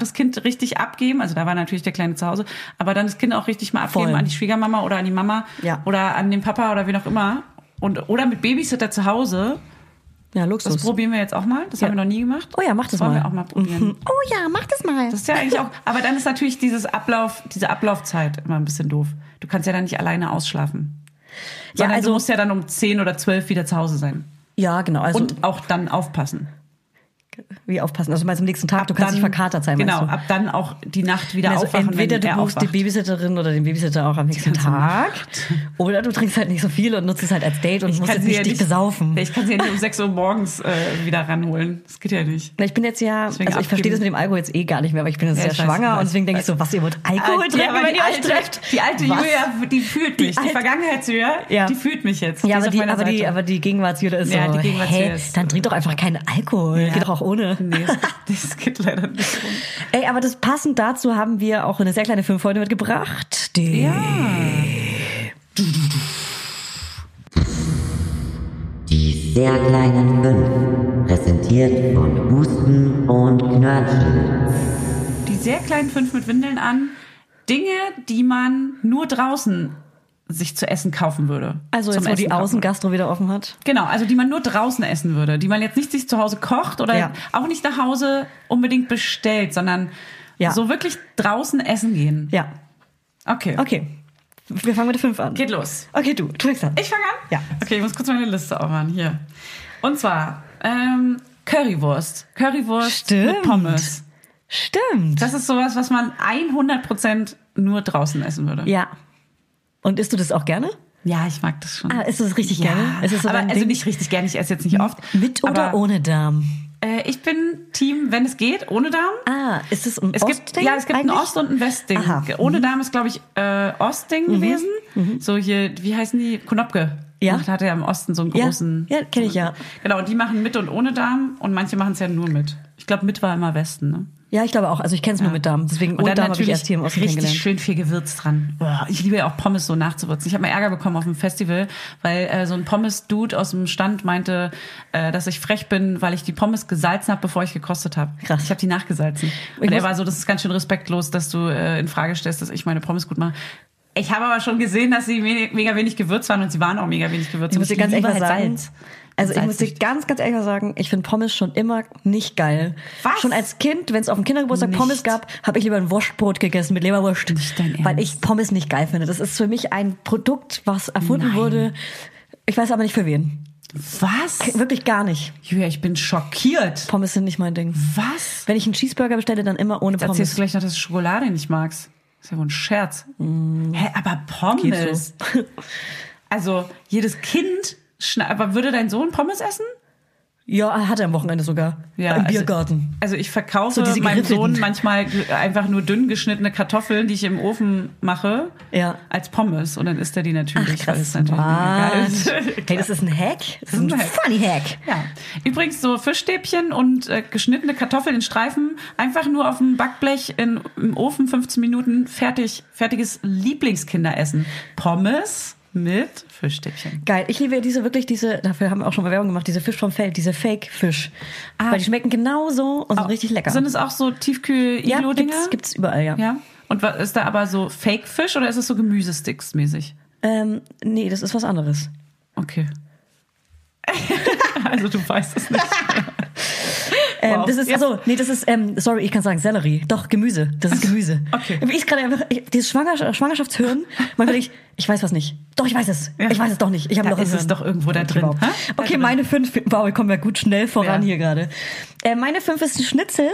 [SPEAKER 3] das Kind richtig abgeben. Also da war natürlich der Kleine zu Hause. Aber dann das Kind auch richtig mal abgeben
[SPEAKER 4] Voll.
[SPEAKER 3] an die Schwiegermama oder an die Mama
[SPEAKER 4] Ja.
[SPEAKER 3] oder an den Papa oder wen auch immer. Und, oder mit Babysitter zu Hause.
[SPEAKER 4] Ja,
[SPEAKER 3] Das
[SPEAKER 4] Luxus.
[SPEAKER 3] probieren wir jetzt auch mal. Das haben wir noch nie gemacht.
[SPEAKER 4] Oh ja, mach das
[SPEAKER 3] Wollen
[SPEAKER 4] mal.
[SPEAKER 3] wir auch mal probieren.
[SPEAKER 4] Oh ja, mach das mal.
[SPEAKER 3] Das ist ja eigentlich auch. Aber dann ist natürlich dieses Ablauf, diese Ablaufzeit immer ein bisschen doof. Du kannst ja dann nicht alleine ausschlafen.
[SPEAKER 4] ja,
[SPEAKER 3] Sondern du
[SPEAKER 4] also,
[SPEAKER 3] musst ja dann um 10 oder 12 wieder zu Hause sein.
[SPEAKER 4] ja, genau. Also,
[SPEAKER 3] Und auch dann aufpassen.
[SPEAKER 4] wie aufpassen. Also, meinst du am nächsten Tag, du kannst
[SPEAKER 3] dann,
[SPEAKER 4] nicht verkatert sein,
[SPEAKER 3] Genau,
[SPEAKER 4] meinst du?
[SPEAKER 3] ab dann auch die Nacht wieder
[SPEAKER 4] Also,
[SPEAKER 3] aufwachen,
[SPEAKER 4] entweder
[SPEAKER 3] wenn
[SPEAKER 4] du
[SPEAKER 3] er
[SPEAKER 4] buchst die
[SPEAKER 3] aufwacht.
[SPEAKER 4] Babysitterin oder den Babysitter auch am nächsten
[SPEAKER 3] ganze
[SPEAKER 4] Tag. Oder du trinkst halt nicht so viel und nutzt es halt als Date und musst
[SPEAKER 3] kann
[SPEAKER 4] jetzt
[SPEAKER 3] sie
[SPEAKER 4] nicht
[SPEAKER 3] ja
[SPEAKER 4] dich besaufen.
[SPEAKER 3] Ich kann sie ja nicht um 6 Uhr morgens äh, wieder ranholen. Das geht ja nicht.
[SPEAKER 4] Na, ich bin jetzt ja,
[SPEAKER 3] Deswegen
[SPEAKER 4] also ich verstehe
[SPEAKER 3] abgeben.
[SPEAKER 4] das mit dem Alkohol jetzt eh gar nicht mehr, weil ich bin jetzt
[SPEAKER 3] Ja,
[SPEAKER 4] ja,
[SPEAKER 3] ich weiß,
[SPEAKER 4] schwanger
[SPEAKER 3] weiß,
[SPEAKER 4] und deswegen denke ich so, was, ihr wollt Alkohol
[SPEAKER 3] Ja,
[SPEAKER 4] trinken,
[SPEAKER 3] aber
[SPEAKER 4] wenn ihr euch
[SPEAKER 3] alte-
[SPEAKER 4] trefft?
[SPEAKER 3] die alte
[SPEAKER 4] Was?
[SPEAKER 3] Julia, die fühlt mich. Die,
[SPEAKER 4] alte-
[SPEAKER 3] Vergangenheit Julia,
[SPEAKER 4] Ja.
[SPEAKER 3] die fühlt mich jetzt.
[SPEAKER 4] Ja,
[SPEAKER 3] ist
[SPEAKER 4] aber
[SPEAKER 3] auf
[SPEAKER 4] die,
[SPEAKER 3] meiner
[SPEAKER 4] aber die,
[SPEAKER 3] Seite.
[SPEAKER 4] aber die Gegenwartsjüde ist
[SPEAKER 3] Ja,
[SPEAKER 4] so,
[SPEAKER 3] die Gegenwartsjüde
[SPEAKER 4] hey,
[SPEAKER 3] ist-
[SPEAKER 4] dann trink doch einfach keinen Alkohol,
[SPEAKER 3] Ja.
[SPEAKER 4] geht doch auch ohne.
[SPEAKER 3] Nee, das, das geht <laughs> leider nicht.
[SPEAKER 4] <laughs> Ey, aber das passend dazu haben wir auch eine sehr kleine Film heute mitgebracht. Die
[SPEAKER 6] Die sehr kleinen fünf, präsentiert von Husten und Knörchen.
[SPEAKER 3] Die sehr kleinen fünf mit Windeln an. Dinge, die man nur draußen sich zu essen kaufen würde.
[SPEAKER 4] Also
[SPEAKER 3] Zum
[SPEAKER 4] jetzt, wo
[SPEAKER 3] Essen
[SPEAKER 4] die
[SPEAKER 3] kaufen würde.
[SPEAKER 4] Außengastro wieder offen hat.
[SPEAKER 3] Genau, also die man nur draußen essen würde, die man jetzt nicht sich zu Hause kocht oder
[SPEAKER 4] Ja.
[SPEAKER 3] auch nicht nach Hause unbedingt bestellt, sondern
[SPEAKER 4] Ja.
[SPEAKER 3] so wirklich draußen essen gehen.
[SPEAKER 4] Ja,
[SPEAKER 3] Okay.
[SPEAKER 4] okay. Wir fangen mit der 5 an.
[SPEAKER 3] Geht los.
[SPEAKER 4] Okay, du, du fängst an.
[SPEAKER 3] Ich fange an?
[SPEAKER 4] Ja.
[SPEAKER 3] Okay, ich muss kurz meine Liste aufmachen. Hier. Und zwar ähm, Currywurst. Currywurst mit
[SPEAKER 4] Stimmt.
[SPEAKER 3] Pommes.
[SPEAKER 4] Stimmt.
[SPEAKER 3] Das ist sowas, was man 100% nur draußen essen würde.
[SPEAKER 4] ja. Und isst du das auch gerne?
[SPEAKER 3] Ja, ich mag das schon.
[SPEAKER 4] Ah, isst du das richtig gerne? Ist es so
[SPEAKER 3] aber
[SPEAKER 4] dein
[SPEAKER 3] also
[SPEAKER 4] Ding?
[SPEAKER 3] nicht richtig gern, ich esse jetzt nicht oft.
[SPEAKER 4] Mit oder
[SPEAKER 3] aber,
[SPEAKER 4] ohne Darm?
[SPEAKER 3] Äh, ich bin Team, wenn es geht, ohne Darm.
[SPEAKER 4] Ah, ist es ein
[SPEAKER 3] Es gibt,
[SPEAKER 4] Ostding
[SPEAKER 3] ja, es gibt
[SPEAKER 4] eigentlich?
[SPEAKER 3] ein Ost- und ein Westding.
[SPEAKER 4] Aha. Mhm.
[SPEAKER 3] Ohne Dame ist, glaube ich, äh, Ostding gewesen. So hier, wie heißen die? Konopke.
[SPEAKER 4] Ja.
[SPEAKER 3] Hat er im Osten so einen
[SPEAKER 4] Ja,
[SPEAKER 3] großen.
[SPEAKER 4] ja kenne ich ja.
[SPEAKER 3] Genau, und die machen mit und ohne Darm und manche machen es ja nur mit. Ich glaube, mit war immer Westen, ne?
[SPEAKER 4] Ja, ich glaube auch. Also ich kenne es nur mit Darm. Deswegen
[SPEAKER 3] Und
[SPEAKER 4] ohne
[SPEAKER 3] dann
[SPEAKER 4] Darm habe ich
[SPEAKER 3] natürlich
[SPEAKER 4] erst hier im Osten
[SPEAKER 3] richtig
[SPEAKER 4] kennengelernt.
[SPEAKER 3] schön viel Gewürz dran. Boah, ich liebe ja auch Pommes so nachzuwürzen. Ich habe mal Ärger bekommen auf dem Festival, weil äh, so ein Pommes-Dude aus dem Stand meinte, äh, dass ich frech bin, weil ich die Pommes gesalzen habe, bevor ich gekostet habe.
[SPEAKER 4] Krass.
[SPEAKER 3] Ich habe die nachgesalzen. Und
[SPEAKER 4] muss-
[SPEAKER 3] er war so, das ist ganz schön respektlos, dass du äh, in Frage stellst, dass ich meine Pommes gut mache. Ich habe aber schon gesehen, dass sie me- mega wenig Gewürz waren und sie waren auch mega wenig Gewürz.
[SPEAKER 4] Ich
[SPEAKER 3] Und
[SPEAKER 4] muss dir ganz
[SPEAKER 3] liebe
[SPEAKER 4] ehrlich
[SPEAKER 3] halt
[SPEAKER 4] sagen.
[SPEAKER 3] Salz.
[SPEAKER 4] Also ich muss dir
[SPEAKER 3] Salzsüchtig.
[SPEAKER 4] ganz, ganz ehrlich sagen, ich finde Pommes schon immer nicht geil.
[SPEAKER 3] Was?
[SPEAKER 4] Schon als Kind, wenn es auf dem Kindergeburtstag
[SPEAKER 3] Nicht.
[SPEAKER 4] Pommes gab, habe ich lieber ein Wurstbrot gegessen mit Leberwurst.
[SPEAKER 3] Nicht dein Ernst.
[SPEAKER 4] Weil ich Pommes nicht geil finde. Das ist für mich ein Produkt, was erfunden wurde. Ich weiß aber nicht für wen.
[SPEAKER 3] Was?
[SPEAKER 4] Wirklich gar nicht.
[SPEAKER 3] Julia, ich bin schockiert.
[SPEAKER 4] Pommes sind nicht mein Ding.
[SPEAKER 3] Was?
[SPEAKER 4] Wenn ich einen Cheeseburger bestelle, dann immer ohne
[SPEAKER 3] Jetzt erzählst du
[SPEAKER 4] Pommes.
[SPEAKER 3] gleich noch, dass du Schokolade nicht magst. Ist ja wohl ein Scherz. Hä, aber
[SPEAKER 4] Geht
[SPEAKER 3] Pommes? Also, jedes Kind, schna- aber würde dein Sohn Pommes essen?
[SPEAKER 4] Ja, hat er am Wochenende sogar.
[SPEAKER 3] Ja,
[SPEAKER 4] Im
[SPEAKER 3] also-
[SPEAKER 4] Biergarten.
[SPEAKER 3] Also ich verkaufe
[SPEAKER 4] So diese
[SPEAKER 3] meinem
[SPEAKER 4] geriffelten.
[SPEAKER 3] Sohn manchmal g- einfach nur dünn geschnittene Kartoffeln, die ich im Ofen mache,
[SPEAKER 4] Ja.
[SPEAKER 3] als Pommes. Und dann isst er die natürlich, weil es natürlich mega geil
[SPEAKER 4] Was?
[SPEAKER 3] ist.
[SPEAKER 4] <laughs>
[SPEAKER 3] <laughs>
[SPEAKER 4] Hey, das ist ein Hack. Das ist
[SPEAKER 3] ein
[SPEAKER 4] ein
[SPEAKER 3] Hack.
[SPEAKER 4] funny Hack.
[SPEAKER 3] Ja. Übrigens so Fischstäbchen und äh, geschnittene Kartoffeln in Streifen einfach nur auf dem Backblech in, im Ofen 15 Minuten fertig. Fertiges Lieblingskinderessen. Pommes mit Fischstäbchen.
[SPEAKER 4] Geil. Ich liebe ja diese wirklich diese, dafür haben wir auch schon mal Werbung gemacht, diese Fisch vom Feld, diese Fake-Fisch.
[SPEAKER 3] Ah.
[SPEAKER 4] Weil die schmecken genauso und sind richtig lecker.
[SPEAKER 3] Sind es auch so tiefkühl
[SPEAKER 4] ja,
[SPEAKER 3] iglo dinger
[SPEAKER 4] gibt's, gibt's überall, ja.
[SPEAKER 3] Ja. Und wa- ist da aber so Fake-Fisch oder ist es so Gemüsesticks mäßig?
[SPEAKER 4] Ähm, nee, das ist was anderes.
[SPEAKER 3] Okay. <laughs> also du weißt es nicht.
[SPEAKER 4] Ähm,
[SPEAKER 3] Wow.
[SPEAKER 4] Das ist,
[SPEAKER 3] Jetzt-
[SPEAKER 4] also, nee, das ist, ähm, sorry, ich kann sagen, Sellerie. Doch, Gemüse. Das ist Gemüse.
[SPEAKER 3] Okay.
[SPEAKER 4] Ich gerade einfach, ich, dieses Schwanger Schwangerschaftshirn, man will ich, ich weiß was nicht. Doch, ich weiß es.
[SPEAKER 3] Ja.
[SPEAKER 4] Ich weiß es doch nicht. Ich habe
[SPEAKER 3] Da
[SPEAKER 4] noch ein
[SPEAKER 3] ist es
[SPEAKER 4] Hirn.
[SPEAKER 3] doch irgendwo da
[SPEAKER 4] Okay,
[SPEAKER 3] drin,
[SPEAKER 4] wow.
[SPEAKER 3] hä? Da
[SPEAKER 4] Okay,
[SPEAKER 3] drin.
[SPEAKER 4] meine fünf, wow, wir kommen ja gut schnell voran
[SPEAKER 3] Ja.
[SPEAKER 4] hier gerade. Äh, meine fünf ist ein Schnitzel,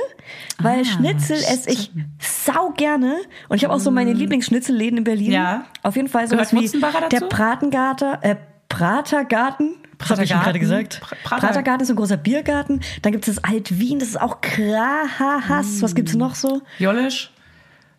[SPEAKER 3] Ah,
[SPEAKER 4] weil Schnitzel esse ich sau gerne. Und ich habe auch so meine Lieblingsschnitzelläden in Berlin.
[SPEAKER 3] Mm. Ja.
[SPEAKER 4] Auf jeden Fall sowas
[SPEAKER 3] Gehört
[SPEAKER 4] wie
[SPEAKER 3] Mutzenbacher
[SPEAKER 4] der
[SPEAKER 3] dazu?
[SPEAKER 4] Pratengarter, äh, Pratergarten. Was habe ich denn gerade
[SPEAKER 3] Pratergarten?
[SPEAKER 4] gesagt?
[SPEAKER 3] Pr- Prater-
[SPEAKER 4] Pratergarten. Garten ist ein großer Biergarten. Dann gibt es das Alt-Wien, das ist auch krass. Was gibt es
[SPEAKER 3] Hm.
[SPEAKER 4] noch so?
[SPEAKER 3] Jollisch.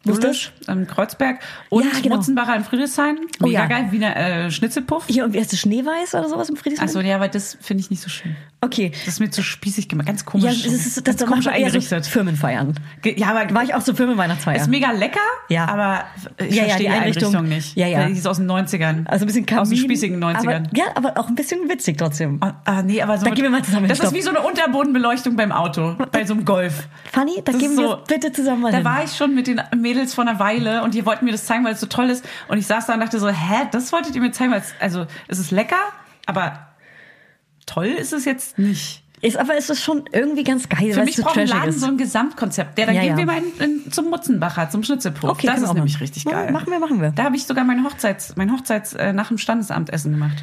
[SPEAKER 4] Wo ist
[SPEAKER 3] Jollisch am Kreuzberg. Und
[SPEAKER 4] Ja, genau.
[SPEAKER 3] Mutzenbacher in Friedrichshain. Mega
[SPEAKER 4] Oh ja.
[SPEAKER 3] geil. Wiener äh, Schnitzelpuff.
[SPEAKER 4] Hier irgendwie erst Schneeweiß oder sowas im Friedrichshain?
[SPEAKER 3] Achso, ja, aber das finde ich nicht so schön.
[SPEAKER 4] okay.
[SPEAKER 3] Das ist mir zu spießig gemacht. Ganz
[SPEAKER 4] Ja,
[SPEAKER 3] komisch.
[SPEAKER 4] das ist, das
[SPEAKER 3] ganz
[SPEAKER 4] macht
[SPEAKER 3] komisch
[SPEAKER 4] man eher so
[SPEAKER 3] eingerichtet.
[SPEAKER 4] Firmenfeiern.
[SPEAKER 3] Ge- ja, aber
[SPEAKER 4] War ich auch so Firmenweihnachtsfeier.
[SPEAKER 3] ist mega lecker,
[SPEAKER 4] Ja.
[SPEAKER 3] aber ich
[SPEAKER 4] Ja, ja,
[SPEAKER 3] verstehe die,
[SPEAKER 4] die Einrichtung.
[SPEAKER 3] Einrichtung nicht.
[SPEAKER 4] Ja, ja.
[SPEAKER 3] Die ist aus den 90ern.
[SPEAKER 4] also ein bisschen Kamin,
[SPEAKER 3] Aus den spießigen 90ern.
[SPEAKER 4] Aber, ja, aber auch ein bisschen witzig trotzdem.
[SPEAKER 3] Ah, ah, nee, aber so
[SPEAKER 4] Da gehen wir mal zusammen hin,
[SPEAKER 3] Das
[SPEAKER 4] stopp.
[SPEAKER 3] ist wie so eine Unterbodenbeleuchtung beim Auto, bei so einem Golf.
[SPEAKER 4] Fanny, da
[SPEAKER 3] Das
[SPEAKER 4] gehen
[SPEAKER 3] ist
[SPEAKER 4] wir
[SPEAKER 3] so-
[SPEAKER 4] bitte zusammen mal
[SPEAKER 3] Da
[SPEAKER 4] hin.
[SPEAKER 3] war ich schon mit den Mädels vor einer Weile und die wollten mir das zeigen, weil es so toll ist. Und ich saß da und dachte so, hä, das wolltet ihr mir zeigen, weil es, also, es ist lecker, aber toll ist es jetzt nicht.
[SPEAKER 4] Ist, aber es ist schon irgendwie ganz geil,
[SPEAKER 3] Für
[SPEAKER 4] weil
[SPEAKER 3] mich
[SPEAKER 4] es so
[SPEAKER 3] braucht ein
[SPEAKER 4] trashig
[SPEAKER 3] Laden
[SPEAKER 4] ist.
[SPEAKER 3] so ein Gesamtkonzept. Ja, dann
[SPEAKER 4] Ja,
[SPEAKER 3] gehen
[SPEAKER 4] ja.
[SPEAKER 3] wir mal in, in, zum Mutzenbacher, zum Schnitzelpuff.
[SPEAKER 4] Okay, können
[SPEAKER 3] das
[SPEAKER 4] wir
[SPEAKER 3] ist
[SPEAKER 4] auch
[SPEAKER 3] nämlich
[SPEAKER 4] machen.
[SPEAKER 3] richtig
[SPEAKER 4] Ja,
[SPEAKER 3] geil.
[SPEAKER 4] machen wir, machen wir.
[SPEAKER 3] Da habe ich sogar meine Hochzeits, mein Hochzeits äh, nach dem Standesamtessen gemacht.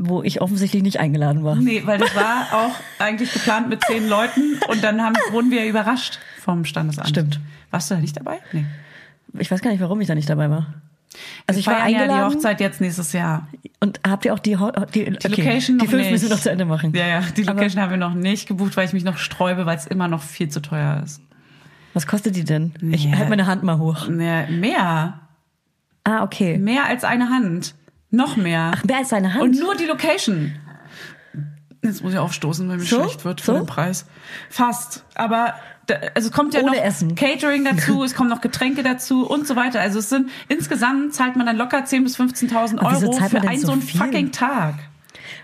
[SPEAKER 4] wo ich offensichtlich nicht eingeladen war.
[SPEAKER 3] Nee, weil das war
[SPEAKER 4] <laughs>
[SPEAKER 3] auch eigentlich geplant mit zehn Leuten und dann haben, wurden wir überrascht vom Standesamt.
[SPEAKER 4] Stimmt.
[SPEAKER 3] Warst du da nicht dabei? Nee.
[SPEAKER 4] Ich weiß gar nicht, warum ich da nicht dabei war. Also ich war
[SPEAKER 3] feiern
[SPEAKER 4] eingeladen.
[SPEAKER 3] Ja die Hochzeit jetzt nächstes Jahr.
[SPEAKER 4] Und habt ihr auch die, Ho- die, okay,
[SPEAKER 3] Die Location noch
[SPEAKER 4] die fünf
[SPEAKER 3] nicht.
[SPEAKER 4] müssen wir noch zu Ende machen.
[SPEAKER 3] Ja, ja. Die
[SPEAKER 4] Aber-
[SPEAKER 3] Location haben wir noch nicht gebucht, weil ich mich noch sträube, weil es immer noch viel zu teuer ist.
[SPEAKER 4] Was kostet die denn? Ich
[SPEAKER 3] Ja.
[SPEAKER 4] halte meine Hand mal hoch.
[SPEAKER 3] Nee, mehr.
[SPEAKER 4] Ah, okay.
[SPEAKER 3] Mehr als eine Hand. Noch mehr.
[SPEAKER 4] Ach, mehr als seine Hand.
[SPEAKER 3] Und nur die Location. Jetzt muss ich aufstoßen, weil mir
[SPEAKER 4] So?
[SPEAKER 3] schlecht wird für
[SPEAKER 4] So?
[SPEAKER 3] den Preis. Fast. Aber da, also es kommt ja
[SPEAKER 4] Ohne
[SPEAKER 3] noch
[SPEAKER 4] Essen. <laughs>
[SPEAKER 3] Catering dazu, es kommen noch Getränke dazu und so weiter. Also es sind insgesamt zahlt man dann locker 10.000 bis 15.000
[SPEAKER 4] Aber wieso
[SPEAKER 3] Euro
[SPEAKER 4] zahlt man
[SPEAKER 3] für
[SPEAKER 4] denn
[SPEAKER 3] einen
[SPEAKER 4] so
[SPEAKER 3] so einen
[SPEAKER 4] viel?
[SPEAKER 3] fucking Tag.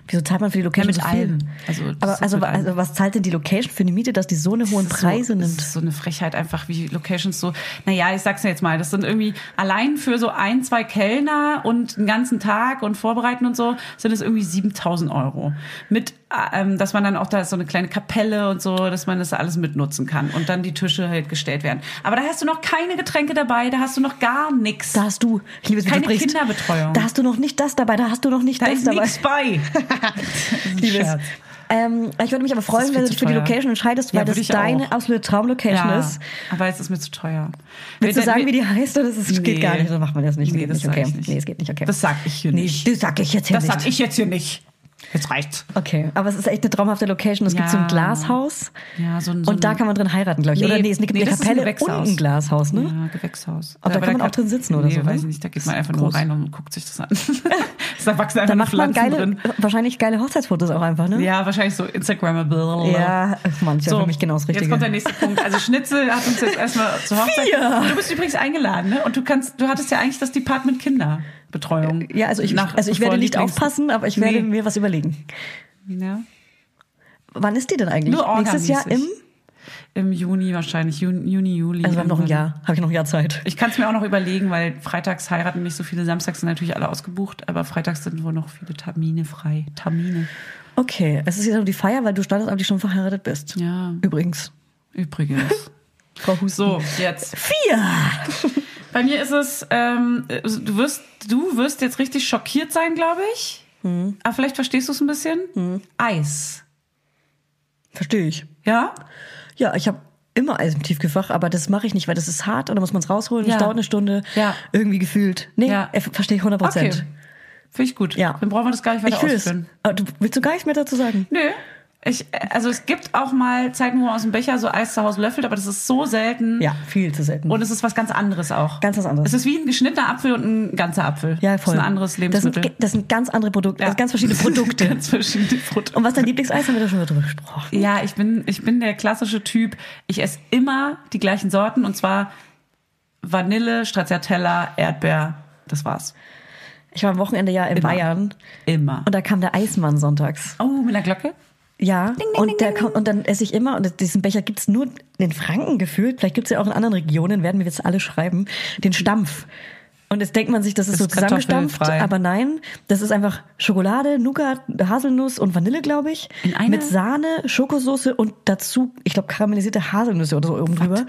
[SPEAKER 4] Wieso zahlt man für die Location
[SPEAKER 3] Ja, mit
[SPEAKER 4] so viel?
[SPEAKER 3] allem. Also, das
[SPEAKER 4] Aber
[SPEAKER 3] ist
[SPEAKER 4] also,
[SPEAKER 3] mit allem.
[SPEAKER 4] also was zahlt denn die Location für eine Miete, dass die so eine hohen
[SPEAKER 3] Das ist
[SPEAKER 4] Preise
[SPEAKER 3] so,
[SPEAKER 4] nimmt?
[SPEAKER 3] Das ist so eine Frechheit einfach, wie Locations so. Naja, ich sag's dir jetzt mal, das sind irgendwie allein für so ein, zwei Kellner und einen ganzen Tag und Vorbereiten und so, sind es irgendwie 7000 Euro. Mit, ähm, dass man dann auch da ist so eine kleine Kapelle und so, dass man das alles mitnutzen kann und dann die Tische halt gestellt werden. Aber da hast du noch keine Getränke dabei, da hast du noch gar nichts.
[SPEAKER 4] da hast du, ich liebe es, wie
[SPEAKER 3] Keine
[SPEAKER 4] du brichst.
[SPEAKER 3] Kinderbetreuung.
[SPEAKER 4] Da hast du noch nicht das dabei, da hast du noch nicht
[SPEAKER 3] Da
[SPEAKER 4] das
[SPEAKER 3] ist
[SPEAKER 4] dabei.
[SPEAKER 3] nichts bei.
[SPEAKER 4] <laughs> Liebes. Ähm, ich würde mich aber freuen,
[SPEAKER 3] viel
[SPEAKER 4] wenn du
[SPEAKER 3] zu
[SPEAKER 4] dich für die
[SPEAKER 3] teuer.
[SPEAKER 4] Location entscheidest,
[SPEAKER 3] Ja,
[SPEAKER 4] weil
[SPEAKER 3] würd
[SPEAKER 4] das
[SPEAKER 3] ich
[SPEAKER 4] deine
[SPEAKER 3] auch.
[SPEAKER 4] absolute Traumlocation
[SPEAKER 3] Ja,
[SPEAKER 4] ist.
[SPEAKER 3] aber es ist mir zu teuer.
[SPEAKER 4] Willst
[SPEAKER 3] Wir-
[SPEAKER 4] du sagen, wie die heißt? Oder das ist, geht
[SPEAKER 3] Nee.
[SPEAKER 4] gar nicht, dann macht man das nicht.
[SPEAKER 3] Nee,
[SPEAKER 4] geht
[SPEAKER 3] das
[SPEAKER 4] nicht
[SPEAKER 3] sag
[SPEAKER 4] okay.
[SPEAKER 3] ich nicht.
[SPEAKER 4] Nee, es geht nicht, okay.
[SPEAKER 3] Das sag ich hier
[SPEAKER 4] nee,
[SPEAKER 3] nicht.
[SPEAKER 4] Das sag ich jetzt hier
[SPEAKER 3] Das
[SPEAKER 4] nicht.
[SPEAKER 3] sag ich jetzt hier nicht. Jetzt reicht's.
[SPEAKER 4] Okay, aber es ist echt eine traumhafte Location. Es gibt
[SPEAKER 3] Ja.
[SPEAKER 4] so ein Glashaus.
[SPEAKER 3] Ja, so ein- so
[SPEAKER 4] und da
[SPEAKER 3] ein-
[SPEAKER 4] kann man drin heiraten, glaube ich.
[SPEAKER 3] Nee,
[SPEAKER 4] oder nee, es gibt
[SPEAKER 3] nee,
[SPEAKER 4] eine
[SPEAKER 3] das ist ein
[SPEAKER 4] Kapelle
[SPEAKER 3] Gewächshaus.
[SPEAKER 4] und ein Glashaus, ne?
[SPEAKER 3] Ja, Gewächshaus.
[SPEAKER 4] Aber da kann man auch drin sitzen oder
[SPEAKER 3] nee,
[SPEAKER 4] so, ne?
[SPEAKER 3] weiß ich nicht. Da geht man einfach nur
[SPEAKER 4] groß.
[SPEAKER 3] rein und guckt sich das
[SPEAKER 4] <laughs>
[SPEAKER 3] an. Es wachsen einfach
[SPEAKER 4] Da
[SPEAKER 3] nur
[SPEAKER 4] macht man
[SPEAKER 3] Pflanzen
[SPEAKER 4] geile, <laughs>
[SPEAKER 3] drin.
[SPEAKER 4] wahrscheinlich geile Hochzeitsfotos auch einfach, ne?
[SPEAKER 3] Ja, wahrscheinlich so Instagrammable. ne?
[SPEAKER 4] Ja, Mann, das ist ja für mich genau das
[SPEAKER 3] Jetzt
[SPEAKER 4] Richtige.
[SPEAKER 3] kommt der nächste Punkt. Also Schnitzel hat uns jetzt erstmal zur Hochzeit.
[SPEAKER 4] Vier.
[SPEAKER 3] Du bist übrigens eingeladen, ne? Und du kannst, du hattest ja eigentlich das Department Kinderbetreuung.
[SPEAKER 4] Ja, also ich, also ich werde
[SPEAKER 3] vor
[SPEAKER 4] nicht
[SPEAKER 3] Lieblings-
[SPEAKER 4] aufpassen, aber ich werde
[SPEAKER 3] Nee.
[SPEAKER 4] mir was überlegen.
[SPEAKER 3] Ja.
[SPEAKER 4] Wann ist die denn eigentlich?
[SPEAKER 3] Nur
[SPEAKER 4] Nächstes Jahr im?
[SPEAKER 3] orgamäßig. Im Juni wahrscheinlich, Juni, Juni Juli.
[SPEAKER 4] Also wir haben noch ein
[SPEAKER 3] irgendwann.
[SPEAKER 4] Jahr. Habe ich noch ein Jahr Zeit.
[SPEAKER 3] Ich kann es mir auch noch überlegen, weil freitags heiraten nicht so viele, samstags sind natürlich alle ausgebucht, aber freitags sind wohl noch viele Termine frei. Termine.
[SPEAKER 4] Okay, es ist jetzt um die Feier, weil du standesamtlich schon verheiratet bist.
[SPEAKER 3] Ja.
[SPEAKER 4] Übrigens.
[SPEAKER 3] <laughs> Übrigens.
[SPEAKER 4] Frau Husten.
[SPEAKER 3] So, jetzt.
[SPEAKER 4] Vier!
[SPEAKER 3] Bei mir ist es, ähm, du wirst, du wirst jetzt richtig schockiert sein, glaube ich.
[SPEAKER 4] Mhm.
[SPEAKER 3] Aber vielleicht verstehst du es ein bisschen. Eis.
[SPEAKER 4] Verstehe ich.
[SPEAKER 3] Ja?
[SPEAKER 4] Ja, ich habe immer Eis im Tiefkühlfach, aber das mache ich nicht, weil das ist hart und dann muss man es rausholen.
[SPEAKER 3] Ja.
[SPEAKER 4] Es dauert eine Stunde.
[SPEAKER 3] Ja.
[SPEAKER 4] Irgendwie gefühlt. Nee,
[SPEAKER 3] Ja.
[SPEAKER 4] äh, verstehe ich 100 Prozent.
[SPEAKER 3] Okay. Finde ich gut.
[SPEAKER 4] Ja.
[SPEAKER 3] Dann brauchen wir das gar nicht weiter
[SPEAKER 4] Ich fühle es.
[SPEAKER 3] ausführen.
[SPEAKER 4] Aber du, willst du gar nichts mehr dazu sagen?
[SPEAKER 3] Nö. Ich, also es gibt auch mal Zeiten, wo man aus dem Becher so Eis zu Hause löffelt, aber das ist so selten.
[SPEAKER 4] Ja, viel zu selten.
[SPEAKER 3] Mhm. Und es ist was ganz anderes auch.
[SPEAKER 4] Ganz was anderes.
[SPEAKER 3] Es ist wie ein geschnittener Apfel und ein ganzer Apfel.
[SPEAKER 4] ja,
[SPEAKER 3] Das
[SPEAKER 4] voll.
[SPEAKER 3] ist ein anderes
[SPEAKER 4] Das sind,
[SPEAKER 3] Lebensmittel.
[SPEAKER 4] ge- das sind ganz andere Produkte,
[SPEAKER 3] Ja.
[SPEAKER 4] also ganz verschiedene Produkte.
[SPEAKER 3] <laughs> ganz verschiedene Produkte.
[SPEAKER 4] und was dein Lieblingseis, haben wir da schon mal drüber gesprochen.
[SPEAKER 3] Ja, ich bin, ich bin der klassische Typ. Ich esse immer die gleichen Sorten und zwar Vanille, Stracciatella, Erdbeer. Das war's.
[SPEAKER 4] Ich war am Wochenende ja in
[SPEAKER 3] Immer.
[SPEAKER 4] Bayern
[SPEAKER 3] Immer.
[SPEAKER 4] und da kam der Eismann sonntags.
[SPEAKER 3] oh, mit einer Glocke?
[SPEAKER 4] Ja, und, der Kommt, und dann esse ich immer, und diesen Becher gibt's nur in Franken gefühlt, vielleicht gibt's ja auch in anderen Regionen, werden wir jetzt alle schreiben, den Stampf. Und jetzt denkt man sich, das ist,
[SPEAKER 3] Ist
[SPEAKER 4] so zusammengestampft,
[SPEAKER 3] kartoffelfrei.
[SPEAKER 4] aber nein, das ist einfach Schokolade, Nougat, Haselnuss und Vanille, glaube ich,
[SPEAKER 3] In einer?
[SPEAKER 4] mit Sahne, Schokosauce und dazu, ich glaube, karamellisierte Haselnüsse oder so oben drüber.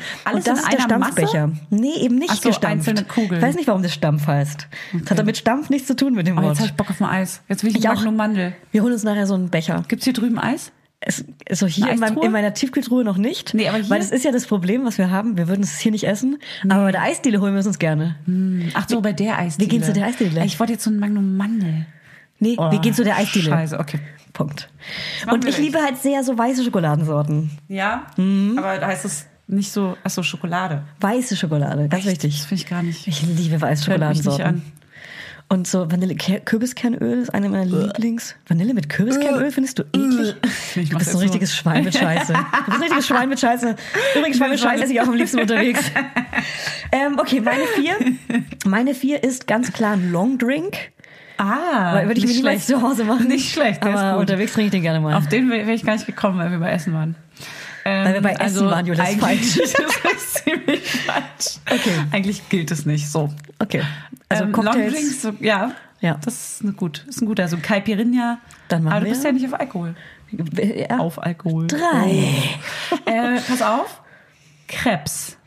[SPEAKER 4] und
[SPEAKER 3] Alles
[SPEAKER 4] das
[SPEAKER 3] in
[SPEAKER 4] ist der
[SPEAKER 3] einer
[SPEAKER 4] Stampfbecher. Nee, eben nicht
[SPEAKER 3] Ach so,
[SPEAKER 4] gestampft.
[SPEAKER 3] einzelne Kugeln.
[SPEAKER 4] Ich weiß nicht, warum das Stampf heißt. Das hat damit Stampf nichts zu tun mit dem
[SPEAKER 3] Oh,
[SPEAKER 4] Wort.
[SPEAKER 3] jetzt hab ich Bock auf ein Eis. Jetzt will ich,
[SPEAKER 4] Ich
[SPEAKER 3] ich
[SPEAKER 4] auch.
[SPEAKER 3] nur Mandel.
[SPEAKER 4] Wir holen uns nachher so einen Becher.
[SPEAKER 3] Gibt's hier drüben Eis?
[SPEAKER 4] Es, so hier
[SPEAKER 3] Eine
[SPEAKER 4] in, meinem,
[SPEAKER 3] Eistruhe?
[SPEAKER 4] in meiner Tiefkühltruhe noch nicht.
[SPEAKER 3] Nee, aber hier-
[SPEAKER 4] Weil das ist ja das Problem, was wir haben. Wir würden es hier nicht essen. Aber bei der Eisdiele holen wir es uns gerne.
[SPEAKER 3] Hm. Ach so, bei der Eisdiele.
[SPEAKER 4] Wir gehen zu der Eisdiele.
[SPEAKER 3] Ich wollte jetzt so einen Magnum Mandel.
[SPEAKER 4] Nee,
[SPEAKER 3] Oh,
[SPEAKER 4] wir gehen zu der Eisdiele.
[SPEAKER 3] Scheiße, okay.
[SPEAKER 4] Punkt.
[SPEAKER 3] machen
[SPEAKER 4] Und
[SPEAKER 3] wir
[SPEAKER 4] ich liebe halt sehr so weiße Schokoladensorten.
[SPEAKER 3] Ja,
[SPEAKER 4] Mhm.
[SPEAKER 3] aber da heißt es nicht so, ach so, Schokolade.
[SPEAKER 4] Weiße Schokolade, ganz
[SPEAKER 3] Das
[SPEAKER 4] wichtig.
[SPEAKER 3] finde ich gar nicht.
[SPEAKER 4] Ich liebe weiße
[SPEAKER 3] Hört mich nicht
[SPEAKER 4] Schokoladensorten. Und so Vanille Ke- Kürbiskernöl ist eine meiner Lieblings. Vanille mit Kürbiskernöl findest du eklig?
[SPEAKER 3] Äh. Ich
[SPEAKER 4] Du
[SPEAKER 3] mach's
[SPEAKER 4] bist so ein
[SPEAKER 3] jetzt
[SPEAKER 4] richtiges
[SPEAKER 3] so.
[SPEAKER 4] Schwein mit
[SPEAKER 3] <laughs>
[SPEAKER 4] Scheiße. Du bist ein richtiges Schwein mit Scheiße. Übrigens, Schwein mit Scheiße esse ich auch am liebsten
[SPEAKER 3] <laughs>
[SPEAKER 4] unterwegs. Ähm, okay, meine vier. Meine vier ist ganz klar ein Long Drink.
[SPEAKER 3] Ah,
[SPEAKER 4] Weil würde ich mir
[SPEAKER 3] nicht
[SPEAKER 4] niemals zu Hause machen.
[SPEAKER 3] <laughs> Nicht schlecht, der ist
[SPEAKER 4] Aber
[SPEAKER 3] gut.
[SPEAKER 4] unterwegs trinke ich den gerne mal.
[SPEAKER 3] Auf den wäre ich gar nicht gekommen, weil wir bei Essen waren. Ähm, also
[SPEAKER 4] Weil wir bei Essen waren, Julia, das ist
[SPEAKER 3] eigentlich-
[SPEAKER 4] falsch.
[SPEAKER 3] <laughs> das ist ziemlich falsch.
[SPEAKER 4] Okay.
[SPEAKER 3] Eigentlich gilt es nicht so.
[SPEAKER 4] Okay.
[SPEAKER 3] Ähm,
[SPEAKER 4] Also Cocktails.
[SPEAKER 3] Longdrinks, so, ja.
[SPEAKER 4] Ja.
[SPEAKER 3] Das ist eine gut, ist ein guter. Also Caipirinha.
[SPEAKER 4] Dann machen
[SPEAKER 3] Aber du
[SPEAKER 4] wir-
[SPEAKER 3] bist ja nicht auf Alkohol.
[SPEAKER 4] Ja.
[SPEAKER 3] Auf Alkohol.
[SPEAKER 4] Drei.
[SPEAKER 3] Äh, pass auf. Krebs.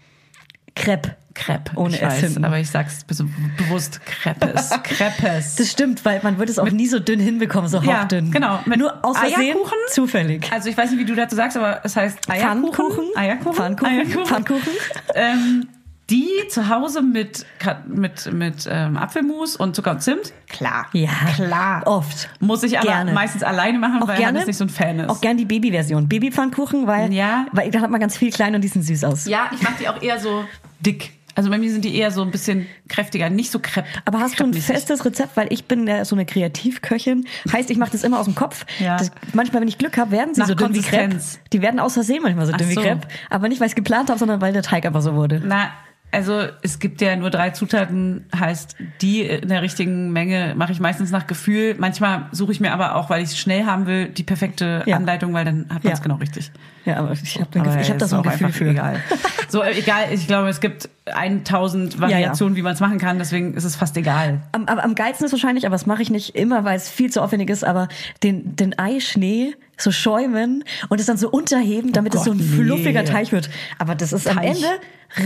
[SPEAKER 4] Crepe.
[SPEAKER 3] Crepe.
[SPEAKER 4] Ohne
[SPEAKER 3] ich
[SPEAKER 4] S
[SPEAKER 3] weiß,
[SPEAKER 4] hinten.
[SPEAKER 3] aber ich sag's be- bewusst
[SPEAKER 4] <laughs>
[SPEAKER 3] Crepes. Crepes.
[SPEAKER 4] Das stimmt, weil man wird es auch nie so dünn hinbekommen, so
[SPEAKER 3] Ja,
[SPEAKER 4] hauchdünn.
[SPEAKER 3] genau. Mit
[SPEAKER 4] Nur aus Versehen,
[SPEAKER 3] Eierkuchen?
[SPEAKER 4] zufällig.
[SPEAKER 3] Also ich weiß nicht, wie du dazu sagst, aber es heißt Eierkuchen.
[SPEAKER 4] Pfannkuchen?
[SPEAKER 3] Eierkuchen.
[SPEAKER 4] Pfannkuchen?
[SPEAKER 3] Eierkuchen.
[SPEAKER 4] Pfannkuchen?
[SPEAKER 3] Ähm, die zu Hause mit, Ka- mit, mit ähm, Apfelmus und Zucker und Zimt? Klar.
[SPEAKER 4] Ja.
[SPEAKER 3] Klar.
[SPEAKER 4] Oft.
[SPEAKER 3] Muss ich aber
[SPEAKER 4] Gerne.
[SPEAKER 3] meistens alleine machen,
[SPEAKER 4] Auch
[SPEAKER 3] weil
[SPEAKER 4] gerne,
[SPEAKER 3] Hannes nicht so ein Fan ist.
[SPEAKER 4] Auch gerne die Babyversion. Babypfannkuchen, weil,
[SPEAKER 3] Ja.
[SPEAKER 4] weil da hat man ganz viel klein und die sind süß aus.
[SPEAKER 3] Ja, ich mache die auch eher so dick. Also bei mir sind die eher so ein bisschen kräftiger, nicht so krepp.
[SPEAKER 4] Aber hast du ein
[SPEAKER 3] kreppmäßig.
[SPEAKER 4] festes Rezept? Weil ich bin ja so eine Kreativköchin. Heißt, ich mache das immer aus dem Kopf.
[SPEAKER 3] Ja.
[SPEAKER 4] Das, manchmal, wenn ich Glück habe, werden sie
[SPEAKER 3] Nach
[SPEAKER 4] so dünn wie Crepe.
[SPEAKER 3] Konsistenz.
[SPEAKER 4] Die werden aus Versehen manchmal so
[SPEAKER 3] Ach
[SPEAKER 4] dünn wie
[SPEAKER 3] so.
[SPEAKER 4] Crepe. Aber nicht, weil ich es geplant habe, sondern weil der Teig einfach so wurde.
[SPEAKER 3] Na, also es gibt ja nur drei Zutaten, heißt die in der richtigen Menge mache ich meistens nach Gefühl. Manchmal suche ich mir aber auch, weil ich es schnell haben will, die perfekte
[SPEAKER 4] Ja.
[SPEAKER 3] Anleitung, weil dann hat man es
[SPEAKER 4] Ja.
[SPEAKER 3] genau richtig.
[SPEAKER 4] Ja, aber ich habe
[SPEAKER 3] Aber
[SPEAKER 4] hab da
[SPEAKER 3] ist
[SPEAKER 4] so ein
[SPEAKER 3] auch
[SPEAKER 4] Gefühl
[SPEAKER 3] einfach
[SPEAKER 4] für. <laughs>
[SPEAKER 3] Egal. So, äh, egal, ich glaube, es gibt 1000 Variationen, wie man es machen kann, deswegen ist es fast egal.
[SPEAKER 4] Am, am, am geilsten ist wahrscheinlich, aber das mache ich nicht immer, weil es viel zu aufwendig ist, aber den, den Eischnee so schäumen und es dann so unterheben, damit es so ein
[SPEAKER 3] Oh Gott, nee.
[SPEAKER 4] fluffiger Teig wird. Aber das ist am
[SPEAKER 3] Teig.
[SPEAKER 4] Ende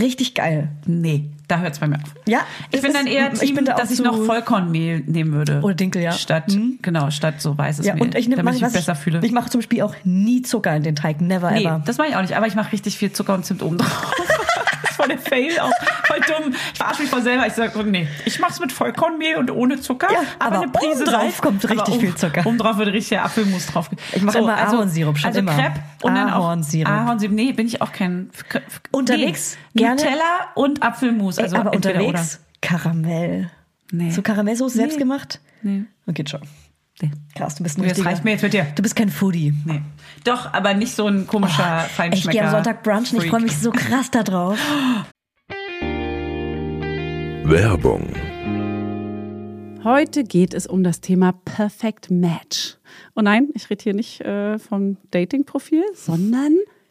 [SPEAKER 4] richtig geil.
[SPEAKER 3] Nee, da hört es bei mir auf.
[SPEAKER 4] Ja,
[SPEAKER 3] ich
[SPEAKER 4] es
[SPEAKER 3] bin
[SPEAKER 4] ist-
[SPEAKER 3] dann eher
[SPEAKER 4] ich
[SPEAKER 3] Team,
[SPEAKER 4] bin da auch
[SPEAKER 3] dass ich
[SPEAKER 4] zu-
[SPEAKER 3] noch Vollkornmehl nehmen würde.
[SPEAKER 4] Oder Dinkel, ja. Mhm.
[SPEAKER 3] Statt, genau, statt so weißes
[SPEAKER 4] Ja,
[SPEAKER 3] Mehl,
[SPEAKER 4] und ich nehme
[SPEAKER 3] damit ich
[SPEAKER 4] was
[SPEAKER 3] mich besser fühle.
[SPEAKER 4] Ich mache zum Beispiel auch nie Zucker in den Teig, never
[SPEAKER 3] Nee,
[SPEAKER 4] ever.
[SPEAKER 3] das mache ich auch nicht, aber ich mache richtig viel Zucker und Zimt
[SPEAKER 4] <laughs>
[SPEAKER 3] oben drauf. Das ist voll der Fail auch. Voll dumm. Ich verarsche mich voll selber. Ich sage, nee, ich mache es mit Vollkornmehl und ohne Zucker.
[SPEAKER 4] Ja, aber oben drauf
[SPEAKER 3] Salz.
[SPEAKER 4] kommt richtig
[SPEAKER 3] oben-
[SPEAKER 4] viel Zucker.
[SPEAKER 3] Oben drauf wird richtig der Apfelmus drauf.
[SPEAKER 4] Ich mach immer Ahornsirup, schon
[SPEAKER 3] also
[SPEAKER 4] immer.
[SPEAKER 3] Crepe und dann auch
[SPEAKER 4] Ahornsirup.
[SPEAKER 3] Ahornsirup. Nee, bin ich auch kein... K- K-
[SPEAKER 4] Unterwegs
[SPEAKER 3] nee.
[SPEAKER 4] gerne-
[SPEAKER 3] Nutella und Apfelmus.
[SPEAKER 4] Ey,
[SPEAKER 3] Also
[SPEAKER 4] aber
[SPEAKER 3] entweder
[SPEAKER 4] unterwegs Karamell.
[SPEAKER 3] Nee.
[SPEAKER 4] So Karamellsoße selbst gemacht?
[SPEAKER 3] Nee.
[SPEAKER 4] Okay, schon.
[SPEAKER 3] Oder. Nee.
[SPEAKER 4] Krass, du bist ein
[SPEAKER 3] Nee, Das
[SPEAKER 4] richtiger.
[SPEAKER 3] reicht mir jetzt mit dir.
[SPEAKER 4] Du bist kein Foodie.
[SPEAKER 3] Nee. Doch, aber nicht so ein komischer
[SPEAKER 4] Ey, Oh, Ich
[SPEAKER 3] Feinschmecker.
[SPEAKER 4] gehe am Sonntag brunchen, ich
[SPEAKER 3] Freak.
[SPEAKER 4] freue mich so krass da drauf.
[SPEAKER 5] Werbung,
[SPEAKER 2] Heute geht es um das Thema Perfect Match. Und nein, ich rede hier nicht äh, vom Dating-Profil, sondern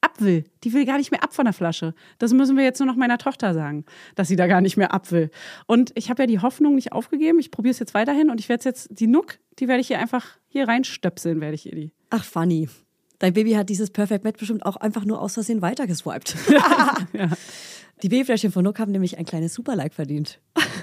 [SPEAKER 2] ab will. Die will gar nicht mehr ab von der Flasche. Das müssen wir jetzt nur noch meiner Tochter sagen, dass sie da gar nicht mehr ab will. Und ich habe ja die Hoffnung nicht aufgegeben. Ich probiere es jetzt weiterhin und ich werde jetzt die Nuck, die werde ich hier einfach hier reinstöpseln, werde ich ihr die.
[SPEAKER 1] Ach, funny. Dein Baby hat dieses Perfect Match bestimmt auch einfach nur aus
[SPEAKER 4] <laughs>
[SPEAKER 1] Versehen weitergeswiped. Die Babyfläschchen von Nook haben nämlich ein kleines Superlike verdient.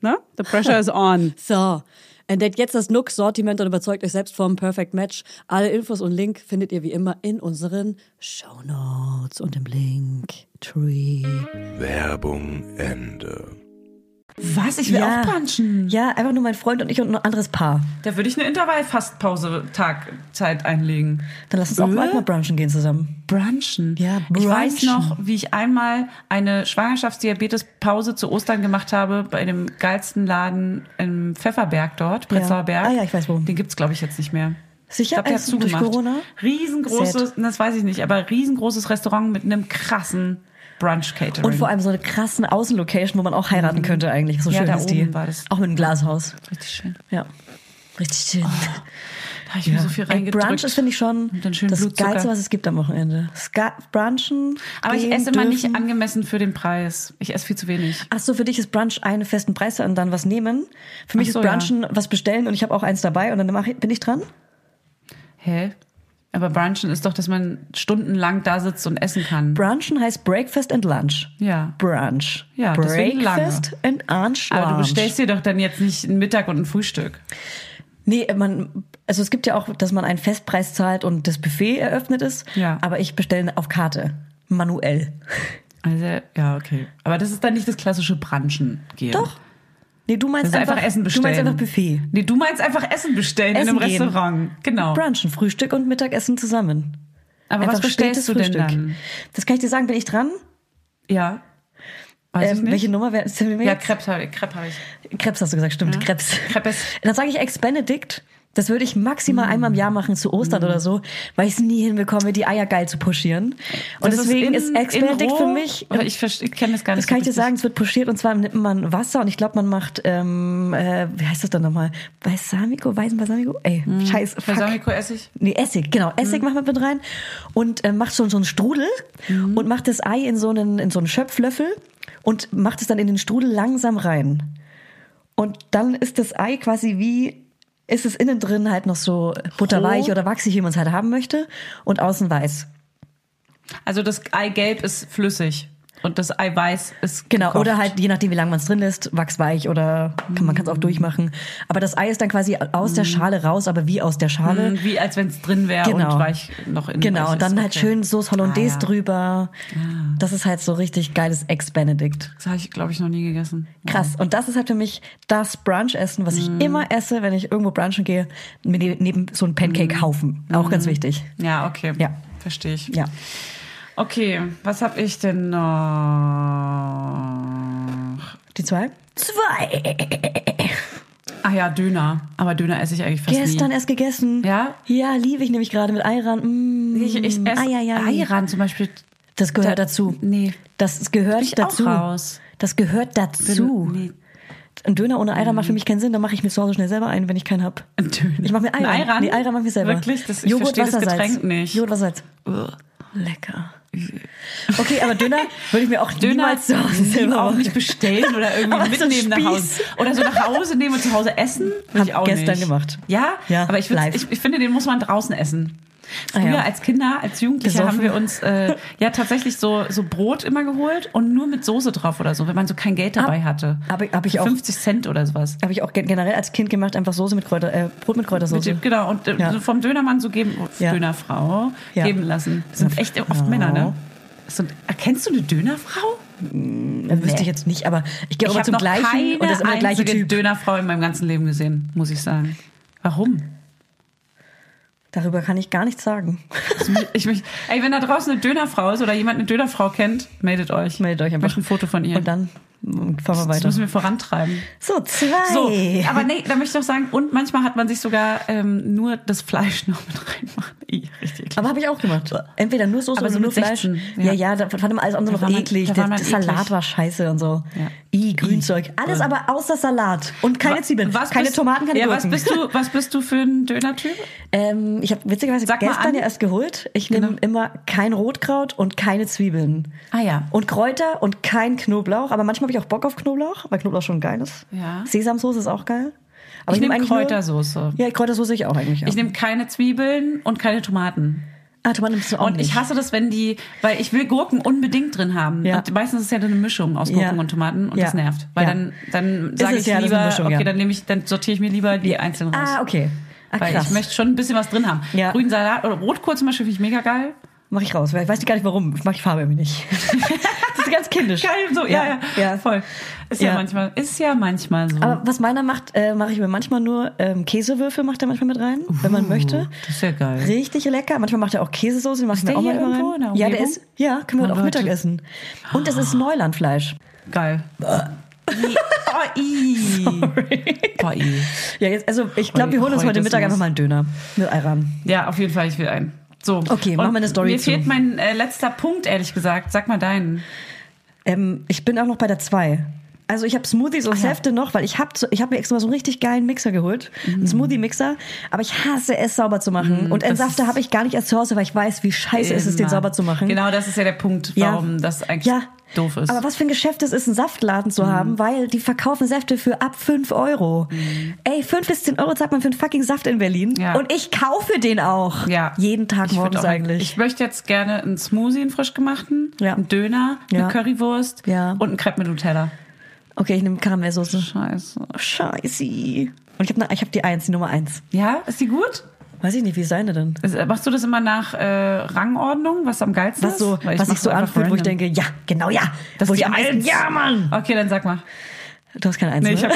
[SPEAKER 2] Ne? The pressure is on.
[SPEAKER 1] So, entdeckt jetzt das Nook-Sortiment und überzeugt euch selbst vom Perfect Match. Alle Infos und Link findet ihr wie immer in unseren Show Notes und im Link Tree.
[SPEAKER 5] Werbung Ende.
[SPEAKER 3] Was? Ich will
[SPEAKER 4] Ja.
[SPEAKER 3] auch punchen.
[SPEAKER 4] Ja, einfach nur mein Freund und ich und ein anderes Paar.
[SPEAKER 3] Da würde ich eine Intervall-Fastpause-Tag-Zeit einlegen.
[SPEAKER 4] Dann lass uns auch
[SPEAKER 3] Äh?
[SPEAKER 4] bald mal brunchen gehen zusammen.
[SPEAKER 3] Brunchen.
[SPEAKER 4] Ja,
[SPEAKER 3] Ich weiß
[SPEAKER 4] brunchen.
[SPEAKER 3] noch, wie ich einmal eine Schwangerschaftsdiabetes-Pause zu Ostern gemacht habe bei dem geilsten Laden im Pfefferberg dort, Prenzlauer Berg.
[SPEAKER 4] Ah ja, ich weiß wo.
[SPEAKER 3] Den gibt's glaube ich jetzt nicht mehr.
[SPEAKER 4] Sicher?
[SPEAKER 3] Ich glaube, der hat
[SPEAKER 4] Also durch
[SPEAKER 3] zugemacht.
[SPEAKER 4] Corona?
[SPEAKER 3] Riesengroßes, das weiß ich nicht, aber riesengroßes Restaurant mit einem krassen Brunch-Catering.
[SPEAKER 4] Und vor allem so eine krassen Außenlocation, wo man auch heiraten könnte eigentlich. So
[SPEAKER 3] Mhm. Ja,
[SPEAKER 4] schön
[SPEAKER 3] da
[SPEAKER 4] ist
[SPEAKER 3] oben
[SPEAKER 4] die.
[SPEAKER 3] war das.
[SPEAKER 4] Auch mit einem Glashaus.
[SPEAKER 3] Richtig schön.
[SPEAKER 4] Ja. Richtig schön.
[SPEAKER 3] Da habe ich mir Oh, so viel
[SPEAKER 4] Ey, Brunch
[SPEAKER 3] reingedrückt.
[SPEAKER 4] ist, finde ich, schon
[SPEAKER 3] Und dann schön
[SPEAKER 4] das
[SPEAKER 3] Blutzucker.
[SPEAKER 4] Geilste, was es gibt am Wochenende. Ska Brunchen.
[SPEAKER 3] aber ich
[SPEAKER 4] gehen
[SPEAKER 3] esse immer nicht
[SPEAKER 4] dürfen.
[SPEAKER 3] angemessen für den Preis. Ich esse viel zu wenig.
[SPEAKER 4] Ach so, für dich ist Brunch einen festen Preis und dann was nehmen. Für mich
[SPEAKER 3] Ach so,
[SPEAKER 4] ist Brunchen was bestellen und ich habe auch eins dabei und dann mach ich, bin ich dran.
[SPEAKER 3] Hä? Aber Brunchen ist doch, dass man stundenlang da sitzt und essen kann.
[SPEAKER 4] Brunchen heißt Breakfast and Lunch.
[SPEAKER 3] Ja.
[SPEAKER 4] Brunch.
[SPEAKER 3] Ja, deswegen
[SPEAKER 4] Breakfast and Lunch.
[SPEAKER 3] Aber du
[SPEAKER 4] Lunch.
[SPEAKER 3] bestellst dir doch dann jetzt nicht einen Mittag und ein Frühstück.
[SPEAKER 4] Nee, man, also es gibt ja auch, dass man einen Festpreis zahlt und das Buffet eröffnet ist.
[SPEAKER 3] Ja.
[SPEAKER 4] Aber ich bestelle auf Karte.
[SPEAKER 3] <laughs>
[SPEAKER 4] Manuell.
[SPEAKER 3] Also, ja, okay. Aber das ist dann nicht das klassische Branchen gehen.
[SPEAKER 4] Doch. Nee, du
[SPEAKER 3] Das
[SPEAKER 4] meinst
[SPEAKER 3] ist einfach, Essen bestellen.
[SPEAKER 4] Du meinst einfach Buffet.
[SPEAKER 3] Nee, du meinst einfach Essen bestellen in
[SPEAKER 4] Essen
[SPEAKER 3] einem
[SPEAKER 4] gehen.
[SPEAKER 3] Restaurant. Genau.
[SPEAKER 4] Brunchen, Frühstück und Mittagessen zusammen.
[SPEAKER 3] Aber was
[SPEAKER 4] Einfach
[SPEAKER 3] bestellst
[SPEAKER 4] spätes
[SPEAKER 3] du denn
[SPEAKER 4] Frühstück.
[SPEAKER 3] dann?
[SPEAKER 4] Das kann ich dir sagen, bin ich dran?
[SPEAKER 3] Ja. Weiß ich
[SPEAKER 4] Ähm,
[SPEAKER 3] nicht.
[SPEAKER 4] welche Nummer wäre mir
[SPEAKER 3] ja,
[SPEAKER 4] jetzt?
[SPEAKER 3] Krebs habe ich. Krebs habe ich.
[SPEAKER 4] Krebs hast du gesagt, stimmt, Krebs.
[SPEAKER 3] Krebs.
[SPEAKER 4] <laughs>
[SPEAKER 3] Mm.
[SPEAKER 4] Dann sage ich Ex Benedict. Das würde ich maximal einmal im Jahr machen zu Ostern oder so, weil ich es nie hinbekomme, die Eier geil zu pushieren. Und
[SPEAKER 3] Das
[SPEAKER 4] deswegen
[SPEAKER 3] in-
[SPEAKER 4] ist, Ex
[SPEAKER 3] in
[SPEAKER 4] Benedict
[SPEAKER 3] roh,
[SPEAKER 4] für mich.
[SPEAKER 3] Oder ich verste- ich kenne das gar nicht.
[SPEAKER 4] Das kann ich
[SPEAKER 3] so
[SPEAKER 4] dir sagen, es wird pushiert und zwar nimmt man Wasser und ich glaube, man macht, ähm, äh, wie heißt das dann nochmal? Balsamico, weißen Balsamico? Ey, scheiß,
[SPEAKER 3] richtig.
[SPEAKER 4] fuck.
[SPEAKER 3] Balsamico-Essig?
[SPEAKER 4] Nee, Essig, genau. Essig
[SPEAKER 3] Hm.
[SPEAKER 4] macht man mit rein und äh, macht so, so einen Strudel
[SPEAKER 3] Hm.
[SPEAKER 4] und macht das Ei in so einen, in so einen Schöpflöffel und macht es dann in den Strudel langsam rein. Und dann ist das Ei quasi wie, ist es innen drin halt noch so butterweich oder wachsig, wie man es halt haben möchte und außen weiß.
[SPEAKER 3] Also das Eigelb ist flüssig und das Eiweiß ist
[SPEAKER 4] Genau,
[SPEAKER 3] gekocht.
[SPEAKER 4] oder halt je nachdem, wie lange man es drin lässt, wachsweich oder kann, man kann es
[SPEAKER 3] Mhm.
[SPEAKER 4] auch durchmachen. Aber das Ei ist dann quasi aus der Schale raus, aber wie aus der Schale.
[SPEAKER 3] Mhm, Wie als wenn es drin wäre
[SPEAKER 4] ähm, Genau.
[SPEAKER 3] und weich noch in
[SPEAKER 4] Genau,
[SPEAKER 3] weich
[SPEAKER 4] und dann
[SPEAKER 3] ist.
[SPEAKER 4] halt
[SPEAKER 3] Mhm. Okay.
[SPEAKER 4] schön Sauce Hollandaise
[SPEAKER 3] Ah, ja.
[SPEAKER 4] drüber. Das ist halt so richtig geiles Ex-Benedict.
[SPEAKER 3] Das habe ich, glaube ich, noch nie gegessen.
[SPEAKER 4] Krass. Und das ist halt für mich das Brunchessen, was ich
[SPEAKER 3] Mhm.
[SPEAKER 4] immer esse, wenn ich irgendwo brunchen gehe, mit ne- neben so einem Pancake-Haufen.
[SPEAKER 3] Mhm.
[SPEAKER 4] Auch ganz wichtig.
[SPEAKER 3] Ja, okay.
[SPEAKER 4] Ja.
[SPEAKER 3] Verstehe ich.
[SPEAKER 4] Ja.
[SPEAKER 3] Okay, was habe ich denn noch?
[SPEAKER 4] Die zwei? Zwei!
[SPEAKER 3] Ah ja, Döner. Aber Döner esse ich eigentlich fast
[SPEAKER 4] Gestern
[SPEAKER 3] nie.
[SPEAKER 4] erst gegessen.
[SPEAKER 3] Ja?
[SPEAKER 4] Ja, liebe ich nämlich gerade mit Eiran. Mm.
[SPEAKER 3] Ich, ich esse
[SPEAKER 4] Ei, ei, ei.
[SPEAKER 3] Ayran zum Beispiel.
[SPEAKER 4] Das gehört
[SPEAKER 3] Da-
[SPEAKER 4] dazu.
[SPEAKER 3] Nee.
[SPEAKER 4] Das gehört
[SPEAKER 3] ich auch
[SPEAKER 4] dazu.
[SPEAKER 3] raus.
[SPEAKER 4] Das gehört dazu.
[SPEAKER 3] Nee. Mhm.
[SPEAKER 4] Ein Döner ohne Eier macht für mich keinen Sinn, dann mache ich mir zu Hause schnell selber einen, wenn ich keinen hab.
[SPEAKER 3] Ein Döner.
[SPEAKER 4] Ich mache mir Eier.
[SPEAKER 3] Ein Ayran?
[SPEAKER 4] Nee, Eier mache ich mir selber.
[SPEAKER 3] Wirklich? Das- ich verstehe das
[SPEAKER 4] Wassersalz.
[SPEAKER 3] Getränk nicht.
[SPEAKER 4] Joghurt, Wassersalz. Lecker. Okay, aber Döner würde ich mir auch
[SPEAKER 3] Döner
[SPEAKER 4] niemals zu Hause selber
[SPEAKER 3] auch
[SPEAKER 4] machen.
[SPEAKER 3] nicht bestellen
[SPEAKER 4] <laughs>
[SPEAKER 3] oder
[SPEAKER 4] Aber
[SPEAKER 3] irgendwie
[SPEAKER 4] so ein
[SPEAKER 3] mitnehmen nach Hause.
[SPEAKER 4] Spieß.
[SPEAKER 3] Oder so nach Hause nehmen und zu Hause essen. Würde
[SPEAKER 4] Hab
[SPEAKER 3] ich auch
[SPEAKER 4] gestern
[SPEAKER 3] nicht.
[SPEAKER 4] gemacht.
[SPEAKER 3] Ja,
[SPEAKER 4] Ja,
[SPEAKER 3] aber ich, würd's-
[SPEAKER 4] live.
[SPEAKER 3] ich, ich finde, den muss man draußen essen.
[SPEAKER 4] Ah,
[SPEAKER 3] Früher
[SPEAKER 4] ja.
[SPEAKER 3] als Kinder, als Jugendliche
[SPEAKER 4] Gesoffen.
[SPEAKER 3] haben wir uns äh, ja tatsächlich so, so Brot immer geholt und nur mit Soße drauf oder so, wenn man so kein Geld dabei
[SPEAKER 4] Hab-
[SPEAKER 3] hatte.
[SPEAKER 4] Ah, hab ich- hab ich auch.
[SPEAKER 3] 50 Cent oder sowas.
[SPEAKER 4] Habe ich auch gen- generell als Kind gemacht, einfach Soße mit Kräuter, äh, Brot mit
[SPEAKER 3] Mit
[SPEAKER 4] Kräutersoße.
[SPEAKER 3] dem, genau, und äh,
[SPEAKER 4] Ja.
[SPEAKER 3] so vom Dönermann so geben, oh,
[SPEAKER 4] Ja.
[SPEAKER 3] Dönerfrau
[SPEAKER 4] Ja.
[SPEAKER 3] geben lassen. Das sind echt oft Männer, ne? Das sind, erkennst du eine Dönerfrau?
[SPEAKER 4] Das Äh, wüsste ich jetzt nicht, aber ich gehe
[SPEAKER 3] Ich
[SPEAKER 4] immer
[SPEAKER 3] habe
[SPEAKER 4] zum
[SPEAKER 3] noch
[SPEAKER 4] gleichen
[SPEAKER 3] keine
[SPEAKER 4] und das ist immer der gleiche
[SPEAKER 3] einzige
[SPEAKER 4] Typ.
[SPEAKER 3] Dönerfrau in meinem ganzen Leben gesehen, muss ich sagen. Warum?
[SPEAKER 4] Darüber kann ich gar nichts sagen.
[SPEAKER 3] Das mich- Ich mich, ey, wenn da draußen eine Dönerfrau ist oder jemand eine Dönerfrau kennt, meldet euch.
[SPEAKER 4] Meldet euch einfach.
[SPEAKER 3] Ich möchte ein Foto von ihr.
[SPEAKER 4] Und dann mm, fahren wir
[SPEAKER 3] das
[SPEAKER 4] weiter.
[SPEAKER 3] müssen wir vorantreiben.
[SPEAKER 4] So, zwei.
[SPEAKER 3] So, aber nee, da möchte ich noch sagen, und manchmal hat man sich sogar ähm, nur das Fleisch <laughs> noch mit reinmachen. I, richtig.
[SPEAKER 4] Aber habe ich auch gemacht. Entweder nur Soße
[SPEAKER 3] Aber
[SPEAKER 4] oder
[SPEAKER 3] so
[SPEAKER 4] nur
[SPEAKER 3] mit
[SPEAKER 4] Fleisch.
[SPEAKER 3] 16, ja.
[SPEAKER 4] ja. ja, da fand immer alles andere
[SPEAKER 3] Da war
[SPEAKER 4] noch
[SPEAKER 3] man-
[SPEAKER 4] eklig.
[SPEAKER 3] da war
[SPEAKER 4] Der,
[SPEAKER 3] man
[SPEAKER 4] der Salat
[SPEAKER 3] eklig.
[SPEAKER 4] war scheiße und so.
[SPEAKER 3] Ja.
[SPEAKER 4] I, Grünzeug. Alles
[SPEAKER 3] Voll.
[SPEAKER 4] aber außer Salat. Und keine Zwiebeln.
[SPEAKER 3] Was
[SPEAKER 4] keine
[SPEAKER 3] bist-
[SPEAKER 4] Tomaten, keine
[SPEAKER 3] ja,
[SPEAKER 4] Gurken.
[SPEAKER 3] was bist du, was bist du für ein Dönertyp?
[SPEAKER 4] Ähm, ich habe witzigerweise
[SPEAKER 3] Sag mal an. Genau.
[SPEAKER 4] gestern ja erst geholt. Ich nehme immer kein Rotkraut und keine Zwiebeln.
[SPEAKER 3] Ah ja.
[SPEAKER 4] Und Kräuter und kein Knoblauch. Aber manchmal habe ich auch Bock auf Knoblauch, weil Knoblauch schon geil ist.
[SPEAKER 3] Ja.
[SPEAKER 4] Sesamsoße ist auch geil. Aber
[SPEAKER 3] Ich
[SPEAKER 4] nehm
[SPEAKER 3] nehm
[SPEAKER 4] eigentlich nur-
[SPEAKER 3] Kräutersoße.
[SPEAKER 4] Ja, Kräutersoße ich auch eigentlich. Ja.
[SPEAKER 3] Ich nehme keine Zwiebeln und keine Tomaten.
[SPEAKER 4] ah, Tomaten nimmst du auch
[SPEAKER 3] Und
[SPEAKER 4] nicht.
[SPEAKER 3] ich hasse das, wenn die, weil ich will Gurken unbedingt drin haben.
[SPEAKER 4] Ja.
[SPEAKER 3] Und meistens ist es ja dann eine Mischung aus Gurken
[SPEAKER 4] Ja.
[SPEAKER 3] und Tomaten und
[SPEAKER 4] Ja.
[SPEAKER 3] das nervt. Weil
[SPEAKER 4] Ja.
[SPEAKER 3] dann, dann
[SPEAKER 4] Ist
[SPEAKER 3] sage
[SPEAKER 4] es
[SPEAKER 3] ich
[SPEAKER 4] ja, das ist
[SPEAKER 3] lieber,
[SPEAKER 4] eine Mischung,
[SPEAKER 3] okay,
[SPEAKER 4] ja.
[SPEAKER 3] dann nehme ich, dann sortiere ich mir lieber die einzelnen raus.
[SPEAKER 4] Ah, okay. Ah,
[SPEAKER 3] Weil
[SPEAKER 4] krass.
[SPEAKER 3] ich möchte schon ein bisschen was drin haben.
[SPEAKER 4] Ja.
[SPEAKER 3] Grünen Salat oder Rotkohl zum Beispiel finde ich mega geil.
[SPEAKER 4] Mach ich raus, weil ich weiß gar nicht warum. Ich mache die Farbe irgendwie
[SPEAKER 3] <laughs>
[SPEAKER 4] nicht. das ist ganz kindisch.
[SPEAKER 3] Geil, so, ja, ja,
[SPEAKER 4] ja.
[SPEAKER 3] voll. Ist ja.
[SPEAKER 4] Ja.
[SPEAKER 3] manchmal, ist ja manchmal so.
[SPEAKER 4] Aber was meiner macht, äh, mache ich mir manchmal nur ähm, Käsewürfel, macht er manchmal mit rein, wenn
[SPEAKER 3] Uh.
[SPEAKER 4] man möchte.
[SPEAKER 3] das ist ja geil.
[SPEAKER 4] Richtig lecker. Manchmal macht er auch Käsesoße, die mache ich mir
[SPEAKER 3] der
[SPEAKER 4] auch mal
[SPEAKER 3] hier
[SPEAKER 4] immer
[SPEAKER 3] irgendwo in der
[SPEAKER 4] rein. Ja, der
[SPEAKER 3] Umgebung? Ah.
[SPEAKER 4] ist, ja, können wir
[SPEAKER 3] Oh,
[SPEAKER 4] auch
[SPEAKER 3] Leute.
[SPEAKER 4] Mittag essen. Und das ist Neulandfleisch. <laughs>
[SPEAKER 3] Geil. Nee. Oh, i. Boah, i.
[SPEAKER 4] Ja, jetzt, also ich glaube, wir holen uns
[SPEAKER 3] Heute
[SPEAKER 4] heute
[SPEAKER 3] ist
[SPEAKER 4] Mittag
[SPEAKER 3] los.
[SPEAKER 4] einfach mal einen Döner mit Ayran.
[SPEAKER 3] Ja, auf jeden Fall, ich will einen. So.
[SPEAKER 4] Okay, machen wir eine Story
[SPEAKER 3] Mir
[SPEAKER 4] zu.
[SPEAKER 3] fehlt mein äh, letzter Punkt, ehrlich gesagt. Sag mal deinen.
[SPEAKER 4] Ähm, ich bin auch noch bei der 2. Also ich habe Smoothies
[SPEAKER 3] Ah
[SPEAKER 4] und Säfte noch, weil ich habe ich hab mir extra so einen richtig geilen Mixer geholt, einen Smoothie-Mixer, aber ich hasse es sauber zu machen. und
[SPEAKER 3] Mhm. das
[SPEAKER 4] Entsafter habe ich gar nicht erst zu Hause, weil ich weiß, wie scheiße ist es, den
[SPEAKER 3] Immer.
[SPEAKER 4] sauber zu machen.
[SPEAKER 3] Genau, das ist ja der Punkt,
[SPEAKER 4] Ja.
[SPEAKER 3] warum das eigentlich
[SPEAKER 4] Ja.
[SPEAKER 3] doof ist. Mhm.
[SPEAKER 4] Aber was für ein Geschäft es ist, einen Saftladen zu haben, weil die verkaufen Säfte für ab 5 Euro. Ey, 5 bis 10 Euro zahlt man für einen fucking Saft in Berlin.
[SPEAKER 3] Mhm. Ja.
[SPEAKER 4] Und ich kaufe den auch.
[SPEAKER 3] ja.
[SPEAKER 4] Jeden Tag
[SPEAKER 3] Ich würd
[SPEAKER 4] morgens
[SPEAKER 3] auch-
[SPEAKER 4] eigentlich.
[SPEAKER 3] Ich möchte jetzt gerne einen Smoothie, einen frisch gemachten,
[SPEAKER 4] Ja.
[SPEAKER 3] einen Döner,
[SPEAKER 4] Ja.
[SPEAKER 3] eine Currywurst
[SPEAKER 4] Ja.
[SPEAKER 3] und einen Crepe mit Nutella.
[SPEAKER 4] okay, ich nehme Karamellsoße.
[SPEAKER 3] Scheiße.
[SPEAKER 4] Scheiße. Und ich habe ich hab die 1, die Nummer 1.
[SPEAKER 3] Ja, ist die gut?
[SPEAKER 4] Weiß ich nicht, wie ist deine denn?
[SPEAKER 3] Ist- äh, Machst du das immer nach äh, Rangordnung, was am geilsten
[SPEAKER 4] Was so,
[SPEAKER 3] ist? Weil
[SPEAKER 4] was
[SPEAKER 3] mach
[SPEAKER 4] sich so
[SPEAKER 3] einfach
[SPEAKER 4] anfühlt, wo ich
[SPEAKER 3] random.
[SPEAKER 4] denke, ja, genau ja.
[SPEAKER 3] Das
[SPEAKER 4] wo
[SPEAKER 3] ist
[SPEAKER 4] ich
[SPEAKER 3] die
[SPEAKER 4] am meisten,
[SPEAKER 3] Eins.
[SPEAKER 4] ja, Mann.
[SPEAKER 3] Okay, dann sag mal.
[SPEAKER 4] Du hast keine Eins,
[SPEAKER 3] Nee,
[SPEAKER 4] ne? <laughs>
[SPEAKER 3] ich hab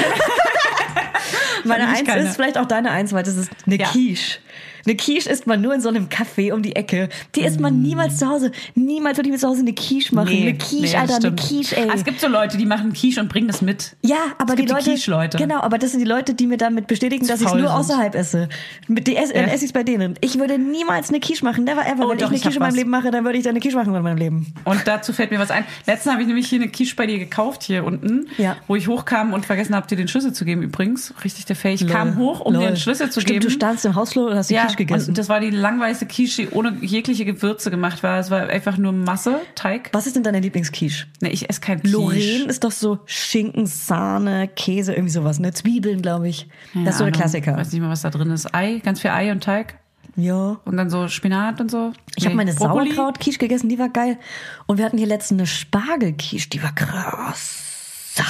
[SPEAKER 4] Meine
[SPEAKER 3] hab ich
[SPEAKER 4] Eins
[SPEAKER 3] keine.
[SPEAKER 4] ist vielleicht auch deine Eins, weil das ist eine
[SPEAKER 3] Ja.
[SPEAKER 4] Quiche. Eine Quiche isst man nur in so einem Café um die Ecke. Die isst man niemals zu Hause. Niemals würde ich mir zu Hause eine Quiche machen. eine Quiche,
[SPEAKER 3] Mm. das
[SPEAKER 4] Alter, eine
[SPEAKER 3] stimmt.
[SPEAKER 4] Quiche, ey.
[SPEAKER 3] Ah, Es gibt so Leute, die machen Quiche und bringen das mit.
[SPEAKER 4] ja, aber
[SPEAKER 3] gibt
[SPEAKER 4] die
[SPEAKER 3] die
[SPEAKER 4] Leute,
[SPEAKER 3] Quiche-Leute.
[SPEAKER 4] genau, aber das sind die Leute, die mir damit bestätigen, dass ich es
[SPEAKER 3] faul
[SPEAKER 4] nur
[SPEAKER 3] sind.
[SPEAKER 4] außerhalb esse. Mit die ess, dann
[SPEAKER 3] Ja.
[SPEAKER 4] esse ich es bei denen. Ich würde niemals eine Quiche machen, never ever.
[SPEAKER 3] Oh,
[SPEAKER 4] Wenn ich
[SPEAKER 3] doch,
[SPEAKER 4] eine
[SPEAKER 3] ich hab
[SPEAKER 4] Quiche in meinem
[SPEAKER 3] was.
[SPEAKER 4] Leben mache, dann würde ich da eine Quiche machen in meinem Leben.
[SPEAKER 3] Und dazu fällt mir was ein. Letztens habe ich nämlich hier eine Quiche bei dir gekauft, hier unten,
[SPEAKER 4] Ja.
[SPEAKER 3] wo ich hochkam und vergessen habe, dir den Schlüssel zu geben übrigens. Richtig der Fail. Ich
[SPEAKER 4] Lol.
[SPEAKER 3] kam hoch, um dir
[SPEAKER 4] Lol.
[SPEAKER 3] den Schlüssel zu
[SPEAKER 4] Stimmt,
[SPEAKER 3] geben.
[SPEAKER 4] du standst im Hausflur und hast die
[SPEAKER 3] ja,
[SPEAKER 4] Quiche gegessen.
[SPEAKER 3] und das war die langweiligste Quiche, die ohne jegliche Gewürze gemacht war. Es war einfach nur Masse, Teig.
[SPEAKER 4] Was ist denn deine Lieblingsquiche?
[SPEAKER 3] Nee, ich esse kein
[SPEAKER 4] Lorraine
[SPEAKER 3] Quiche.
[SPEAKER 4] ist doch so Schinken, Sahne, Käse, irgendwie sowas, ne? Zwiebeln, glaube ich. das ist so der
[SPEAKER 3] Keine Ahnung.
[SPEAKER 4] Klassiker.
[SPEAKER 3] Weiß nicht mal, was da drin ist. Ei, ganz viel Ei und Teig.
[SPEAKER 4] Ja.
[SPEAKER 3] Und dann so Spinat und so.
[SPEAKER 4] Ich habe meine
[SPEAKER 3] Brokkoli.
[SPEAKER 4] Sauerkraut-Quiche gegessen, die war geil. Und wir hatten hier letztens eine Spargel-Quiche, die war krass.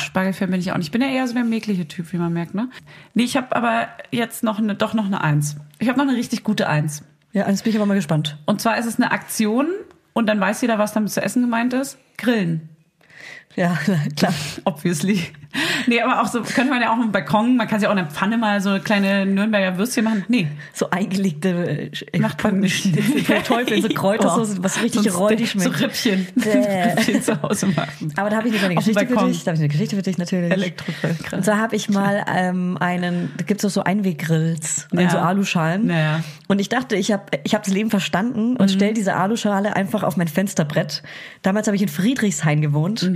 [SPEAKER 3] Spargelfan bin ich auch nicht. Ich bin ja eher so der mägliche Typ, wie man merkt, ne? Nee, ich habe aber jetzt noch eine, doch noch eine Eins. Ich habe noch eine richtig gute Eins.
[SPEAKER 4] Ja, jetzt bin ich aber mal gespannt.
[SPEAKER 3] Und zwar ist es eine Aktion und dann weiß jeder, was damit zu essen gemeint ist. Grillen.
[SPEAKER 4] Ja, <laughs> klar.
[SPEAKER 3] Obviously. <laughs> Nee, aber auch so, könnte man ja auch im Balkon, man kann sich auch in der Pfanne mal so kleine Nürnberger Würstchen machen. Nee,
[SPEAKER 4] So eingelegte äh,
[SPEAKER 3] macht
[SPEAKER 4] <laughs>
[SPEAKER 3] man nicht. Oh,
[SPEAKER 4] Kartoffeln,
[SPEAKER 3] <laughs>
[SPEAKER 4] so Kräutersoße, was richtig
[SPEAKER 3] Sonst
[SPEAKER 4] räudig
[SPEAKER 3] So
[SPEAKER 4] schmeckt.
[SPEAKER 3] Rippchen.
[SPEAKER 4] <laughs> Bäh.
[SPEAKER 3] <laughs> Rippchen zu Hause machen.
[SPEAKER 4] Aber da habe ich nicht eine
[SPEAKER 3] Auf dem
[SPEAKER 4] Geschichte für
[SPEAKER 3] Balkon.
[SPEAKER 4] dich. Da habe ich eine Geschichte für dich natürlich.
[SPEAKER 3] Elektrogrill, krass.
[SPEAKER 4] Und zwar habe ich mal ähm, einen, da gibt es so Einweggrills,
[SPEAKER 3] Ja.
[SPEAKER 4] ja. so Aluschalen.
[SPEAKER 3] Ja, Mhm. ja.
[SPEAKER 4] Und ich dachte, ich habe ich hab das Leben verstanden
[SPEAKER 3] Mhm.
[SPEAKER 4] und stell diese Aluschale einfach auf mein Fensterbrett. Damals habe ich in Friedrichshain gewohnt.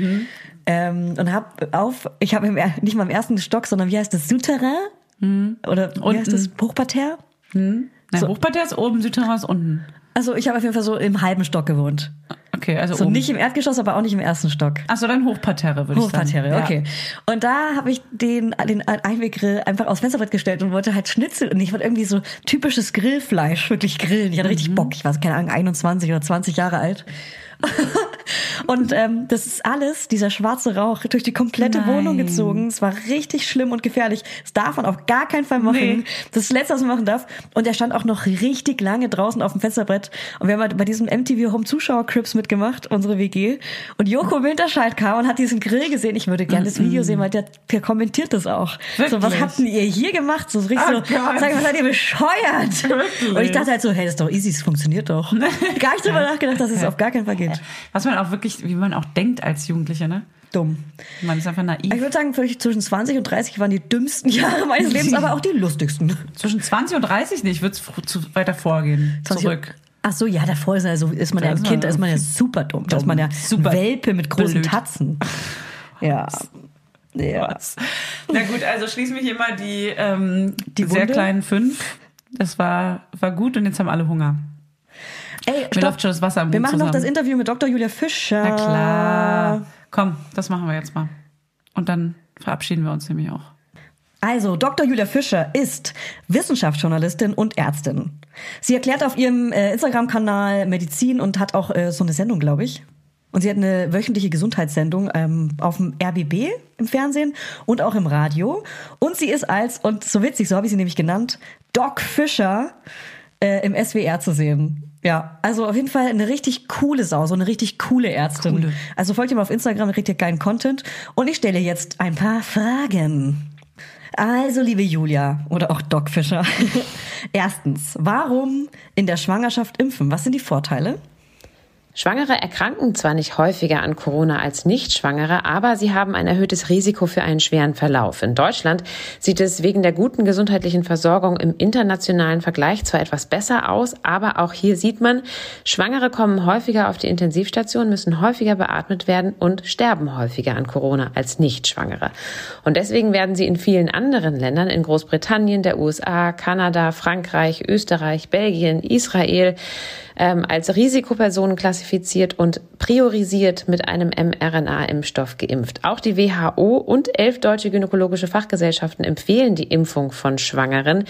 [SPEAKER 4] Ähm, und habe auf, ich habe im er- nicht mal im ersten Stock, sondern wie heißt das, Souterrain?
[SPEAKER 3] Mhm.
[SPEAKER 4] Oder wie heißt das, Hochparterre?
[SPEAKER 3] Nein, Hochparterre ist oben, Südterrain ist unten.
[SPEAKER 4] Also ich habe auf jeden Fall so im halben Stock gewohnt.
[SPEAKER 3] Okay, also
[SPEAKER 4] So
[SPEAKER 3] oben.
[SPEAKER 4] nicht im Erdgeschoss, aber auch nicht im ersten Stock.
[SPEAKER 3] Achso, dann Hochparterre, würde ich sagen.
[SPEAKER 4] Hochparterre,
[SPEAKER 3] Ja.
[SPEAKER 4] okay. Und da habe ich den, den Einweggrill einfach aufs Fensterbrett gestellt und wollte halt Schnitzel und ich wollte irgendwie so typisches Grillfleisch wirklich grillen. Ich hatte
[SPEAKER 3] Mhm.
[SPEAKER 4] richtig Bock. Ich war, keine Ahnung, 21 oder 20 Jahre alt. <laughs> und ähm, das ist alles, dieser schwarze Rauch, durch die komplette Wohnung
[SPEAKER 3] Mhm.
[SPEAKER 4] gezogen. Es war richtig schlimm und gefährlich. Das darf man auf gar keinen Fall machen.
[SPEAKER 3] Nee.
[SPEAKER 4] Das ist das Letzte, was man machen darf. Und er stand auch noch richtig lange draußen auf dem Fensterbrett. Und wir haben halt bei diesem MTV Home Zuschauer Crips mitgemacht, unsere WG. Und Joko Winterscheid kam und hat diesen Grill gesehen. Ich würde gerne das Video sehen, weil der, der kommentiert das auch. So, was
[SPEAKER 3] Mhm. Wirklich?
[SPEAKER 4] habt denn ihr hier gemacht? So richtig so,
[SPEAKER 3] Oh Gott.
[SPEAKER 4] sag mal, seid ihr bescheuert? Und ich dachte halt so, hey, das ist doch easy, es funktioniert
[SPEAKER 3] <laughs>
[SPEAKER 4] doch. Gar nicht drüber nachgedacht, dass es auf gar keinen Fall geht.
[SPEAKER 3] Was man auch wirklich, wie man auch denkt als Jugendlicher, ne?
[SPEAKER 4] Dumm.
[SPEAKER 3] Man ist einfach
[SPEAKER 4] Ich
[SPEAKER 3] naiv.
[SPEAKER 4] würde sagen, vielleicht zwischen 20 und 30 waren die dümmsten <laughs> Jahre meines Lebens, aber auch die lustigsten.
[SPEAKER 3] Zwischen 20 und 30 nicht, würde es weiter vorgehen.
[SPEAKER 4] 20
[SPEAKER 3] Zurück.
[SPEAKER 4] Ach so, ja, davor ist, also, ist man ja ein
[SPEAKER 3] ist
[SPEAKER 4] Kind,
[SPEAKER 3] man-
[SPEAKER 4] da ist man ja super dumm. Da ist man ja
[SPEAKER 3] Super
[SPEAKER 4] Welpe mit großen
[SPEAKER 3] blöd. <laughs>
[SPEAKER 4] Tatzen. Ja. ja.
[SPEAKER 3] Was? Na gut, also schließ mich immer die, ähm, die sehr
[SPEAKER 4] Wunde?
[SPEAKER 3] kleinen fünf. Das war, war gut und jetzt haben alle Hunger.
[SPEAKER 4] Ey,
[SPEAKER 3] Mir
[SPEAKER 4] stopp.
[SPEAKER 3] läuft schon das Wasser im
[SPEAKER 4] Wir
[SPEAKER 3] Mund
[SPEAKER 4] machen noch das
[SPEAKER 3] zusammen.
[SPEAKER 4] Interview mit Dr. Julia Fischer.
[SPEAKER 3] Na klar. Komm, das machen wir jetzt mal. Und dann verabschieden wir uns nämlich auch.
[SPEAKER 4] Also, Dr. Julia Fischer ist Wissenschaftsjournalistin und Ärztin. Sie erklärt auf ihrem äh, Instagram-Kanal Medizin und hat auch äh, so eine Sendung, glaube ich. Und sie hat eine wöchentliche Gesundheitssendung ähm, auf dem RBB im Fernsehen und auch im Radio. Und sie ist als, und so witzig, so habe ich sie nämlich genannt, Doc Fischer äh, im SWR zu sehen. Ja, also auf jeden Fall eine richtig coole Sau, so eine richtig coole Ärztin. Also folgt ihr mal auf Instagram, kriegt ihr geilen Content. Und ich stelle jetzt ein paar Fragen. Also, liebe Julia oder auch Doc Fischer. <laughs> Erstens, warum in der Schwangerschaft impfen? Was sind die Vorteile?
[SPEAKER 7] Schwangere erkranken zwar nicht häufiger an Corona als Nichtschwangere, aber sie haben ein erhöhtes Risiko für einen schweren Verlauf. In Deutschland sieht es wegen der guten gesundheitlichen Versorgung im internationalen Vergleich zwar etwas besser aus, aber auch hier sieht man, Schwangere kommen häufiger auf die Intensivstation, müssen häufiger beatmet werden und sterben häufiger an Corona als Nichtschwangere. Und deswegen werden sie in vielen anderen Ländern, in Großbritannien, der USA, Kanada, Frankreich, Österreich, Belgien, Israel, ähm, als Risikopersonen klassifiziert und priorisiert mit einem mRNA-Impfstoff geimpft. Auch die WHO und elf deutsche gynäkologische Fachgesellschaften empfehlen die Impfung von Schwangeren.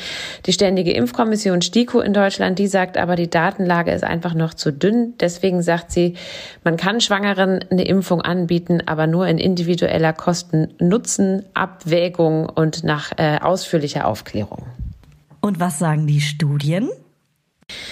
[SPEAKER 7] Die Ständige Impfkommission STIKO in Deutschland, die sagt aber, die Datenlage ist einfach noch zu dünn. Deswegen sagt sie, man kann Schwangeren eine Impfung anbieten, aber nur in individueller Kosten-Nutzen-Abwägung und nach äh, ausführlicher Aufklärung.
[SPEAKER 4] Und was sagen die Studien?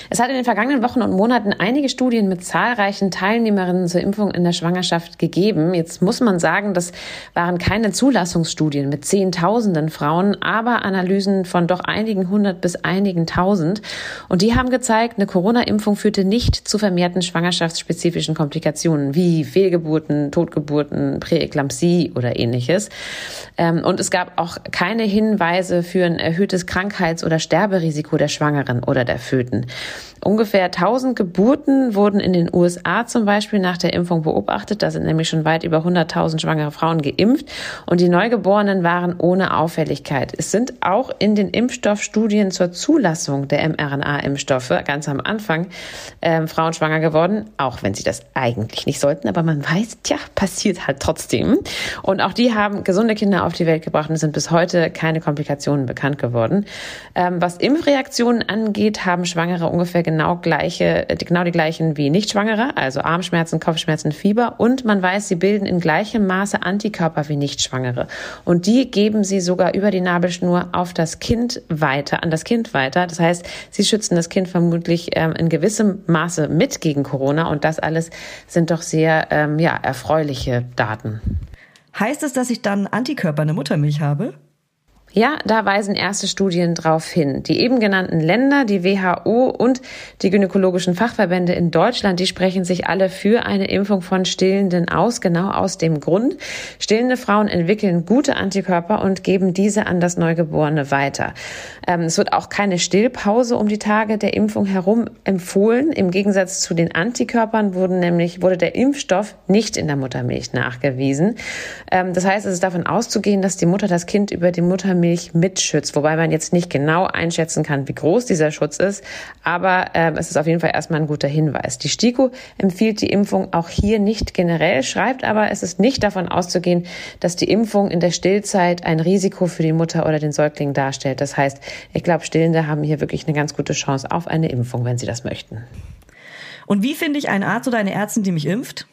[SPEAKER 7] Es hat in den vergangenen Wochen und Monaten einige Studien mit zahlreichen Teilnehmerinnen zur Impfung in der Schwangerschaft gegeben. Jetzt muss man sagen, das waren keine Zulassungsstudien mit Zehntausenden Frauen, aber Analysen von doch einigen hundert bis einigen tausend. Und die haben gezeigt, eine Corona-Impfung führte nicht zu vermehrten schwangerschaftsspezifischen Komplikationen wie Fehlgeburten, Totgeburten, Präeklampsie oder ähnliches. Ähm, Und es gab auch keine Hinweise für ein erhöhtes Krankheits- oder Sterberisiko der Schwangeren oder der Föten. Ungefähr 1000 Geburten wurden in den USA zum Beispiel nach der Impfung beobachtet. Da sind nämlich schon weit über 100.000 schwangere Frauen geimpft und die Neugeborenen waren ohne Auffälligkeit. Es sind auch in den Impfstoffstudien zur Zulassung der mRNA-Impfstoffe ganz am Anfang ähm, Frauen schwanger geworden, auch wenn sie das eigentlich nicht sollten. Aber man weiß, tja, passiert halt trotzdem. Und auch die haben gesunde Kinder auf die Welt gebracht und es sind bis heute keine Komplikationen bekannt geworden. Ähm, was Impfreaktionen angeht, haben Schwangere ungefähr genau gleiche, äh, genau die gleichen wie Nichtschwangere, also Armschmerzen, Kopfschmerzen, Fieber. Und man weiß, sie bilden in gleichem Maße Antikörper wie Nichtschwangere. Und die geben sie sogar über die Nabelschnur auf das Kind weiter, an das Kind weiter. Das heißt, sie schützen das Kind vermutlich ähm, in gewissem Maße mit gegen Corona. Und das alles sind doch sehr ähm, ja, erfreuliche Daten.
[SPEAKER 4] Heißt es, dass ich dann Antikörper in der Muttermilch habe?
[SPEAKER 7] Ja, da weisen erste Studien darauf hin. Die eben genannten Länder, die WHO und die gynäkologischen Fachverbände in Deutschland, die sprechen sich alle für eine Impfung von Stillenden aus, genau aus dem Grund. Stillende Frauen entwickeln gute Antikörper und geben diese an das Neugeborene weiter. Ähm, es wird auch keine Stillpause um die Tage der Impfung herum empfohlen. Im Gegensatz zu den Antikörpern wurden nämlich, wurde der Impfstoff nicht in der Muttermilch nachgewiesen. Ähm, das heißt, es ist davon auszugehen, dass die Mutter das Kind über die Muttermilch Milch mitschützt, wobei man jetzt nicht genau einschätzen kann, wie groß dieser Schutz ist, aber ähm, es ist auf jeden Fall erstmal ein guter Hinweis. Die STIKO empfiehlt die Impfung auch hier nicht generell, schreibt aber, es ist nicht davon auszugehen, dass die Impfung in der Stillzeit ein Risiko für die Mutter oder den Säugling darstellt. Das heißt, ich glaube, Stillende haben hier wirklich eine ganz gute Chance auf eine Impfung, wenn sie das möchten.
[SPEAKER 4] Und wie finde ich einen Arzt oder eine Ärztin, die mich impft?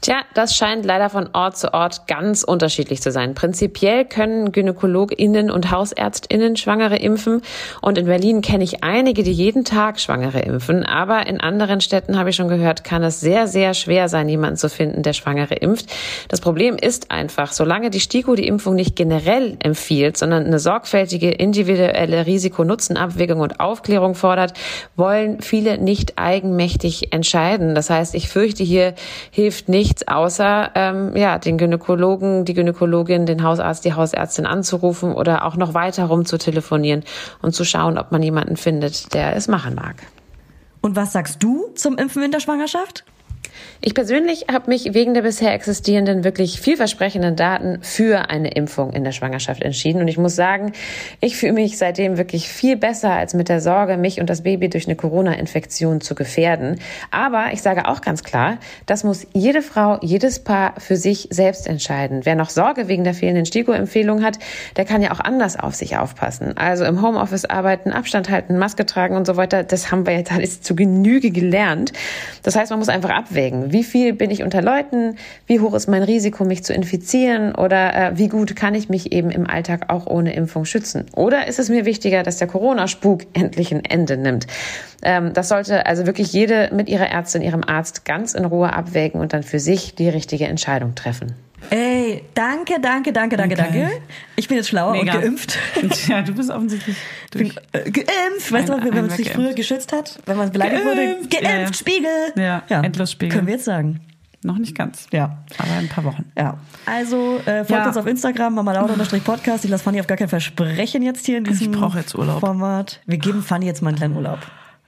[SPEAKER 7] Tja, das scheint leider von Ort zu Ort ganz unterschiedlich zu sein. Prinzipiell können GynäkologInnen und HausärztInnen Schwangere impfen. Und in Berlin kenne ich einige, die jeden Tag Schwangere impfen. Aber in anderen Städten, habe ich schon gehört, kann es sehr, sehr schwer sein, jemanden zu finden, der Schwangere impft. Das Problem ist einfach, solange die STIKO die Impfung nicht generell empfiehlt, sondern eine sorgfältige individuelle Risiko-Nutzen-Abwägung und Aufklärung fordert, wollen viele nicht eigenmächtig entscheiden. Das heißt, ich fürchte, hier hilft nicht nichts außer ähm, ja den Gynäkologen, die Gynäkologin, den Hausarzt, die Hausärztin anzurufen oder auch noch weiter rum zu telefonieren und zu schauen, ob man jemanden findet, der es machen mag.
[SPEAKER 4] Und was sagst du zum Impfen in der Schwangerschaft?
[SPEAKER 7] Ich persönlich habe mich wegen der bisher existierenden, wirklich vielversprechenden Daten für eine Impfung in der Schwangerschaft entschieden. Und ich muss sagen, ich fühle mich seitdem wirklich viel besser als mit der Sorge, mich und das Baby durch eine Corona-Infektion zu gefährden. Aber ich sage auch ganz klar, das muss jede Frau, jedes Paar für sich selbst entscheiden. Wer noch Sorge wegen der fehlenden STIKO-Empfehlung hat, der kann ja auch anders auf sich aufpassen. Also im Homeoffice arbeiten, Abstand halten, Maske tragen und so weiter. Das haben wir jetzt alles zu Genüge gelernt. Das heißt, man muss einfach abwägen wie viel bin ich unter Leuten, wie hoch ist mein Risiko, mich zu infizieren oder äh, wie gut kann ich mich eben im Alltag auch ohne Impfung schützen? Oder ist es mir wichtiger, dass der Corona-Spuk <laughs> endlich ein Ende nimmt? Ähm, das sollte also wirklich jede mit ihrer Ärztin, ihrem Arzt ganz in Ruhe abwägen und dann für sich die richtige Entscheidung treffen.
[SPEAKER 4] Ey, danke, danke, danke, danke, danke. Ich bin jetzt schlauer
[SPEAKER 3] Mega.
[SPEAKER 4] Oh, und
[SPEAKER 3] <laughs>
[SPEAKER 4] geimpft.
[SPEAKER 3] Ja, du bist offensichtlich durch.
[SPEAKER 4] Äh, Geimpft, weißt
[SPEAKER 3] Ein-
[SPEAKER 4] du, wenn man
[SPEAKER 3] einmal
[SPEAKER 4] sich
[SPEAKER 3] geimpft.
[SPEAKER 4] früher geschützt hat, wenn man beleidigt
[SPEAKER 3] Geimpft,
[SPEAKER 4] wurde. Geimpft,
[SPEAKER 3] ja, ja.
[SPEAKER 4] Spiegel.
[SPEAKER 3] Ja, Endlosspiegel.
[SPEAKER 4] Können wir jetzt sagen.
[SPEAKER 3] Noch nicht ganz.
[SPEAKER 4] Ja.
[SPEAKER 3] Aber in ein paar Wochen.
[SPEAKER 4] Ja. Also äh, folgt
[SPEAKER 3] Ja.
[SPEAKER 4] uns auf Instagram, mamalauda-podcast. Ich lasse Fanny auf gar kein Versprechen jetzt hier in diesem
[SPEAKER 3] brauch Also jetzt Urlaub. Ah.
[SPEAKER 4] Format. Wir geben Fanny jetzt mal einen kleinen Urlaub.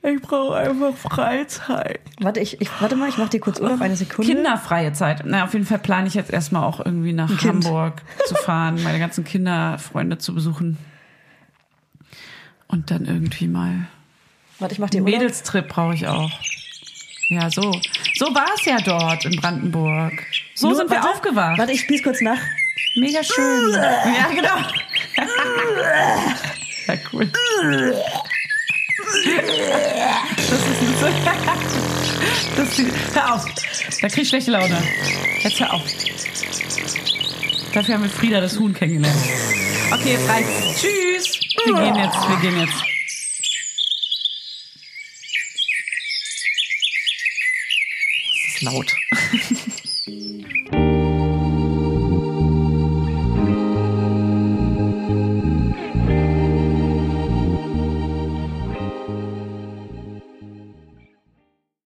[SPEAKER 3] Ich brauche einfach Freizeit.
[SPEAKER 4] Warte, ich, ich warte mal, ich mache dir kurz Urlaub, eine Sekunde.
[SPEAKER 3] Kinderfreie Zeit. Na, auf jeden Fall plane ich jetzt erstmal auch irgendwie nach
[SPEAKER 4] Kind.
[SPEAKER 3] Hamburg zu fahren, <laughs> meine ganzen Kinderfreunde zu besuchen. Und dann irgendwie mal.
[SPEAKER 4] Warte, ich mache dir Urlaub.
[SPEAKER 3] Mädelstrip brauche ich auch. Ja, so. So war es ja dort in Brandenburg. So
[SPEAKER 4] Nur-
[SPEAKER 3] sind wir
[SPEAKER 4] warte,
[SPEAKER 3] aufgewacht.
[SPEAKER 4] Warte, ich spiel's kurz nach.
[SPEAKER 3] Mega schön. <laughs> ja, genau. ja, cool. Das ist nicht so. <laughs> Das ist, die- hör auf. Da krieg ich schlechte Laune. Jetzt hör auf. Dafür haben wir Frieda das Huhn kennengelernt. Okay, jetzt reicht's. Tschüss. Wir gehen jetzt, wir gehen jetzt. Das ist laut.